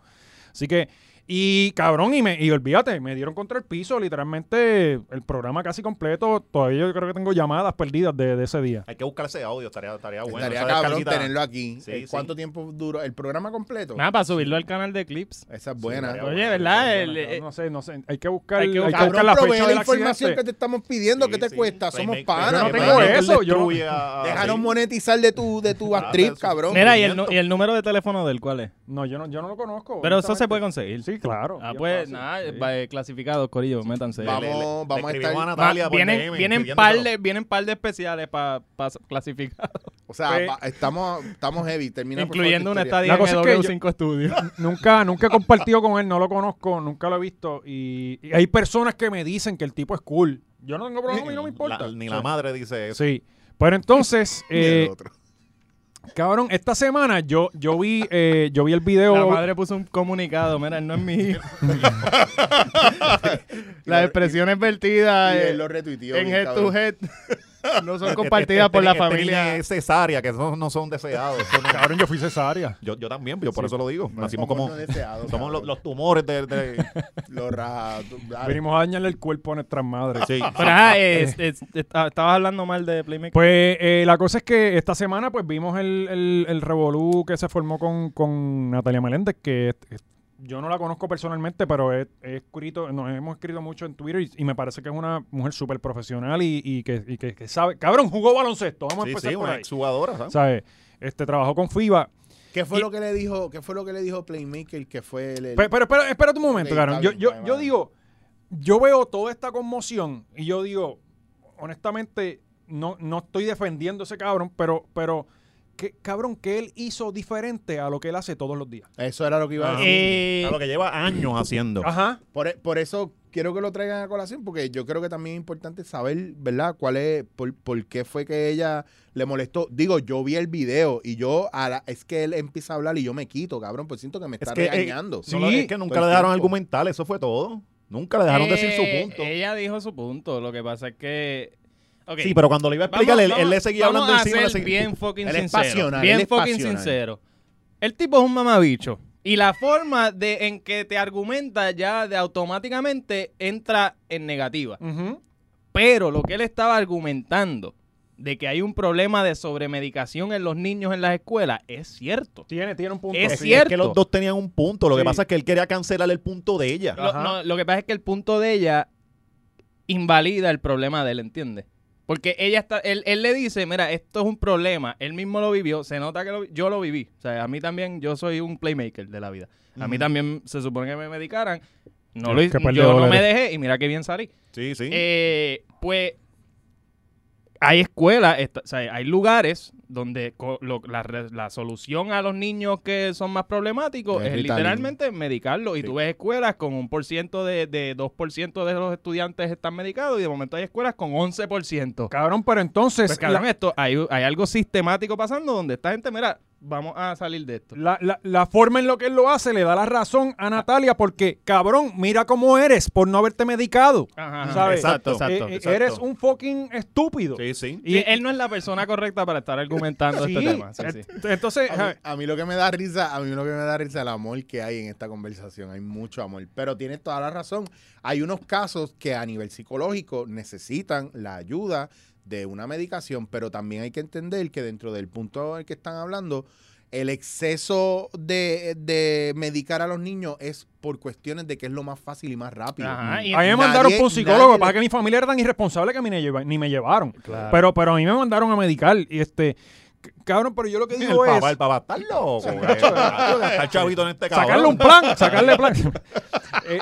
[SPEAKER 3] Así que, y cabrón, y, me, y olvídate, me dieron contra el piso, literalmente el programa casi completo. Todavía yo creo que tengo llamadas perdidas de, de ese día.
[SPEAKER 4] Hay que buscar ese audio, estaría, estaría bueno.
[SPEAKER 1] Estaría
[SPEAKER 4] esa
[SPEAKER 1] cabrón
[SPEAKER 4] descarguita.
[SPEAKER 1] tenerlo aquí.
[SPEAKER 4] Sí,
[SPEAKER 1] Eh,
[SPEAKER 4] sí.
[SPEAKER 1] ¿Cuánto tiempo duró el programa completo?
[SPEAKER 2] Nada, para subirlo al canal de clips.
[SPEAKER 1] Esa es buena.
[SPEAKER 4] estaría
[SPEAKER 2] Oye, ¿verdad? El-
[SPEAKER 3] Bueno,
[SPEAKER 2] eh,
[SPEAKER 3] no sé, no sé. Hay que buscar,
[SPEAKER 2] hay que
[SPEAKER 3] hay que
[SPEAKER 1] Cabrón,
[SPEAKER 3] buscar la
[SPEAKER 1] provee
[SPEAKER 3] fecha
[SPEAKER 1] la
[SPEAKER 3] del
[SPEAKER 1] información que
[SPEAKER 3] accidente.
[SPEAKER 1] te estamos pidiendo.
[SPEAKER 4] Sí,
[SPEAKER 1] ¿Qué te
[SPEAKER 4] sí. Pues
[SPEAKER 1] cuesta? Somos
[SPEAKER 4] Playmaker-
[SPEAKER 1] panas.
[SPEAKER 3] Yo no tengo
[SPEAKER 1] cabrón.
[SPEAKER 4] Playmaker
[SPEAKER 3] eso, yo-
[SPEAKER 4] destruye a-
[SPEAKER 1] Déjanos
[SPEAKER 4] sí.
[SPEAKER 1] monetizar de tu, de tu actriz,
[SPEAKER 4] sí.
[SPEAKER 1] cabrón.
[SPEAKER 2] Mira, ¿y el, nu- y el número de teléfono del cuál es?
[SPEAKER 3] No, yo no, yo no lo conozco.
[SPEAKER 2] Pero eso se
[SPEAKER 3] honestamente.
[SPEAKER 2] puede conseguir.
[SPEAKER 3] Sí, claro.
[SPEAKER 2] Ah,
[SPEAKER 3] bien
[SPEAKER 2] pues
[SPEAKER 3] fácil.
[SPEAKER 2] nada,
[SPEAKER 3] Sí.
[SPEAKER 2] eh, clasificados, corillo, métanse.
[SPEAKER 4] Le- le- le-
[SPEAKER 1] Vamos-
[SPEAKER 4] le
[SPEAKER 1] vamos a
[SPEAKER 4] escribimos
[SPEAKER 1] estar-
[SPEAKER 4] Natalia
[SPEAKER 2] Va-
[SPEAKER 4] por
[SPEAKER 2] vienen,
[SPEAKER 4] DM,
[SPEAKER 2] vienen,
[SPEAKER 4] pidiéndoselo.
[SPEAKER 2] par de, vienen par de especiales para clasificar,
[SPEAKER 1] O sea,
[SPEAKER 3] Pe-
[SPEAKER 1] va- estamos, estamos heavy. Termina por favor,
[SPEAKER 2] incluyendo
[SPEAKER 1] tu
[SPEAKER 2] una
[SPEAKER 1] historia.
[SPEAKER 2] estadía
[SPEAKER 3] La
[SPEAKER 2] en
[SPEAKER 3] cosa
[SPEAKER 2] el
[SPEAKER 3] es que yo-
[SPEAKER 2] W5 Studio.
[SPEAKER 3] Nunca, nunca he compartido con él, no lo conozco, nunca lo he visto. Y, y hay personas que me dicen que el tipo es cool. Yo no tengo problema y no me importa.
[SPEAKER 4] La- ni la madre dice eso.
[SPEAKER 3] Sí. Pero entonces,
[SPEAKER 1] Y el
[SPEAKER 3] eh,
[SPEAKER 1] otro.
[SPEAKER 3] Cabrón, esta semana yo, yo vi eh, yo vi el video.
[SPEAKER 2] La madre puso un comunicado, mira, él no es mi hijo. Las expresiones vertidas
[SPEAKER 1] Y
[SPEAKER 2] eh,
[SPEAKER 1] él lo retuiteó.
[SPEAKER 2] en
[SPEAKER 1] bien,
[SPEAKER 2] head to
[SPEAKER 1] cabrón.
[SPEAKER 2] head no son compartidas por la
[SPEAKER 4] Este- este
[SPEAKER 2] familia.
[SPEAKER 4] niño es cesárea, que esos no son deseados. eso no-
[SPEAKER 3] Cabrón, yo fui cesárea.
[SPEAKER 4] yo, yo también, yo por eso lo digo.
[SPEAKER 1] Somos
[SPEAKER 4] Nacimos como.
[SPEAKER 1] no deseados,
[SPEAKER 4] Somos los,
[SPEAKER 1] cabrón.
[SPEAKER 4] los tumores de. de-
[SPEAKER 1] Los rajas. tú- dale.
[SPEAKER 3] Venimos a dañarle el cuerpo a nuestras madres.
[SPEAKER 4] sí.
[SPEAKER 2] Pero, ajá, es- es- está- estabas hablando mal de Playmaker.
[SPEAKER 3] Pues eh, la cosa es que esta semana pues vimos el, el, el revolú que se formó con, con Natalia Meléndez, que es- es- yo no la conozco personalmente, pero he, he escrito, nos hemos escrito mucho en Twitter y, y me parece que es una mujer súper profesional y, y que, y que- que sabe. Cabrón, jugó baloncesto, vamos a
[SPEAKER 4] Sí,
[SPEAKER 3] empezar
[SPEAKER 4] sí,
[SPEAKER 3] por
[SPEAKER 4] una
[SPEAKER 3] ahí.
[SPEAKER 4] exjugadora, ¿sabes?
[SPEAKER 3] ¿Sabes? Este, trabajó con FIBA.
[SPEAKER 1] ¿Qué fue
[SPEAKER 3] y-
[SPEAKER 1] lo que le dijo? ¿Qué fue lo que le dijo Playmaker? Que fue el, el-
[SPEAKER 3] Pe- Pero, espera, espérate un momento,
[SPEAKER 1] Ok,
[SPEAKER 3] Caron.
[SPEAKER 1] está
[SPEAKER 3] Yo,
[SPEAKER 1] bien,
[SPEAKER 3] yo,
[SPEAKER 1] está bien,
[SPEAKER 3] yo
[SPEAKER 1] vale.
[SPEAKER 3] digo, yo veo toda esta conmoción y yo digo, honestamente, no, no estoy defendiendo a ese cabrón, pero, pero ¿qué, cabrón, que él hizo diferente a lo que él hace todos los días?
[SPEAKER 1] Eso era lo que iba a
[SPEAKER 4] Ajá. Eh,
[SPEAKER 1] decir.
[SPEAKER 2] eh,
[SPEAKER 4] A lo que lleva años haciendo.
[SPEAKER 3] Ajá.
[SPEAKER 1] Por, e- por eso quiero que lo traigan a colación, porque yo creo que también es importante saber, ¿verdad? ¿Cuál es, por, por qué fue que ella le molestó? Digo, yo vi el video y yo, a la- es que él empieza a hablar y yo me quito, cabrón, pues siento que me está
[SPEAKER 4] que, eh,
[SPEAKER 1] regañando. Pues
[SPEAKER 4] No lo-
[SPEAKER 3] Sí,
[SPEAKER 4] es que nunca
[SPEAKER 1] todo
[SPEAKER 4] le
[SPEAKER 1] el
[SPEAKER 4] dejaron
[SPEAKER 1] tiempo.
[SPEAKER 4] argumentar, eso fue todo. Nunca le dejaron decir su
[SPEAKER 2] Eh,
[SPEAKER 4] punto.
[SPEAKER 2] Ella dijo su punto. Lo que pasa es que. ok,
[SPEAKER 4] Sí, pero cuando le iba a
[SPEAKER 2] vamos-
[SPEAKER 4] explicar, él, él
[SPEAKER 2] vamos-
[SPEAKER 4] le seguía hablando
[SPEAKER 2] vamos a
[SPEAKER 4] encima. le
[SPEAKER 2] ser
[SPEAKER 4] seguía-
[SPEAKER 2] bien fucking
[SPEAKER 1] Él es
[SPEAKER 2] sincero.
[SPEAKER 1] pasional,
[SPEAKER 2] bien
[SPEAKER 1] él es
[SPEAKER 2] fucking
[SPEAKER 1] pasional.
[SPEAKER 2] sincero. El tipo es un mamabicho. Y la forma de en que te argumenta ya de automáticamente entra en negativa.
[SPEAKER 3] Ujú.
[SPEAKER 2] Pero lo que él estaba argumentando de que hay un problema de sobremedicación en los niños en las escuelas es cierto.
[SPEAKER 3] Tiene, tiene un punto.
[SPEAKER 2] Es
[SPEAKER 3] Sí.
[SPEAKER 2] cierto.
[SPEAKER 4] Es que los dos tenían un punto. Lo que
[SPEAKER 3] Sí.
[SPEAKER 4] pasa es que él quería cancelar el punto de ella.
[SPEAKER 2] Lo,
[SPEAKER 3] Ajá.
[SPEAKER 2] no, lo que pasa es que el punto de ella invalida el problema de él, ¿entiendes? Porque ella está, él, él le dice, mira, esto es un problema, él mismo lo vivió, se nota que lo vi- yo lo viví, o sea, a mí también, yo soy un playmaker de la vida, a mí también se supone que me medicaran, no lo
[SPEAKER 3] Qué
[SPEAKER 2] hice,
[SPEAKER 3] par de
[SPEAKER 2] yo no
[SPEAKER 3] dólares.
[SPEAKER 2] me dejé y mira qué bien salí.
[SPEAKER 4] Sí, sí.
[SPEAKER 2] Eh, pues hay escuelas, esta- o sea, hay lugares donde co- lo- la, re- la solución a los niños que son más problemáticos
[SPEAKER 1] Es
[SPEAKER 2] es,
[SPEAKER 1] Ritalin.
[SPEAKER 2] literalmente medicarlos. Y
[SPEAKER 4] Sí.
[SPEAKER 2] tú ves escuelas con un por ciento de, de 2% de los estudiantes están medicados y de momento hay escuelas con 11%.
[SPEAKER 3] Cabrón, pero entonces.
[SPEAKER 2] Pues, cabrón, esto, hay, hay algo sistemático pasando donde esta gente, mira, vamos a salir de esto.
[SPEAKER 3] La, la- la forma en lo que él lo hace le da la razón a Natalia porque, cabrón, mira cómo eres por no haberte medicado.
[SPEAKER 2] Ajá,
[SPEAKER 3] Tú
[SPEAKER 2] ajá.
[SPEAKER 3] sabes,
[SPEAKER 4] Exacto,
[SPEAKER 3] eh,
[SPEAKER 4] exacto,
[SPEAKER 3] eh,
[SPEAKER 4] exacto.
[SPEAKER 3] Eres un fucking estúpido.
[SPEAKER 4] sí, sí.
[SPEAKER 2] Y él no es la persona correcta para estar argumentando
[SPEAKER 3] Sí,
[SPEAKER 2] este tema. Sí, sí.
[SPEAKER 3] ent- Entonces,
[SPEAKER 1] A mí, a mí lo que me da risa, a mí lo que me da risa es el amor que hay en esta conversación. Hay mucho amor, pero tienes toda la razón. Hay unos casos que a nivel psicológico necesitan la ayuda de una medicación, pero también hay que entender que dentro del punto en que están hablando, el exceso de, de medicar a los niños es por cuestiones de que es lo más fácil y más rápido.
[SPEAKER 2] Ajá, y-
[SPEAKER 3] A mí me
[SPEAKER 1] Nadie-
[SPEAKER 3] mandaron por un psicólogo,
[SPEAKER 1] nadie
[SPEAKER 3] para
[SPEAKER 1] le-
[SPEAKER 3] que mi familia era tan irresponsable que a mí ni, lleva- ni me llevaron.
[SPEAKER 2] Claro.
[SPEAKER 3] Pero, pero a mí me mandaron a medicar. Y este, c- cabrón, pero yo lo que
[SPEAKER 4] El
[SPEAKER 3] digo es
[SPEAKER 4] papá, el papá, está loco. güey. Está chavito en este cabrón.
[SPEAKER 3] sacarle un plan, sacarle plan. Eh,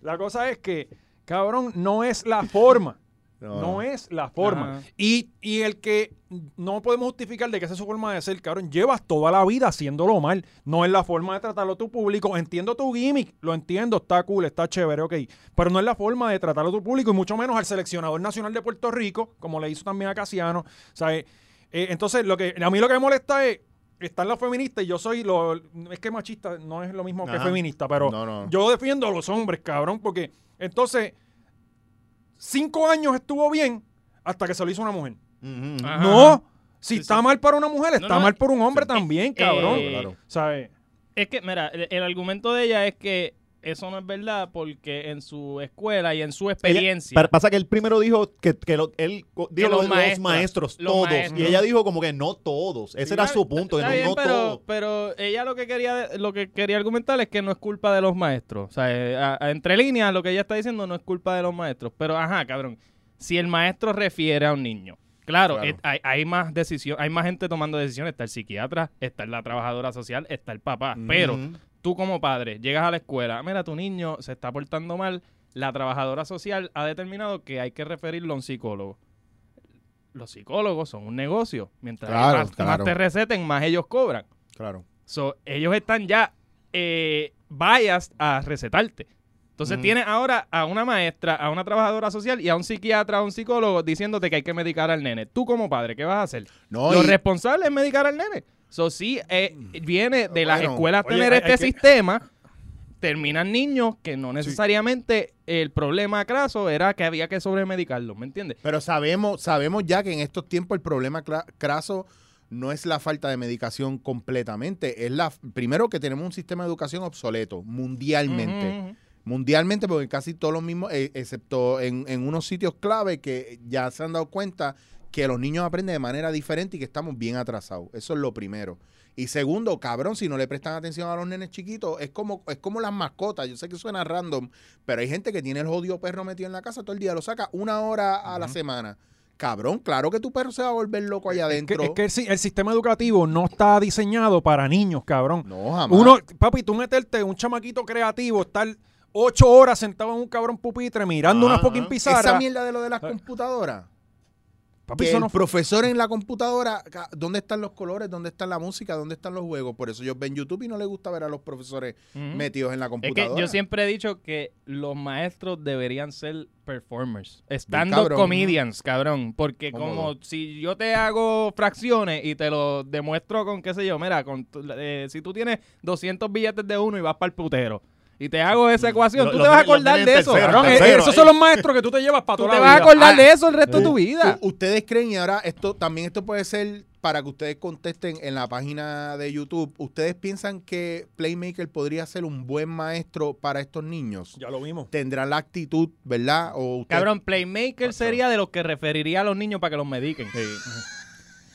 [SPEAKER 3] la cosa es que, cabrón, no es la forma. No, es la forma.
[SPEAKER 2] Ajá.
[SPEAKER 3] Y, y el que no podemos justificar de que esa es su forma de ser, cabrón, llevas toda la vida haciéndolo mal. No es la forma de tratarlo a tu público. Entiendo tu gimmick, lo entiendo, está cool, está chévere, ok. Pero no es la forma de tratarlo a tu público y mucho menos al seleccionador nacional de Puerto Rico, como le hizo también a Casiano. ¿sabes? Eh, entonces, lo que, a mí lo que me molesta es, están los feministas y yo soy lo... Es que machista no es lo mismo que
[SPEAKER 4] Ajá.
[SPEAKER 3] feminista, pero
[SPEAKER 1] No, no.
[SPEAKER 3] yo defiendo a los hombres, cabrón, porque entonces cinco años estuvo bien hasta que se lo hizo una mujer.
[SPEAKER 4] Ujú.
[SPEAKER 2] Ajá.
[SPEAKER 3] No, si
[SPEAKER 2] Sí,
[SPEAKER 3] está
[SPEAKER 2] sí.
[SPEAKER 3] mal para una mujer, está
[SPEAKER 2] no,
[SPEAKER 3] mal por un hombre también, cabrón.
[SPEAKER 2] Eh,
[SPEAKER 1] Claro.
[SPEAKER 3] ¿Sabes?
[SPEAKER 2] Es que, mira, el, el argumento de ella es que eso no es verdad porque en su escuela y en su
[SPEAKER 4] Ella-
[SPEAKER 2] experiencia.
[SPEAKER 4] pa- pasa que él primero dijo que, que lo- él co- dijo
[SPEAKER 2] Que los
[SPEAKER 4] lo de los,
[SPEAKER 2] maestros,
[SPEAKER 4] maestros,
[SPEAKER 2] los
[SPEAKER 4] todos.
[SPEAKER 2] maestros.
[SPEAKER 4] Y ella dijo como que no todos. Ese era su punto, que
[SPEAKER 2] Está
[SPEAKER 4] no,
[SPEAKER 2] bien,
[SPEAKER 4] no todos.
[SPEAKER 2] pero, pero ella lo que quería lo que quería argumentar es que no es culpa de los maestros. O sea, eh, a- a- entre líneas lo que ella está diciendo no es culpa de los maestros. Pero, ajá, cabrón, si el maestro refiere a un niño, claro,
[SPEAKER 1] Claro.
[SPEAKER 2] es- hay, hay más decisión, hay más gente tomando decisiones. Está el psiquiatra, está la trabajadora social, está el papá. Pero
[SPEAKER 4] Ujú.
[SPEAKER 2] tú como padre llegas a la escuela, mira, tu niño se está portando mal, la trabajadora social ha determinado que hay que referirlo a un psicólogo. Los psicólogos son un negocio. Mientras
[SPEAKER 1] Claro,
[SPEAKER 2] más, más
[SPEAKER 1] claro.
[SPEAKER 2] te receten, más ellos cobran.
[SPEAKER 1] Claro.
[SPEAKER 2] So, ellos están ya eh, biased a recetarte. Entonces tienes ahora a una maestra, a una trabajadora social y a un psiquiatra, a un psicólogo diciéndote que hay que medicar al nene. Tú como padre, ¿qué vas a hacer?
[SPEAKER 1] No,
[SPEAKER 2] Lo
[SPEAKER 1] y-
[SPEAKER 2] responsable es medicar al nene. Eso sí, eh, viene de las
[SPEAKER 1] Bueno,
[SPEAKER 2] escuelas
[SPEAKER 3] oye,
[SPEAKER 2] tener
[SPEAKER 3] hay-
[SPEAKER 2] este
[SPEAKER 3] hay que-
[SPEAKER 2] sistema. Terminan niños que no necesariamente el problema craso era que había que sobremedicarlos, ¿me entiendes?
[SPEAKER 1] Pero sabemos, sabemos ya que en estos tiempos el problema cla- craso no es la falta de medicación completamente, es la primero que tenemos un sistema de educación obsoleto mundialmente.
[SPEAKER 2] Ujú, ujú.
[SPEAKER 1] Mundialmente, porque casi todos los mismos, eh, excepto en, en unos sitios clave que ya se han dado cuenta que los niños aprenden de manera diferente y que estamos bien atrasados. Eso es lo primero. Y segundo, cabrón, si no le prestan atención a los nenes chiquitos, es como, es como las mascotas. Yo sé que suena random, pero hay gente que tiene el jodido perro metido en la casa todo el día, lo saca una hora a la semana. Cabrón, claro que tu perro se va a volver loco allá
[SPEAKER 3] Es que,
[SPEAKER 1] adentro.
[SPEAKER 3] es que el, si- el sistema educativo no está diseñado para niños, cabrón.
[SPEAKER 1] no, jamás.
[SPEAKER 3] Uno, papi, tú meterte un chamaquito creativo, estar ocho horas sentado en un cabrón pupitre mirando
[SPEAKER 4] Ajá,
[SPEAKER 3] una fucking
[SPEAKER 4] ajá.
[SPEAKER 1] Esa
[SPEAKER 3] pizarra.
[SPEAKER 1] mierda de lo de las computadoras.
[SPEAKER 3] Papi,
[SPEAKER 1] que
[SPEAKER 3] eso
[SPEAKER 1] el
[SPEAKER 3] no-
[SPEAKER 1] profesor en la computadora, ca- ¿dónde están los colores? ¿Dónde está la música? ¿Dónde están los juegos? Por eso ellos ven YouTube y no les gusta ver a los profesores
[SPEAKER 2] Ujú.
[SPEAKER 1] metidos en la
[SPEAKER 2] Mm. Es que
[SPEAKER 1] computadora.
[SPEAKER 2] yo siempre he dicho que los maestros deberían ser performers, estando
[SPEAKER 1] cabrón.
[SPEAKER 2] comedians, cabrón, porque como
[SPEAKER 1] Cómodo.
[SPEAKER 2] si yo te hago fracciones y te lo demuestro con qué sé yo, mira, con tu- eh, si tú tienes 200 billetes de uno y vas para el putero y te hago esa ecuación,
[SPEAKER 4] Lo-
[SPEAKER 2] tú
[SPEAKER 4] lo
[SPEAKER 2] te vas a
[SPEAKER 4] tienen- lo
[SPEAKER 2] acordar
[SPEAKER 4] tienen
[SPEAKER 2] de eso,
[SPEAKER 4] tercero,
[SPEAKER 2] cabrón,
[SPEAKER 3] cabrón, eh,
[SPEAKER 4] tercero.
[SPEAKER 3] esos son los maestros que tú te llevas para
[SPEAKER 2] tú
[SPEAKER 3] toda
[SPEAKER 2] te
[SPEAKER 3] la
[SPEAKER 2] vas a
[SPEAKER 3] vida.
[SPEAKER 2] acordar
[SPEAKER 4] Ah.
[SPEAKER 2] de eso el resto de tu vida.
[SPEAKER 1] U- ustedes creen, y ahora esto también esto puede ser para que ustedes contesten en la página de YouTube, ¿ustedes piensan que Playmaker podría ser un buen maestro para estos niños?
[SPEAKER 3] Ya lo vimos.
[SPEAKER 1] ¿Tendrá la actitud, verdad? O ustedes-
[SPEAKER 2] Cabrón, Playmaker sería de los que referiría a los niños para que los mediquen.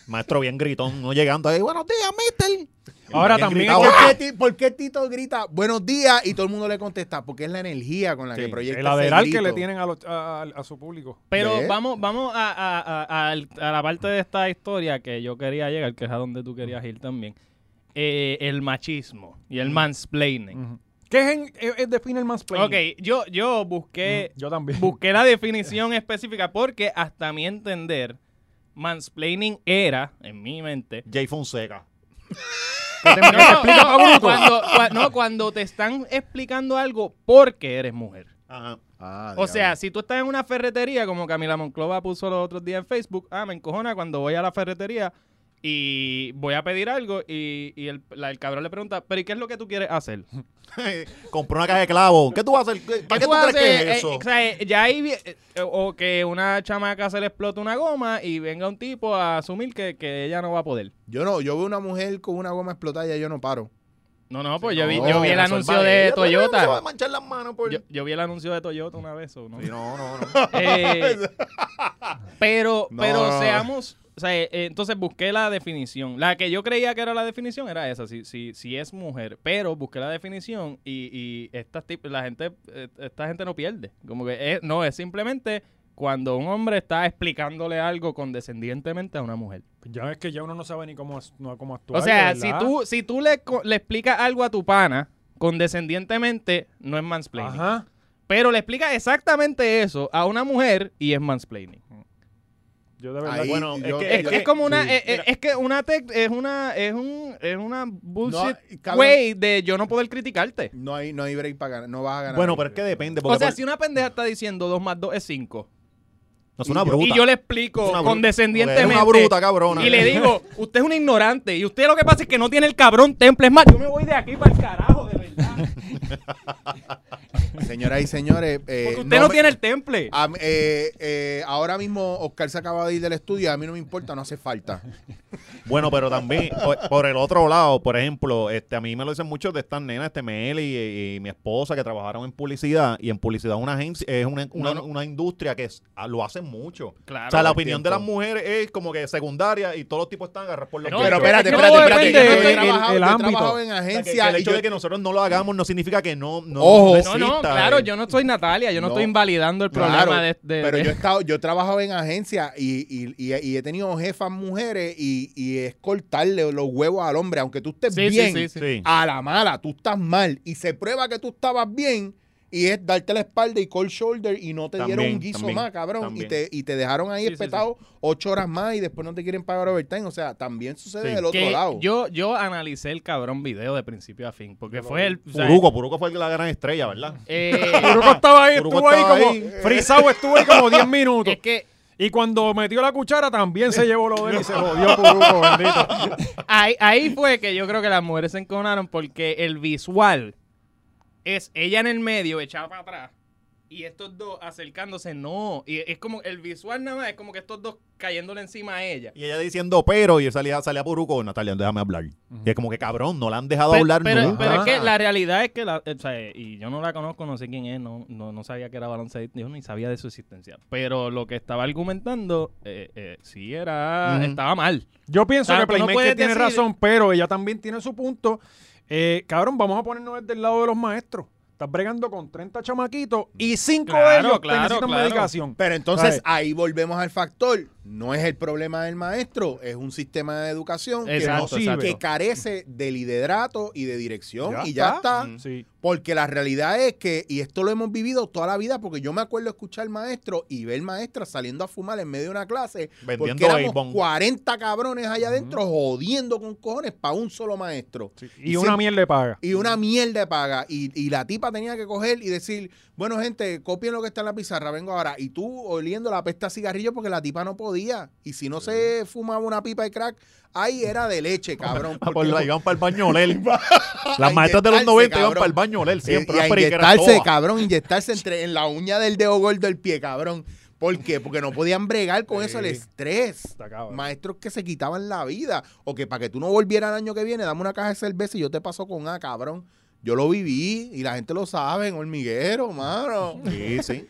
[SPEAKER 4] Maestro bien gritón, no llegando ahí. Buenos días, mister.
[SPEAKER 3] Ahora
[SPEAKER 4] Bien
[SPEAKER 3] también
[SPEAKER 4] gritado.
[SPEAKER 1] Ah, ¿Por qué, Ti- por qué Tito grita buenos días y todo el mundo le contesta? Porque es la energía con la que
[SPEAKER 4] Sí,
[SPEAKER 1] proyecta
[SPEAKER 3] el
[SPEAKER 1] ese
[SPEAKER 3] aderal que
[SPEAKER 1] grito.
[SPEAKER 3] le tienen a, los- a- a- a su público.
[SPEAKER 2] Pero
[SPEAKER 1] ¿Ves?
[SPEAKER 2] vamos, vamos a, a- a- al- a la parte de esta historia que yo quería llegar, que es a donde tú querías ir también. Eh, el machismo y el mansplaining.
[SPEAKER 3] Ujú. ¿Qué es, en- eh, eh, define el mansplaining?
[SPEAKER 2] Ok, eh, yo, yo
[SPEAKER 3] Ujú,
[SPEAKER 2] busqué,
[SPEAKER 3] Yo también.
[SPEAKER 2] busqué la definición específica porque hasta mi entender, mansplaining era, en mi mente,
[SPEAKER 4] Jay Fonseca.
[SPEAKER 2] no, no, cuando, cua- no, cuando te están explicando algo porque eres mujer.
[SPEAKER 4] Ajá.
[SPEAKER 1] Ah,
[SPEAKER 2] O
[SPEAKER 1] diablo.
[SPEAKER 2] sea, si tú estás en una ferretería, como Camila Monclova puso los otros días en Facebook, ah, me encojona cuando voy a la ferretería y voy a pedir algo y, y el, la- el cabrón le pregunta, pero ¿y qué es lo que tú quieres hacer?
[SPEAKER 4] Compró una caja de clavos. ¿Qué tú vas a hacer? ¿Para qué tú,
[SPEAKER 2] haces?
[SPEAKER 4] crees que es
[SPEAKER 2] Eh,
[SPEAKER 4] eso?
[SPEAKER 2] o sea, eh, ya ahí vi- eh, o que una chamaca se le explota una goma y venga un tipo a asumir que, que ella no va a poder.
[SPEAKER 1] Yo no, yo veo una mujer con una goma explotada y yo no paro.
[SPEAKER 2] No, no, pues yo, vi,
[SPEAKER 4] No,
[SPEAKER 2] yo vi el
[SPEAKER 4] resuelva
[SPEAKER 2] anuncio
[SPEAKER 4] ella.
[SPEAKER 2] de
[SPEAKER 4] Ella Se va a
[SPEAKER 2] Toyota.
[SPEAKER 4] manchar las manos por...
[SPEAKER 2] Yo, yo vi el anuncio de Toyota una vez. ¿o no?
[SPEAKER 4] Sí, no, no, no.
[SPEAKER 2] Eh, pero,
[SPEAKER 1] No,
[SPEAKER 2] pero
[SPEAKER 1] no, no.
[SPEAKER 2] seamos. o sea, eh, entonces busqué la definición. La que yo creía que era la definición era esa, si, si, si es mujer. Pero busqué la definición y, y estas tip- la gente, eh, esta gente no pierde. Como que es- no, es simplemente cuando un hombre está explicándole algo condescendientemente a una mujer.
[SPEAKER 3] Ya es que ya uno no sabe ni cómo, as- no- cómo actuar.
[SPEAKER 2] O sea,
[SPEAKER 3] de
[SPEAKER 2] si
[SPEAKER 3] verdad.
[SPEAKER 2] tú, si tú le, co- le explicas algo a tu pana condescendientemente, no es mansplaining.
[SPEAKER 3] Ajá.
[SPEAKER 2] Pero le explicas exactamente eso a una mujer y es mansplaining.
[SPEAKER 3] Yo de verdad.
[SPEAKER 1] Ahí,
[SPEAKER 4] bueno,
[SPEAKER 1] yo-
[SPEAKER 4] es que-
[SPEAKER 2] Es,
[SPEAKER 4] Yo-
[SPEAKER 2] que es como una
[SPEAKER 3] sí.
[SPEAKER 2] es, es- es que una tec- es una es un es una bullshit
[SPEAKER 1] No, cabrón.
[SPEAKER 2] way de yo no poder criticarte.
[SPEAKER 1] no hay, no hay break para ganar, no vas a ganar.
[SPEAKER 4] Bueno, pero es que depende. Porque pues,
[SPEAKER 2] O sea,
[SPEAKER 4] por-
[SPEAKER 2] si una pendeja está diciendo 2 más 2 es 5
[SPEAKER 4] no es una
[SPEAKER 1] y yo-
[SPEAKER 4] bruta.
[SPEAKER 2] y yo le explico
[SPEAKER 4] Una bruta.
[SPEAKER 2] condescendientemente
[SPEAKER 4] Es una bruta, cabrona.
[SPEAKER 2] y le digo, usted es un ignorante y usted lo que pasa es que no tiene el cabrón temple, es más, yo me voy de aquí para el carajo, de
[SPEAKER 4] Eh,
[SPEAKER 2] verdad.
[SPEAKER 1] Señoras y señores, eh,
[SPEAKER 2] Porque usted no,
[SPEAKER 1] me-
[SPEAKER 2] tiene el temple.
[SPEAKER 4] Ah,
[SPEAKER 1] a- eh, eh, ahora mismo Oscar se acaba de ir del estudio, a mí no me importa, no hace falta.
[SPEAKER 4] Bueno, pero también, o- por el otro lado, por ejemplo, este, a mí me lo dicen muchos de estas nenas, este Meli y, y mi esposa que trabajaron en publicidad, y en publicidad una agencia, es una, una- una industria que es- ah, lo hacen mucho.
[SPEAKER 2] Claro,
[SPEAKER 4] o sea, la
[SPEAKER 1] el
[SPEAKER 4] opinión
[SPEAKER 1] tiempo.
[SPEAKER 4] de las mujeres es como que secundaria y todos los tipos están agarrados por los
[SPEAKER 2] No,
[SPEAKER 4] pechos.
[SPEAKER 2] pero
[SPEAKER 4] O
[SPEAKER 2] espérate,
[SPEAKER 1] yo
[SPEAKER 2] espérate,
[SPEAKER 1] he
[SPEAKER 2] espérate,
[SPEAKER 1] trabajado-
[SPEAKER 2] depende
[SPEAKER 1] yo he
[SPEAKER 2] el-
[SPEAKER 1] trabajado-
[SPEAKER 3] el
[SPEAKER 1] yo he
[SPEAKER 3] ámbito.
[SPEAKER 1] trabajado en
[SPEAKER 4] sea, que-
[SPEAKER 1] agencia
[SPEAKER 4] que el
[SPEAKER 1] y
[SPEAKER 4] hecho
[SPEAKER 1] yo-
[SPEAKER 4] de que nosotros no lo hagamos no significa que no, no,
[SPEAKER 1] Ojo.
[SPEAKER 2] No, no,
[SPEAKER 4] exista,
[SPEAKER 2] claro,
[SPEAKER 4] eh.
[SPEAKER 2] yo no soy Natalia, yo no,
[SPEAKER 1] No.
[SPEAKER 2] estoy invalidando el problema
[SPEAKER 1] Claro,
[SPEAKER 2] de, de-
[SPEAKER 1] pero
[SPEAKER 2] de-
[SPEAKER 1] yo he estado, yo he trabajado en agencia y, y- y- y he tenido jefas mujeres y, y es cortarle los huevos al hombre, aunque tú estés
[SPEAKER 2] Sí, sí,
[SPEAKER 1] bien,
[SPEAKER 2] sí, sí.
[SPEAKER 4] Sí.
[SPEAKER 1] a la mala, tú estás mal y se prueba que tú estabas bien Y es darte la espalda y cold shoulder y no te dieron
[SPEAKER 4] También,
[SPEAKER 1] un guiso
[SPEAKER 4] también,
[SPEAKER 1] más, cabrón. Y
[SPEAKER 4] también.
[SPEAKER 1] te, y te dejaron ahí
[SPEAKER 6] Sí, sí,
[SPEAKER 1] espetado ocho horas más y después no te quieren pagar overtime. O sea, también sucede
[SPEAKER 4] Sí.
[SPEAKER 1] del otro
[SPEAKER 2] Que
[SPEAKER 1] lado.
[SPEAKER 2] yo, yo analicé el cabrón video de principio a fin, porque fue el... o sea,
[SPEAKER 4] Puruco, Puruco fue la gran estrella, ¿verdad?
[SPEAKER 2] eh,
[SPEAKER 3] Puruco estaba ahí,
[SPEAKER 4] Puruco
[SPEAKER 3] estuvo ahí
[SPEAKER 4] estaba
[SPEAKER 3] como.
[SPEAKER 4] ahí.
[SPEAKER 3] Frisado estuvo ahí como 10 minutos.
[SPEAKER 2] es que
[SPEAKER 3] Y cuando metió la cuchara también se llevó lo de él y se jodió Puruco, bendito.
[SPEAKER 2] ahí, ahí fue que yo creo que las mujeres se enconaron porque el visual es ella en el medio echada para atrás y estos dos acercándose, no. Y es como el visual nada más, es como que estos dos cayéndole encima a ella.
[SPEAKER 4] Y ella diciendo, pero, y él salía, salía Puruco, Natalia, déjame hablar. Y es como que cabrón, no la han dejado
[SPEAKER 2] Pero,
[SPEAKER 4] hablar
[SPEAKER 2] pero-
[SPEAKER 4] nunca.
[SPEAKER 2] pero es que
[SPEAKER 3] Ah.
[SPEAKER 2] la realidad es que, la, o sea, y yo no la conozco, no sé quién es, no, no, no sabía que era baloncesto, yo ni sabía de su existencia. Pero lo que estaba argumentando, eh, eh, sí era,
[SPEAKER 4] Ujú.
[SPEAKER 2] estaba mal.
[SPEAKER 3] Yo pienso
[SPEAKER 2] Claro,
[SPEAKER 3] que
[SPEAKER 2] tú no
[SPEAKER 3] Playmaker
[SPEAKER 2] puedes
[SPEAKER 3] tiene
[SPEAKER 2] decir-
[SPEAKER 3] razón, pero ella también tiene su punto. Eh, cabrón, vamos a ponernos del lado de los maestros. Estás bregando con 30 chamaquitos y 5 de
[SPEAKER 2] Claro,
[SPEAKER 3] ellos te
[SPEAKER 2] claro,
[SPEAKER 3] necesitan
[SPEAKER 2] claro.
[SPEAKER 3] medicación.
[SPEAKER 1] Pero entonces
[SPEAKER 3] ¿Sabes?
[SPEAKER 1] ahí volvemos al factor. No es el problema del maestro, es un sistema de educación que, no-
[SPEAKER 2] Exacto, exacto.
[SPEAKER 1] que carece de liderato y de dirección.
[SPEAKER 3] Ya
[SPEAKER 1] y ya
[SPEAKER 3] está.
[SPEAKER 1] está.
[SPEAKER 3] Sí.
[SPEAKER 1] Porque la realidad es que, y esto lo hemos vivido toda la vida, porque yo me acuerdo escuchar maestro y ver maestras saliendo a fumar en medio de una clase, porque
[SPEAKER 4] Vendiendo
[SPEAKER 1] éramos
[SPEAKER 4] Avon.
[SPEAKER 1] 40 cabrones allá adentro jodiendo con cojones para un solo maestro.
[SPEAKER 3] Y,
[SPEAKER 1] Y
[SPEAKER 3] una
[SPEAKER 1] sí.
[SPEAKER 3] mierda le paga.
[SPEAKER 1] Y una mierda de paga. Y, y la tipa tenía que coger y decir, bueno, gente, copien lo que está en la pizarra, vengo ahora. Y tú oliendo la pesta cigarrillo porque la tipa no podía. Y si no se fumaba una pipa de crack, ahí era de leche, cabrón.
[SPEAKER 4] Por Ah, pues la
[SPEAKER 1] porque-
[SPEAKER 4] iban para el baño a oler. Las
[SPEAKER 1] A
[SPEAKER 4] maestras de los
[SPEAKER 1] inyectarse,
[SPEAKER 4] 90 iban
[SPEAKER 1] cabrón.
[SPEAKER 4] para el baño a oler siempre.
[SPEAKER 1] Eh, y a
[SPEAKER 4] las periqueras
[SPEAKER 1] inyectarse,
[SPEAKER 4] todas.
[SPEAKER 1] cabrón, inyectarse entre, en la uña del dedo gordo del pie, cabrón. ¿Por qué? Porque no podían bregar con eso, el estrés.
[SPEAKER 3] Está cabrón.
[SPEAKER 1] Maestros que se quitaban la vida. O que para que tú no volvieras el año que viene, dame una caja de cerveza y yo te paso con A, cabrón. Yo lo viví y la gente lo sabe, en hormiguero, mano.
[SPEAKER 4] Sí, sí.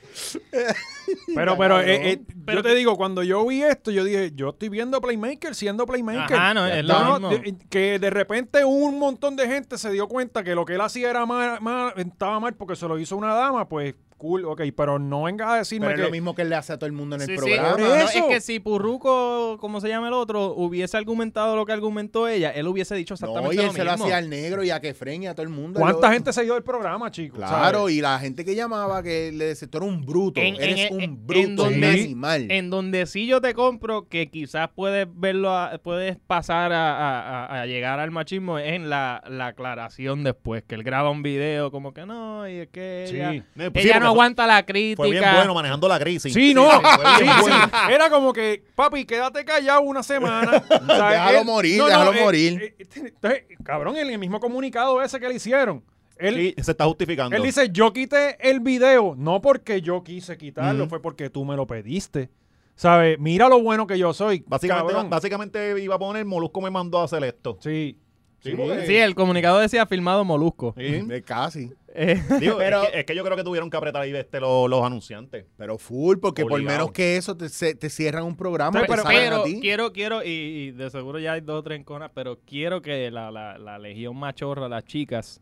[SPEAKER 3] Pero,
[SPEAKER 1] Está
[SPEAKER 3] pero,
[SPEAKER 1] cabrón.
[SPEAKER 3] eh, eh, yo te digo, cuando yo vi esto, yo dije, yo estoy viendo Playmaker siendo Playmaker.
[SPEAKER 2] Ajá, no,
[SPEAKER 3] Ya
[SPEAKER 2] es
[SPEAKER 3] está.
[SPEAKER 2] lo
[SPEAKER 3] No,
[SPEAKER 2] mismo.
[SPEAKER 3] de- que de repente un montón de gente se dio cuenta que lo que él hacía era mal, mal- estaba mal porque se lo hizo una dama, pues cool, ok, pero no venga a decirme
[SPEAKER 1] Pero es
[SPEAKER 3] que...
[SPEAKER 1] lo mismo que le hace a todo el mundo en el
[SPEAKER 2] Sí, sí,
[SPEAKER 1] programa.
[SPEAKER 2] no, no,
[SPEAKER 3] Por
[SPEAKER 2] es
[SPEAKER 3] eso.
[SPEAKER 2] que si Purruco, como se llama el otro, hubiese argumentado lo que argumentó ella, él hubiese dicho exactamente
[SPEAKER 1] No, y
[SPEAKER 2] lo
[SPEAKER 1] él se lo
[SPEAKER 2] mismo.
[SPEAKER 1] hacía al negro y a Kefren y a todo el mundo.
[SPEAKER 3] ¿Cuánta
[SPEAKER 1] Yo-
[SPEAKER 3] gente se dio del programa, chicos?
[SPEAKER 1] Claro,
[SPEAKER 3] ¿Sabes?
[SPEAKER 1] y la gente que llamaba que le decía, tú eres un bruto,
[SPEAKER 2] En- en-
[SPEAKER 1] eres
[SPEAKER 2] en- en
[SPEAKER 1] un bruto, un
[SPEAKER 2] donde-
[SPEAKER 1] animal.
[SPEAKER 2] En donde sí yo te compro que quizás puedes verlo, a- puedes pasar a, a- a- a llegar al machismo es en la, la aclaración después, que él graba un video como que no, y es que
[SPEAKER 3] Sí.
[SPEAKER 2] ella,
[SPEAKER 3] Sí,
[SPEAKER 4] Eh, Sí, porque
[SPEAKER 2] ella no
[SPEAKER 4] fue-
[SPEAKER 2] aguanta la
[SPEAKER 4] Fue bien
[SPEAKER 2] crítica.
[SPEAKER 4] bueno manejando la crisis.
[SPEAKER 3] no.
[SPEAKER 4] fue bien
[SPEAKER 3] Sí, sí.
[SPEAKER 4] bueno.
[SPEAKER 3] Era como que, papi, quédate callado una semana. O sea,
[SPEAKER 1] Déjalo morir, déjalo morir.
[SPEAKER 3] eh, entonces, cabrón, en el mismo comunicado ese que le hicieron, él,
[SPEAKER 4] Sí, se está justificando.
[SPEAKER 3] Él dice, yo quité el video, no porque yo quise quitarlo, fue porque tú me lo pediste. ¿Sabes? Mira lo bueno que yo soy.
[SPEAKER 4] básicamente,
[SPEAKER 3] cabrón.
[SPEAKER 4] básicamente iba a poner Molusco me mandó a hacer esto.
[SPEAKER 3] Sí.
[SPEAKER 4] Sí,
[SPEAKER 3] Sí.
[SPEAKER 4] porque-
[SPEAKER 2] Sí, el comunicado decía filmado Molusco.
[SPEAKER 4] Sí.
[SPEAKER 1] Eh, Casi.
[SPEAKER 2] Eh,
[SPEAKER 4] Digo,
[SPEAKER 1] Pero-
[SPEAKER 4] es, que, es que yo creo que tuvieron que apretar ahí este, los, los anunciantes.
[SPEAKER 1] Pero full, porque por
[SPEAKER 4] Obligado.
[SPEAKER 1] menos que eso te, se- te cierran un programa.
[SPEAKER 2] Pero,
[SPEAKER 1] te
[SPEAKER 2] pero,
[SPEAKER 1] sacan a ti.
[SPEAKER 2] quiero, quiero, y, y de seguro ya hay dos o tres en Conan, pero quiero que la, la, la legión machorra, las chicas,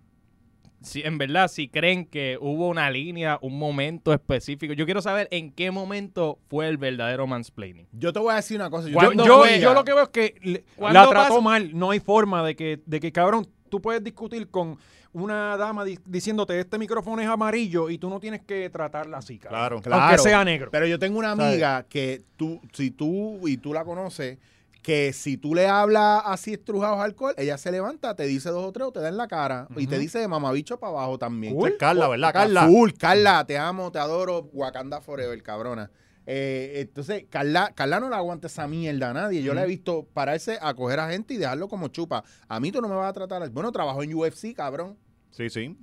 [SPEAKER 2] si, en verdad, si creen que hubo una línea, un momento específico, yo quiero saber en qué momento fue el verdadero mansplaining.
[SPEAKER 1] Yo te voy a decir una cosa.
[SPEAKER 3] Yo,
[SPEAKER 2] ¿Cuándo
[SPEAKER 3] yo,
[SPEAKER 2] fue?
[SPEAKER 3] yo lo que veo es que le-
[SPEAKER 2] ¿Cuándo
[SPEAKER 3] la trató
[SPEAKER 2] pasa?
[SPEAKER 3] mal. No hay forma de que, de que, cabrón, tú puedes discutir con una dama di- diciéndote, este micrófono es amarillo y tú no tienes que tratarla así, cabrón.
[SPEAKER 4] Claro.
[SPEAKER 1] Claro.
[SPEAKER 3] Aunque sea negro.
[SPEAKER 1] Pero yo tengo una amiga que tú, si tú, y tú la conoces, que si tú le hablas así estrujados alcohol, ella se levanta, te dice dos o tres o te da en la cara. Y te dice de mamabicho para abajo también.
[SPEAKER 4] Esta es Carla, ¿verdad,
[SPEAKER 1] Carla.
[SPEAKER 4] Carla?
[SPEAKER 1] Full, Carla, te amo, te adoro. Wakanda Forever, cabrona. Eh, entonces, Carla, Carla no la aguanta esa mierda a nadie. Yo la he visto pararse a coger a gente y dejarlo como chupa. A mí tú no me vas a tratar. así. Bueno, trabajo en UFC, cabrón.
[SPEAKER 4] Sí, sí.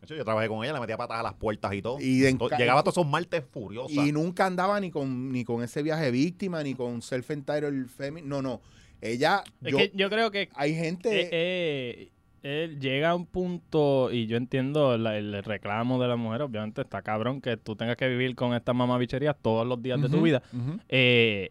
[SPEAKER 4] De hecho, yo trabajé con ella, le metía patas a las puertas y todo.
[SPEAKER 1] Y en-
[SPEAKER 4] To- Oh, Llegaba todos esos martes furiosa.
[SPEAKER 1] Y nunca andaba ni con, ni con ese viaje víctima, ni con self-entitled feminine. No, no. Ella,
[SPEAKER 2] Es
[SPEAKER 1] yo,
[SPEAKER 2] que yo creo que
[SPEAKER 1] hay
[SPEAKER 2] eh,
[SPEAKER 1] gente.
[SPEAKER 2] eh, él llega a un punto, y yo entiendo la- el reclamo de la mujer, obviamente está cabrón que tú tengas que vivir con estas mamabicherías todos los días de tu
[SPEAKER 3] Ujú,
[SPEAKER 2] vida,
[SPEAKER 3] ujú.
[SPEAKER 2] Eh,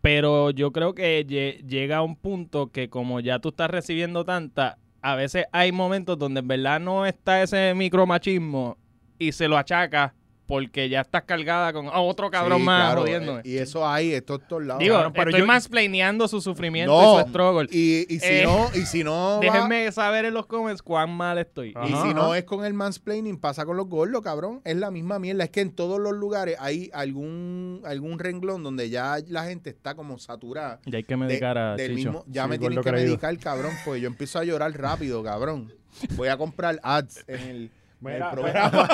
[SPEAKER 2] pero yo creo que lle- llega a un punto que como ya tú estás recibiendo tanta, a veces hay momentos donde en verdad no está ese micromachismo y se lo achaca porque ya estás cargada con "Ah, otro cabrón
[SPEAKER 1] Sí,
[SPEAKER 2] más
[SPEAKER 1] claro,
[SPEAKER 2] jodiéndome.
[SPEAKER 1] eh, Y eso hay, esto en todos lados.
[SPEAKER 2] Digo,
[SPEAKER 1] cabrón.
[SPEAKER 3] pero
[SPEAKER 2] estoy
[SPEAKER 3] yo-
[SPEAKER 2] más planeando su sufrimiento y
[SPEAKER 1] no,
[SPEAKER 2] su struggle.
[SPEAKER 1] y, y si
[SPEAKER 2] Eh,
[SPEAKER 1] no, y si no, va-
[SPEAKER 2] Déjenme saber en los comments cuán mal estoy.
[SPEAKER 1] y
[SPEAKER 3] Ajá,
[SPEAKER 1] si no
[SPEAKER 3] ajá.
[SPEAKER 1] es con el mansplaining, pasa con los gordos, cabrón. Es la misma mierda. Es que en todos los lugares hay algún, algún renglón donde ya la gente está como saturada.
[SPEAKER 6] Ya hay que
[SPEAKER 1] de-
[SPEAKER 6] medicar a
[SPEAKER 1] del
[SPEAKER 6] Chicho.
[SPEAKER 1] mismo, ya
[SPEAKER 3] Sí,
[SPEAKER 1] me tienen que
[SPEAKER 3] gordo creído.
[SPEAKER 1] medicar, cabrón, pues yo empiezo a llorar rápido, cabrón. Voy a comprar ads en el, en el
[SPEAKER 3] Mira,
[SPEAKER 1] programa.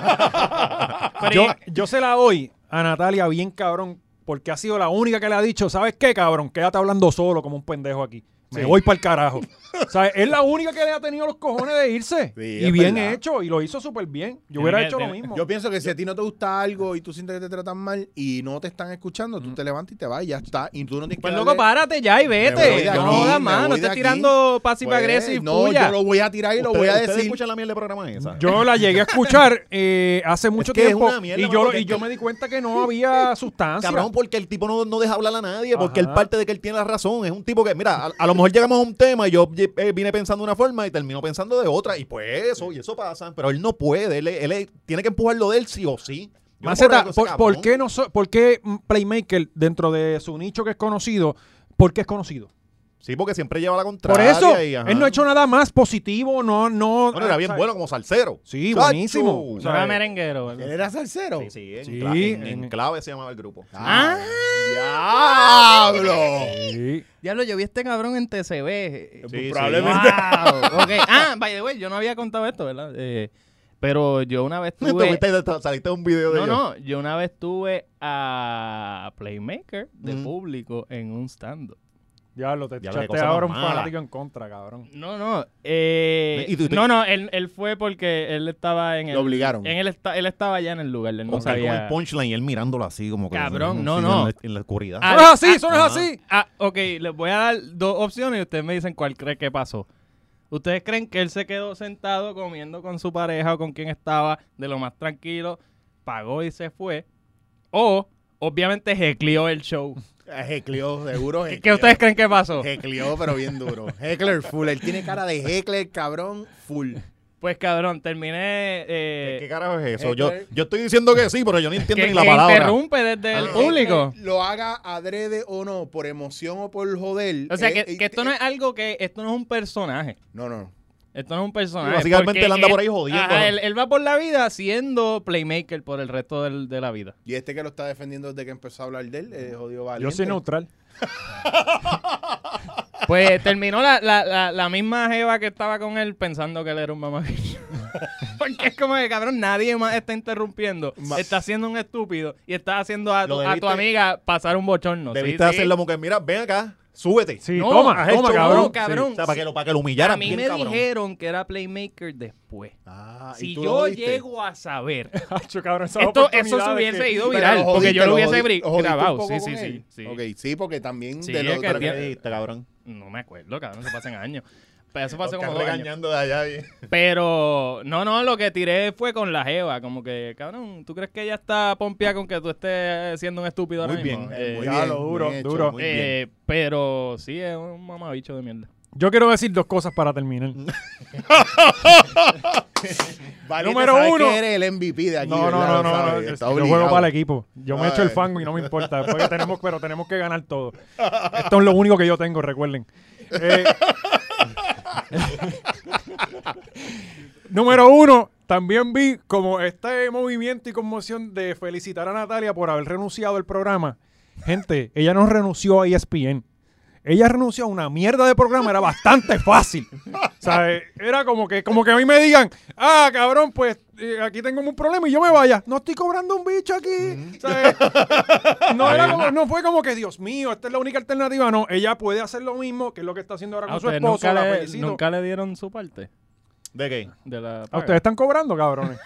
[SPEAKER 3] Yo, eh, yo se la doy a Natalia bien cabrón, porque ha sido la única que le ha dicho, ¿sabes qué, cabrón? Quédate hablando solo como un pendejo aquí. Me voy para el carajo. o sea, es la única que le ha tenido los cojones de irse.
[SPEAKER 1] Sí,
[SPEAKER 3] y
[SPEAKER 1] es
[SPEAKER 3] bien
[SPEAKER 1] verdad.
[SPEAKER 3] hecho, y lo hizo súper bien. Yo
[SPEAKER 6] Tiene
[SPEAKER 3] hubiera
[SPEAKER 6] que-
[SPEAKER 3] hecho lo
[SPEAKER 6] tiene-
[SPEAKER 3] mismo.
[SPEAKER 1] Yo pienso que si a ti no te gusta algo y tú sientes que te tratan mal y no te están escuchando, tú te levantas y te vas y ya está. Y tú no tienes
[SPEAKER 2] Pues
[SPEAKER 1] que
[SPEAKER 2] loco,
[SPEAKER 1] darle-
[SPEAKER 2] párate ya y
[SPEAKER 1] Me voy
[SPEAKER 2] vete.
[SPEAKER 1] de
[SPEAKER 2] No
[SPEAKER 1] aquí,
[SPEAKER 2] jodas
[SPEAKER 1] me
[SPEAKER 2] más,
[SPEAKER 1] voy
[SPEAKER 2] no
[SPEAKER 1] de
[SPEAKER 2] estés
[SPEAKER 1] aquí.
[SPEAKER 2] tirando passive
[SPEAKER 1] Pues,
[SPEAKER 2] aggressive
[SPEAKER 1] No,
[SPEAKER 2] puya.
[SPEAKER 1] yo lo voy a tirar y lo voy
[SPEAKER 4] ¿Ustedes-
[SPEAKER 1] a
[SPEAKER 4] ustedes
[SPEAKER 1] decir.
[SPEAKER 4] escuchan la mierda de programa esa?
[SPEAKER 3] Yo la llegué a escuchar eh, hace mucho
[SPEAKER 4] que es
[SPEAKER 3] tiempo
[SPEAKER 4] una mierda,
[SPEAKER 3] y yo,
[SPEAKER 4] mano,
[SPEAKER 3] y
[SPEAKER 4] que-
[SPEAKER 3] yo me di cuenta que no había sustancia.
[SPEAKER 4] Cabrón, porque el tipo no, no deja hablar a nadie, porque
[SPEAKER 3] Ajá.
[SPEAKER 4] él parte de que él tiene la razón. Es un tipo que, mira, a, a lo mejor llegamos a un tema y yo eh, vine pensando de una forma y termino pensando de otra, y pues eso, y eso pasa, pero él no puede, él, él- él tiene que empujarlo de él sí o sí. Yo no
[SPEAKER 3] Maceta,
[SPEAKER 4] puedo hablar con ese
[SPEAKER 3] ¿por, por
[SPEAKER 4] cabrón.
[SPEAKER 3] qué no so- por qué mm, Playmaker, dentro de su nicho que es conocido, por qué es conocido?
[SPEAKER 4] Sí, porque siempre lleva la
[SPEAKER 3] Por
[SPEAKER 4] contraria.
[SPEAKER 3] eso,
[SPEAKER 4] y, ajá.
[SPEAKER 3] él no ha hecho nada más positivo, no, no.
[SPEAKER 4] Bueno, era bien
[SPEAKER 3] ¿sabes?
[SPEAKER 4] bueno como salsero.
[SPEAKER 3] Sí,
[SPEAKER 4] Chacho.
[SPEAKER 3] buenísimo.
[SPEAKER 4] O
[SPEAKER 6] No
[SPEAKER 4] sea,
[SPEAKER 6] era merenguero. ¿verdad?
[SPEAKER 1] ¿Él era salsero?
[SPEAKER 4] Sí, sí, en,
[SPEAKER 3] Sí,
[SPEAKER 4] cla- en-
[SPEAKER 3] en- Ah.
[SPEAKER 4] en clave se llamaba el grupo.
[SPEAKER 1] ¡Ah! ¡Diablo!
[SPEAKER 3] Sí.
[SPEAKER 2] Diablo, yo vi a este cabrón en TCB.
[SPEAKER 4] Sí, sí.
[SPEAKER 5] Probablemente.
[SPEAKER 2] Eh, Wow. Ok. Ah, by the way, yo no había contado esto, ¿verdad? Eh, pero yo una vez
[SPEAKER 4] Te
[SPEAKER 2] tuve...
[SPEAKER 4] fuiste de- saliste de un video de
[SPEAKER 2] No,
[SPEAKER 4] ellos.
[SPEAKER 2] no, yo una vez tuve a Playmaker de
[SPEAKER 4] Mm.
[SPEAKER 2] público en un stand
[SPEAKER 3] Diablo, te
[SPEAKER 4] Diablo, qué
[SPEAKER 3] echaste
[SPEAKER 4] cosa
[SPEAKER 3] ahora un
[SPEAKER 4] más mala.
[SPEAKER 3] fanático en contra, cabrón.
[SPEAKER 2] No, no, eh,
[SPEAKER 4] ¿Y tú- tú-
[SPEAKER 2] no, no, él, él fue porque él estaba en el,
[SPEAKER 1] Lo obligaron.
[SPEAKER 2] en el esta- él estaba ya en el lugar, él no
[SPEAKER 4] Con con
[SPEAKER 2] sabía.
[SPEAKER 4] el punchline y él mirándolo así como que
[SPEAKER 2] Cabrón,
[SPEAKER 4] sí,
[SPEAKER 2] no,
[SPEAKER 4] en
[SPEAKER 2] no.
[SPEAKER 4] la- en la oscuridad.
[SPEAKER 2] Ah,
[SPEAKER 3] ¡Eso no es así!
[SPEAKER 2] ah,
[SPEAKER 3] ¡Eso no es
[SPEAKER 4] ajá.
[SPEAKER 3] así!
[SPEAKER 2] Ah, ok, les voy a dar dos opciones y ustedes me dicen cuál cree que pasó. ¿Ustedes creen que él se quedó sentado comiendo con su pareja o con quien estaba de lo más tranquilo, pagó y se fue? O, obviamente, jeclió el show.
[SPEAKER 4] Ah,
[SPEAKER 1] Hecleó, seguro.
[SPEAKER 2] ¿Qué, qué
[SPEAKER 1] hecleó.
[SPEAKER 2] ustedes creen que pasó?
[SPEAKER 1] Hecleó, pero bien duro. Heckler full. Él tiene cara de heckler, cabrón, full.
[SPEAKER 2] Pues cabrón, terminé... eh,
[SPEAKER 4] ¿Qué carajo es eso?
[SPEAKER 1] Eh,
[SPEAKER 4] Yo,
[SPEAKER 1] eh.
[SPEAKER 4] yo estoy diciendo que sí, pero yo no entiendo
[SPEAKER 2] que,
[SPEAKER 4] ni la
[SPEAKER 2] que
[SPEAKER 4] palabra.
[SPEAKER 2] interrumpe desde el
[SPEAKER 4] Ah.
[SPEAKER 2] público.
[SPEAKER 1] Lo haga adrede o no, por emoción o por joder.
[SPEAKER 2] O sea,
[SPEAKER 1] eh,
[SPEAKER 2] que,
[SPEAKER 1] eh,
[SPEAKER 2] que esto no es algo que... Esto no es un personaje.
[SPEAKER 1] No, no.
[SPEAKER 2] Esto no es un personaje.
[SPEAKER 4] Básicamente
[SPEAKER 2] porque
[SPEAKER 4] él anda por ahí jodiendo,
[SPEAKER 2] ajá,
[SPEAKER 4] ¿no?
[SPEAKER 2] él, él va por la vida siendo playmaker por el resto del- de la vida.
[SPEAKER 1] Y este que lo está defendiendo desde que empezó a hablar de él, eh, jodido
[SPEAKER 3] Yo
[SPEAKER 1] valiente.
[SPEAKER 3] soy neutral.
[SPEAKER 2] Pues terminó la, la, la, la misma jeva que estaba con él pensando que él era un mamabicho. Porque es como que, cabrón, nadie más está interrumpiendo. Está siendo un estúpido y está haciendo a,
[SPEAKER 4] Lo
[SPEAKER 2] tu- a tu
[SPEAKER 4] debiste-
[SPEAKER 2] amiga pasar un bochorno. Sí,
[SPEAKER 4] Debiste
[SPEAKER 2] sí.
[SPEAKER 4] hacerlo como que, mira, ven acá, súbete.
[SPEAKER 3] Sí,
[SPEAKER 2] No,
[SPEAKER 3] toma,
[SPEAKER 4] has
[SPEAKER 3] toma,
[SPEAKER 4] hecho-
[SPEAKER 3] cabrón.
[SPEAKER 2] no, cabrón.
[SPEAKER 4] O sea, para que lo, para que lo humillara.
[SPEAKER 2] A mí
[SPEAKER 4] bien,
[SPEAKER 2] me
[SPEAKER 4] cabrón.
[SPEAKER 2] dijeron que era playmaker después.
[SPEAKER 1] Ah, ¿y
[SPEAKER 2] Si
[SPEAKER 1] tú lo
[SPEAKER 2] yo
[SPEAKER 1] jodiste?
[SPEAKER 2] llego a saber,
[SPEAKER 3] Hacho, cabrón, esas
[SPEAKER 2] esto, eso se
[SPEAKER 3] oportunidades
[SPEAKER 2] hubiese
[SPEAKER 3] que-
[SPEAKER 2] ido
[SPEAKER 1] Pero
[SPEAKER 2] viral.
[SPEAKER 1] lo
[SPEAKER 2] porque yo
[SPEAKER 1] jodiste,
[SPEAKER 2] lo hubiese
[SPEAKER 1] jodi-
[SPEAKER 2] bri-
[SPEAKER 1] jodiste un
[SPEAKER 2] grabado.
[SPEAKER 1] poco
[SPEAKER 2] Sí,
[SPEAKER 1] con
[SPEAKER 2] sí, sí,
[SPEAKER 1] él.
[SPEAKER 2] sí.
[SPEAKER 1] Ok, sí, porque también
[SPEAKER 2] Sí,
[SPEAKER 1] de
[SPEAKER 2] es
[SPEAKER 1] lo Eh,
[SPEAKER 2] que
[SPEAKER 4] Pero
[SPEAKER 1] pero-
[SPEAKER 4] ¿qué dijiste, cabrón?
[SPEAKER 2] No me acuerdo, cabrón, se pasan años. Pero eso pasó
[SPEAKER 4] Oscar
[SPEAKER 2] como dos años.
[SPEAKER 4] regañando de allá. bien.
[SPEAKER 2] Pero, no, no, lo que tiré fue con la jeva. Como que, cabrón, ¿tú crees que ella está pompeada con que tú estés siendo un estúpido ahora
[SPEAKER 4] Muy bien,
[SPEAKER 2] mismo?
[SPEAKER 1] eh,
[SPEAKER 2] Eh,
[SPEAKER 1] muy
[SPEAKER 3] ya
[SPEAKER 1] bien,
[SPEAKER 3] lo
[SPEAKER 1] muy
[SPEAKER 3] duro,
[SPEAKER 1] bien hecho,
[SPEAKER 3] duro.
[SPEAKER 1] muy bien.
[SPEAKER 2] eh, pero sí, es un mamabicho de mierda.
[SPEAKER 3] Yo quiero decir dos cosas para terminar.
[SPEAKER 1] Valiente,
[SPEAKER 3] número
[SPEAKER 1] ¿sabes
[SPEAKER 3] uno.
[SPEAKER 1] que eres el MVP de aquí.
[SPEAKER 3] No, no,
[SPEAKER 1] ¿verdad? Lo
[SPEAKER 3] no, no, no,
[SPEAKER 1] sabes,
[SPEAKER 3] yo-
[SPEAKER 2] este,
[SPEAKER 1] está
[SPEAKER 3] Yo juego
[SPEAKER 1] obligado. Ah, eh.
[SPEAKER 3] para el equipo. Yo me
[SPEAKER 1] Ay.
[SPEAKER 3] echo el fango y no me importa. Después que tenemos, pero tenemos que ganar todo. Esto es lo único que yo tengo, recuerden. Eh, número uno, también vi como este movimiento y conmoción de felicitar a Natalia por haber renunciado al programa. Gente, ella no renunció a E ESPN. Ella renunció a una mierda de programa, era bastante fácil. O sea, eh, era como que, como que a mí me digan, ah, cabrón, pues eh, aquí tengo un problema y yo me vaya. No estoy cobrando un bicho aquí. O sea, eh, no, era como- no fue como que, Dios mío, esta es la única alternativa. No, ella puede hacer lo mismo, que es lo que está haciendo ahora
[SPEAKER 2] ¿A
[SPEAKER 3] con su
[SPEAKER 2] ustedes
[SPEAKER 3] esposo.
[SPEAKER 2] nunca
[SPEAKER 3] la
[SPEAKER 2] le,
[SPEAKER 3] felicito.
[SPEAKER 2] nunca le dieron su parte?
[SPEAKER 4] ¿De qué?
[SPEAKER 2] De la
[SPEAKER 3] ¿A ustedes
[SPEAKER 2] paga?
[SPEAKER 3] están cobrando, cabrones.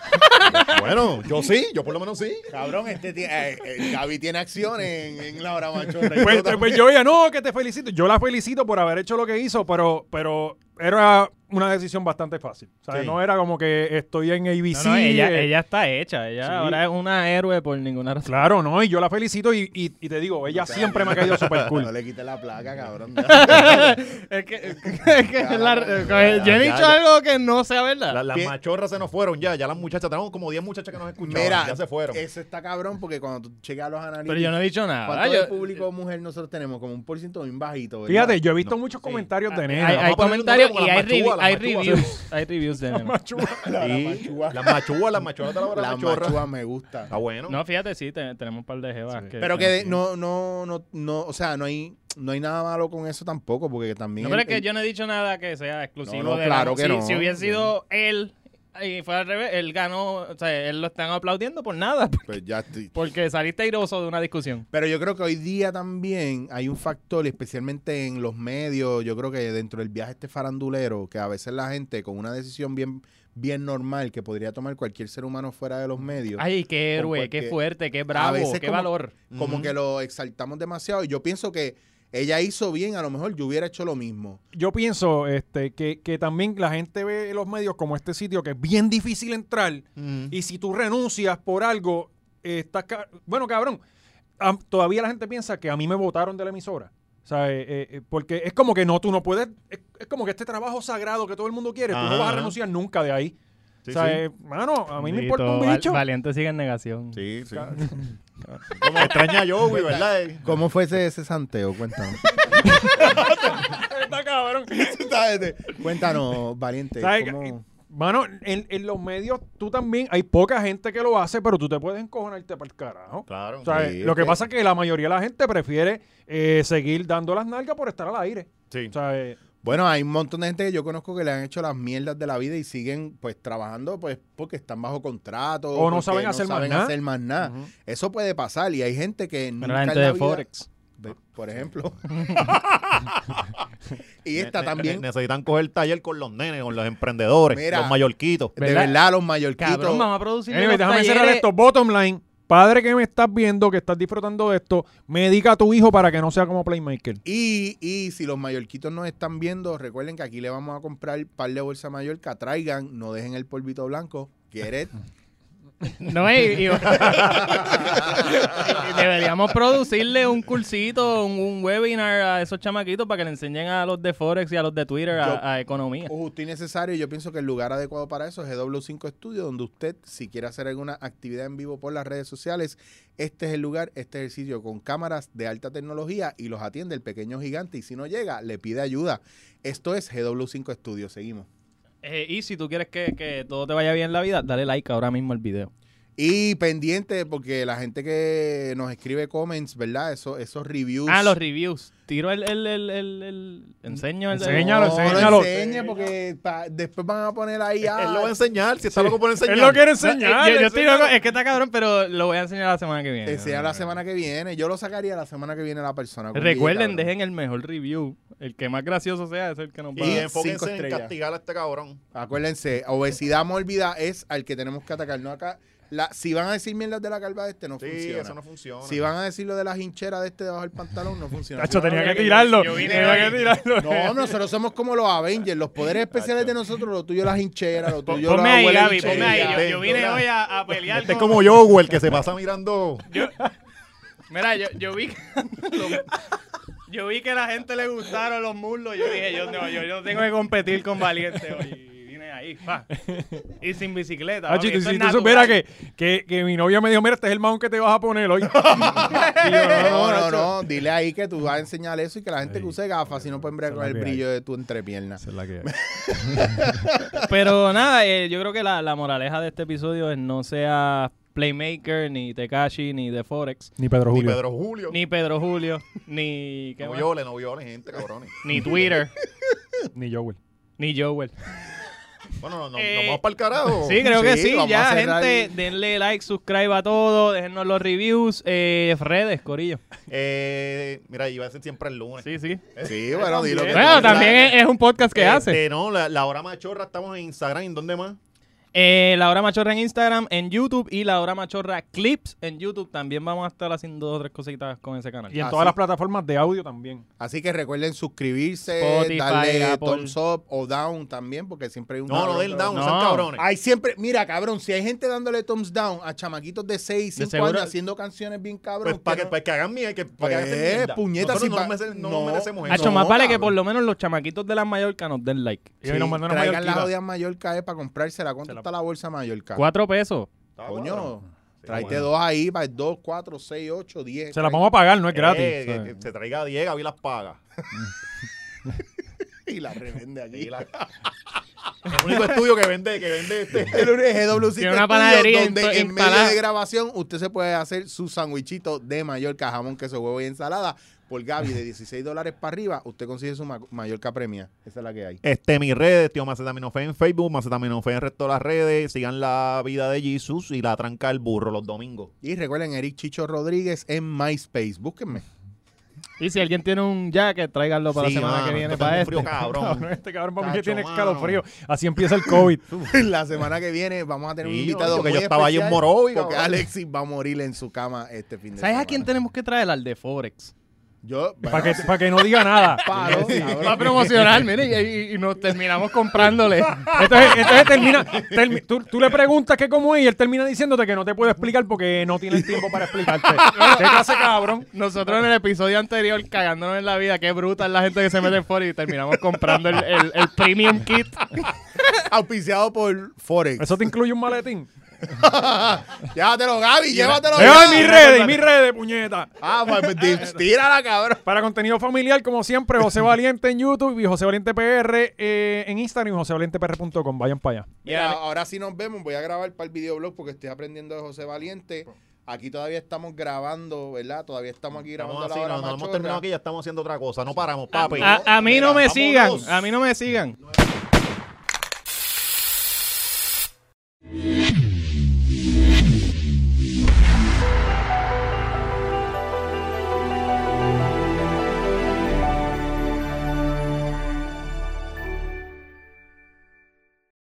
[SPEAKER 4] Bueno, yo sí, yo por lo menos sí.
[SPEAKER 1] Cabrón, este tie- eh, eh, Gaby tiene acciones en, en la hora machorra. Y
[SPEAKER 3] Pues,
[SPEAKER 1] todo-
[SPEAKER 3] pues yo ella, no, que te felicito. Yo la felicito por haber hecho lo que hizo, pero, pero era una decisión bastante fácil. O sea,
[SPEAKER 4] Sí.
[SPEAKER 3] no era como que estoy en ABC.
[SPEAKER 2] No, no, ella,
[SPEAKER 3] eh,
[SPEAKER 2] ella está hecha. Ella
[SPEAKER 3] sí.
[SPEAKER 2] ahora es una héroe por ninguna razón.
[SPEAKER 3] Claro, no, y yo la felicito y, y- y te digo, ella siempre me ha caído súper cool.
[SPEAKER 1] No le quité la placa, cabrón.
[SPEAKER 2] Es que, es que- es que la- eh, yo he
[SPEAKER 4] Ya,
[SPEAKER 2] dicho
[SPEAKER 4] ya.
[SPEAKER 2] algo que no sea verdad.
[SPEAKER 4] La- las
[SPEAKER 1] Bien.
[SPEAKER 4] machorras se nos fueron ya, ya las muchachas, tenemos como 10 muchachas que nos escucharon,
[SPEAKER 1] Mira,
[SPEAKER 4] ya se fueron.
[SPEAKER 1] eso está cabrón porque cuando tú checas los análisis,
[SPEAKER 2] pero yo no he dicho nada.
[SPEAKER 1] ¿cuánto
[SPEAKER 2] Yo-
[SPEAKER 1] del público mujer nosotros tenemos? Como un porcentaje bien bajito, ¿verdad?
[SPEAKER 3] Fíjate, yo he visto muchos comentarios de nena.
[SPEAKER 2] hay
[SPEAKER 4] vamos
[SPEAKER 2] hay
[SPEAKER 4] a ponerle un
[SPEAKER 2] comentarios
[SPEAKER 4] número
[SPEAKER 2] y hay, revi-
[SPEAKER 4] como las machúas, las
[SPEAKER 2] hay
[SPEAKER 4] machúas.
[SPEAKER 2] reviews. hay reviews de nena.
[SPEAKER 1] la
[SPEAKER 4] Sí,
[SPEAKER 1] machúa.
[SPEAKER 4] Las machúas, las machorras de la hora
[SPEAKER 1] la
[SPEAKER 4] machorra.
[SPEAKER 1] machúa me gusta.
[SPEAKER 4] Está Ah, bueno.
[SPEAKER 2] No, fíjate, sí, te- tenemos un par de jevas. Que
[SPEAKER 1] Pero que de- no, no, no, no, o sea, no hay, no hay nada malo con eso tampoco, porque también.
[SPEAKER 2] No, pero
[SPEAKER 1] el-
[SPEAKER 2] es que
[SPEAKER 1] el-
[SPEAKER 2] yo no he dicho nada que sea exclusivo
[SPEAKER 1] No, no,
[SPEAKER 2] de
[SPEAKER 1] claro
[SPEAKER 2] la-
[SPEAKER 1] que
[SPEAKER 2] si,
[SPEAKER 1] no.
[SPEAKER 2] si hubiese sido él y fue al revés, él ganó, o sea, él lo están aplaudiendo por nada,
[SPEAKER 1] Pues ya estoy-
[SPEAKER 2] porque saliste airoso de una discusión.
[SPEAKER 1] Pero yo creo que hoy día también hay un factor, especialmente en los medios, yo creo que dentro del viaje este farandulero, que a veces la gente con una decisión bien, bien normal que podría tomar cualquier ser humano fuera de los
[SPEAKER 3] Mm.
[SPEAKER 1] medios,
[SPEAKER 2] Ay, qué
[SPEAKER 1] Con
[SPEAKER 2] héroe, qué
[SPEAKER 1] cualquier-
[SPEAKER 2] fuerte, qué bravo,
[SPEAKER 1] veces
[SPEAKER 2] qué
[SPEAKER 1] como-
[SPEAKER 2] valor.
[SPEAKER 1] como
[SPEAKER 4] Ujú.
[SPEAKER 1] que lo exaltamos demasiado. Y yo pienso que ella hizo bien, a lo mejor yo hubiera hecho lo mismo.
[SPEAKER 3] Yo pienso este, que, que también la gente ve los medios como este sitio que es bien difícil entrar
[SPEAKER 4] Ujú.
[SPEAKER 3] y si tú renuncias por algo, eh, estás... ca- Bueno, cabrón, am- todavía la gente piensa que a mí me votaron de la emisora. O sea, eh, eh, eh, porque es como que no, tú no puedes... Es, es como que este trabajo sagrado que todo el mundo quiere, tú no vas a
[SPEAKER 4] Ajá.
[SPEAKER 3] renunciar nunca de ahí.
[SPEAKER 4] Sí,
[SPEAKER 3] o sea,
[SPEAKER 4] sí.
[SPEAKER 3] eh, mano, a mí me importa un bicho.
[SPEAKER 2] valiente sigue en negación.
[SPEAKER 4] Sí, sí. Como extraña a Joey, ¿verdad? Eh,
[SPEAKER 1] ¿Cómo fue ese, ese santeo? Cuéntanos.
[SPEAKER 3] Está cabrón.
[SPEAKER 1] este, Cuéntanos, valiente.
[SPEAKER 3] ¿Sabes qué?
[SPEAKER 1] ¿cómo-
[SPEAKER 3] eh, Mano, en, en los medios tú también, hay poca gente que lo hace, pero tú te puedes encojonarte para el carajo.
[SPEAKER 4] Claro.
[SPEAKER 3] O sea,
[SPEAKER 4] sí,
[SPEAKER 3] lo que
[SPEAKER 4] sí.
[SPEAKER 3] pasa es que la mayoría de la gente prefiere eh, seguir dando las nalgas por estar al aire.
[SPEAKER 4] Sí.
[SPEAKER 3] O sea, eh,
[SPEAKER 1] Bueno, hay un montón de gente que yo conozco que le han hecho las mierdas de la vida y siguen pues trabajando pues porque están bajo contrato
[SPEAKER 3] O no
[SPEAKER 1] porque
[SPEAKER 3] saben hacer más nada.
[SPEAKER 1] hacer más nada.
[SPEAKER 4] Ah,
[SPEAKER 3] Ujú.
[SPEAKER 1] Eso puede pasar y hay gente que nunca
[SPEAKER 2] la
[SPEAKER 1] en
[SPEAKER 2] gente
[SPEAKER 1] la
[SPEAKER 2] de
[SPEAKER 1] vida-
[SPEAKER 2] Forex.
[SPEAKER 1] de- por ejemplo. y
[SPEAKER 4] Ne-
[SPEAKER 1] esta
[SPEAKER 4] ne-
[SPEAKER 1] también
[SPEAKER 4] ne- necesitan coger taller con los nenes, con los emprendedores,
[SPEAKER 1] Mira.
[SPEAKER 4] los mallorquitos.
[SPEAKER 1] de
[SPEAKER 2] ¿verdad?
[SPEAKER 1] verdad los mallorquitos.
[SPEAKER 2] Cabrón, vamos a producir
[SPEAKER 3] anyway, déjame cerrar esto. Bottom line, padre que me estás viendo, que estás disfrutando de esto, medica a tu hijo para que no sea como Playmaker.
[SPEAKER 1] Y, y si los mallorquitos nos están viendo, recuerden que aquí le vamos a comprar un par de bolsas mallorca, traigan, no dejen el polvito blanco. Get it?
[SPEAKER 2] No, y, y- y deberíamos producirle un cursito, un, un webinar a esos chamaquitos para que le enseñen a los de Forex y a los de Twitter a-
[SPEAKER 1] Yo-
[SPEAKER 2] a economía.
[SPEAKER 1] Justo y necesario, yo pienso que el lugar adecuado para eso es GW5 Studio, donde usted, si quiere hacer alguna actividad en vivo por las redes sociales, este es el lugar, este es el sitio con cámaras de alta tecnología y los atiende el pequeño gigante. Y si no llega, le pide ayuda. Esto es GW5 Studio, seguimos.
[SPEAKER 2] Eh, y si tú quieres que, que todo te vaya bien en la vida, dale like ahora mismo al video.
[SPEAKER 1] Y pendiente, porque la gente que nos escribe comments, ¿verdad? Eso, esos reviews.
[SPEAKER 2] Ah, los reviews. Tiro el... el, el, el, el- enseño el...
[SPEAKER 3] Enséñalo,
[SPEAKER 1] no, lo
[SPEAKER 3] enséñalo.
[SPEAKER 1] enseñe, porque pa- después van a poner ahí. ah,
[SPEAKER 4] Él lo va a enseñar, si está loco por enseñar.
[SPEAKER 3] Él lo quiere
[SPEAKER 2] No, eh,
[SPEAKER 3] enseñar.
[SPEAKER 2] yo- yo estoy
[SPEAKER 3] enséñalo.
[SPEAKER 2] loco, es que está cabrón, pero lo voy a enseñar la semana que viene.
[SPEAKER 1] te sea la semana que viene. Yo lo sacaría la semana que viene la persona. con
[SPEAKER 2] Recuerden,
[SPEAKER 1] DJ, cabrón.
[SPEAKER 2] dejen el mejor review. El que más gracioso sea es el que nos va
[SPEAKER 4] Y
[SPEAKER 2] a...
[SPEAKER 1] Cinco
[SPEAKER 4] enfóquense en
[SPEAKER 1] estrellas.
[SPEAKER 4] castigar a este cabrón.
[SPEAKER 1] Acuérdense, obesidad mórbida es al que tenemos que atacar. No acá. La, si van a decir mierdas de la calva de este, no
[SPEAKER 4] Sí,
[SPEAKER 1] funciona.
[SPEAKER 4] eso no funciona.
[SPEAKER 1] Si van a decir lo de las hincheras de este debajo del pantalón, no funciona.
[SPEAKER 3] Tacho,
[SPEAKER 1] Si van a-
[SPEAKER 3] tenía que tirarlo.
[SPEAKER 2] yo vine
[SPEAKER 3] tenía
[SPEAKER 2] ahí.
[SPEAKER 3] que tirarlo.
[SPEAKER 1] No, nosotros somos como los Avengers. Los poderes especiales de nosotros, lo tuyo las hincheras, lo tuyo
[SPEAKER 2] Ponme
[SPEAKER 1] la
[SPEAKER 2] ahí,
[SPEAKER 1] abuela
[SPEAKER 2] Gaby,
[SPEAKER 1] hinchera.
[SPEAKER 2] ponme ahí. Yo, yo vine
[SPEAKER 4] Venga.
[SPEAKER 2] hoy a, a pelear
[SPEAKER 4] Este es
[SPEAKER 2] con...
[SPEAKER 4] como yo, el que se pasa mirando.
[SPEAKER 2] Mira, yo, yo vi que... lo- Yo vi que a la gente le gustaron los muslos. Yo dije, yo no, yo, yo tengo que competir con Valiente hoy. Y vine ahí, pa. Y sin bicicleta.
[SPEAKER 3] Ah,
[SPEAKER 2] papi,
[SPEAKER 3] chito,
[SPEAKER 2] esto
[SPEAKER 3] si
[SPEAKER 2] es
[SPEAKER 3] tú
[SPEAKER 2] natural.
[SPEAKER 3] supieras que, que, que mi novia me dijo, mira, este es el mount que te vas a poner hoy. Y yo,
[SPEAKER 1] No, no,
[SPEAKER 3] macho.
[SPEAKER 1] no. Dile ahí que tú vas a enseñar eso y que la gente que use gafas, si no pueden ver con el
[SPEAKER 3] que hay.
[SPEAKER 1] brillo de tu entrepierna.
[SPEAKER 2] Pero nada, eh, yo creo que la, la moraleja de este episodio es no seas Playmaker, ni Tekashi, ni The Forex,
[SPEAKER 3] Ni Pedro
[SPEAKER 4] Ni
[SPEAKER 3] Julio.
[SPEAKER 4] Pedro Julio.
[SPEAKER 2] ni Pedro Julio, ni, ¿qué
[SPEAKER 4] no
[SPEAKER 2] más?
[SPEAKER 4] violen, no violen, gente, cabrones.
[SPEAKER 2] ni Twitter,
[SPEAKER 3] Ni Joel.
[SPEAKER 2] ni Joel.
[SPEAKER 4] Bueno, no, no,
[SPEAKER 2] Eh,
[SPEAKER 4] nos vamos para el carajo.
[SPEAKER 2] Sí, creo que
[SPEAKER 1] Sí,
[SPEAKER 2] sí.
[SPEAKER 1] vamos
[SPEAKER 2] Ya,
[SPEAKER 1] a cerrar.
[SPEAKER 2] gente, denle like, subscribe a todo, déjennos los reviews, eh, redes, corillo.
[SPEAKER 4] Eh, mira, iba a ser siempre el lunes. Eh,
[SPEAKER 2] Sí, sí.
[SPEAKER 1] Sí, bueno, dilo que
[SPEAKER 2] Bueno,
[SPEAKER 1] tú-
[SPEAKER 2] también es, es un podcast que
[SPEAKER 4] Este,
[SPEAKER 2] hace.
[SPEAKER 4] No, la, la hora machorra estamos en Instagram. ¿En dónde más?
[SPEAKER 2] Eh, la Hora Machorra en Instagram, en YouTube y La Hora Machorra Clips en YouTube. También vamos a estar haciendo dos o tres cositas con ese canal.
[SPEAKER 3] Y en
[SPEAKER 1] Ah,
[SPEAKER 3] todas
[SPEAKER 1] sí.
[SPEAKER 3] las plataformas de audio también.
[SPEAKER 1] Así que recuerden suscribirse,
[SPEAKER 2] Spotify,
[SPEAKER 1] darle
[SPEAKER 2] Apple.
[SPEAKER 1] thumbs up o down también, porque siempre hay un
[SPEAKER 4] No,
[SPEAKER 1] cabrón
[SPEAKER 4] no del
[SPEAKER 1] que-
[SPEAKER 4] down,
[SPEAKER 2] No.
[SPEAKER 4] son cabrones.
[SPEAKER 1] Hay siempre, mira, cabrón, si hay gente dándole thumbs down a chamaquitos de 6,
[SPEAKER 4] De
[SPEAKER 1] 5
[SPEAKER 4] seguro-
[SPEAKER 1] años haciendo canciones bien cabrón.
[SPEAKER 4] Pues para que,
[SPEAKER 1] no-
[SPEAKER 4] pa' que hagan mierda, que, pa' que hagan
[SPEAKER 1] Pues,
[SPEAKER 4] mierda.
[SPEAKER 1] puñeta,
[SPEAKER 4] Nosotros
[SPEAKER 1] si
[SPEAKER 4] no,
[SPEAKER 1] pa-
[SPEAKER 4] merece- no
[SPEAKER 1] no.
[SPEAKER 4] merecemos eso.
[SPEAKER 1] Hacho,
[SPEAKER 2] Hacho, más vale que
[SPEAKER 1] cabrón.
[SPEAKER 2] por lo menos los chamaquitos de las Mallorca nos den like.
[SPEAKER 3] Y hoy nos mandaron
[SPEAKER 1] traigan
[SPEAKER 3] Mallorquita.
[SPEAKER 1] la jodida Mallorca eh, para comprársela. ¿Cuánto está la bolsa de Mallorca? Ah,
[SPEAKER 2] Cuatro pesos.
[SPEAKER 4] Está
[SPEAKER 1] Coño,
[SPEAKER 4] bueno. Sí,
[SPEAKER 1] tráete
[SPEAKER 4] bueno.
[SPEAKER 1] dos ahí para 2, 4, 6, 8, 10.
[SPEAKER 3] Se las vamos a pagar, no es gratis.
[SPEAKER 4] Eh,
[SPEAKER 3] o sea.
[SPEAKER 4] que, que se traiga a Diego y las paga.
[SPEAKER 1] Y la revende allí.
[SPEAKER 4] Y la- El único estudio que vende, que vende este.
[SPEAKER 1] El GWC
[SPEAKER 2] Tiene una
[SPEAKER 1] Studio,
[SPEAKER 2] panadería en
[SPEAKER 1] donde
[SPEAKER 2] to-
[SPEAKER 1] en,
[SPEAKER 2] en
[SPEAKER 1] medio
[SPEAKER 2] Palá.
[SPEAKER 1] de grabación usted se puede hacer su sandwichito de Mallorca, jamón, queso, huevo y ensalada. Por Gaby, de 16 dólares para arriba, usted consigue su ma- Mallorca premia. Esa es la que hay.
[SPEAKER 4] Este, mis redes, tío Macetaminofe en Facebook, Macetaminofe en resto de las redes. Sigan la vida de Jesus y la tranca del burro los domingos.
[SPEAKER 1] Y recuerden, Eric Chicho Rodríguez en MySpace. Búsquenme.
[SPEAKER 2] Y si alguien tiene un jacket, tráiganlo para
[SPEAKER 4] Sí,
[SPEAKER 2] la semana
[SPEAKER 4] mano,
[SPEAKER 2] que viene
[SPEAKER 4] esto
[SPEAKER 2] para
[SPEAKER 4] está
[SPEAKER 2] este.
[SPEAKER 4] un frío cabrón.
[SPEAKER 3] Este cabrón para mí que
[SPEAKER 4] Cacho,
[SPEAKER 3] tiene
[SPEAKER 4] mano.
[SPEAKER 3] escalofrío. Así empieza el COVID.
[SPEAKER 1] la semana que viene vamos a tener un
[SPEAKER 4] Sí,
[SPEAKER 1] invitado
[SPEAKER 4] porque
[SPEAKER 1] muy
[SPEAKER 4] yo estaba ahí en
[SPEAKER 1] especial,
[SPEAKER 4] Morovi,
[SPEAKER 1] Porque
[SPEAKER 4] cabrón.
[SPEAKER 1] Alexis va a morir en su cama este fin de
[SPEAKER 2] ¿Sabes
[SPEAKER 1] semana.
[SPEAKER 2] a quién tenemos que traer? Al de Forex.
[SPEAKER 1] Yo,
[SPEAKER 3] para, que, para que no diga nada.
[SPEAKER 1] paro,
[SPEAKER 2] Para promocionar, mire, y, y- y nos terminamos comprándole.
[SPEAKER 3] Entonces, entonces termina. termi- tú, tú le preguntas que cómo es y él termina diciéndote que no te puede explicar porque no tiene el tiempo para explicarte. ¿Qué clase, cabrón?
[SPEAKER 2] Nosotros en el episodio anterior, cagándonos en la vida, qué bruta es la gente que se mete en Forex y terminamos comprando el, el- el premium kit.
[SPEAKER 1] auspiciado por Forex.
[SPEAKER 3] Eso te incluye un maletín.
[SPEAKER 1] Llévatelo, Gaby, llévatelo.
[SPEAKER 3] Veo en
[SPEAKER 1] ya.
[SPEAKER 3] mis redes, en mis redes, puñeta.
[SPEAKER 1] Ah, pues pues, tírala, cabrón.
[SPEAKER 3] Para contenido familiar, como siempre, José Valiente en YouTube y José Valiente PR eh, en Instagram y josevalientepr.com. Vayan para allá.
[SPEAKER 1] Mira, ahora sí nos vemos. Voy a grabar para el videoblog porque estoy aprendiendo de José Valiente. Aquí todavía estamos grabando, ¿verdad? Todavía estamos aquí grabando
[SPEAKER 4] Estamos así,
[SPEAKER 1] la hora
[SPEAKER 4] no, no hemos
[SPEAKER 1] machorra.
[SPEAKER 4] terminado aquí, ya estamos haciendo otra cosa. No paramos, papi.
[SPEAKER 2] A, a mí no me
[SPEAKER 4] Mira,
[SPEAKER 2] sigan,
[SPEAKER 4] vámonos.
[SPEAKER 2] a mí no me sigan.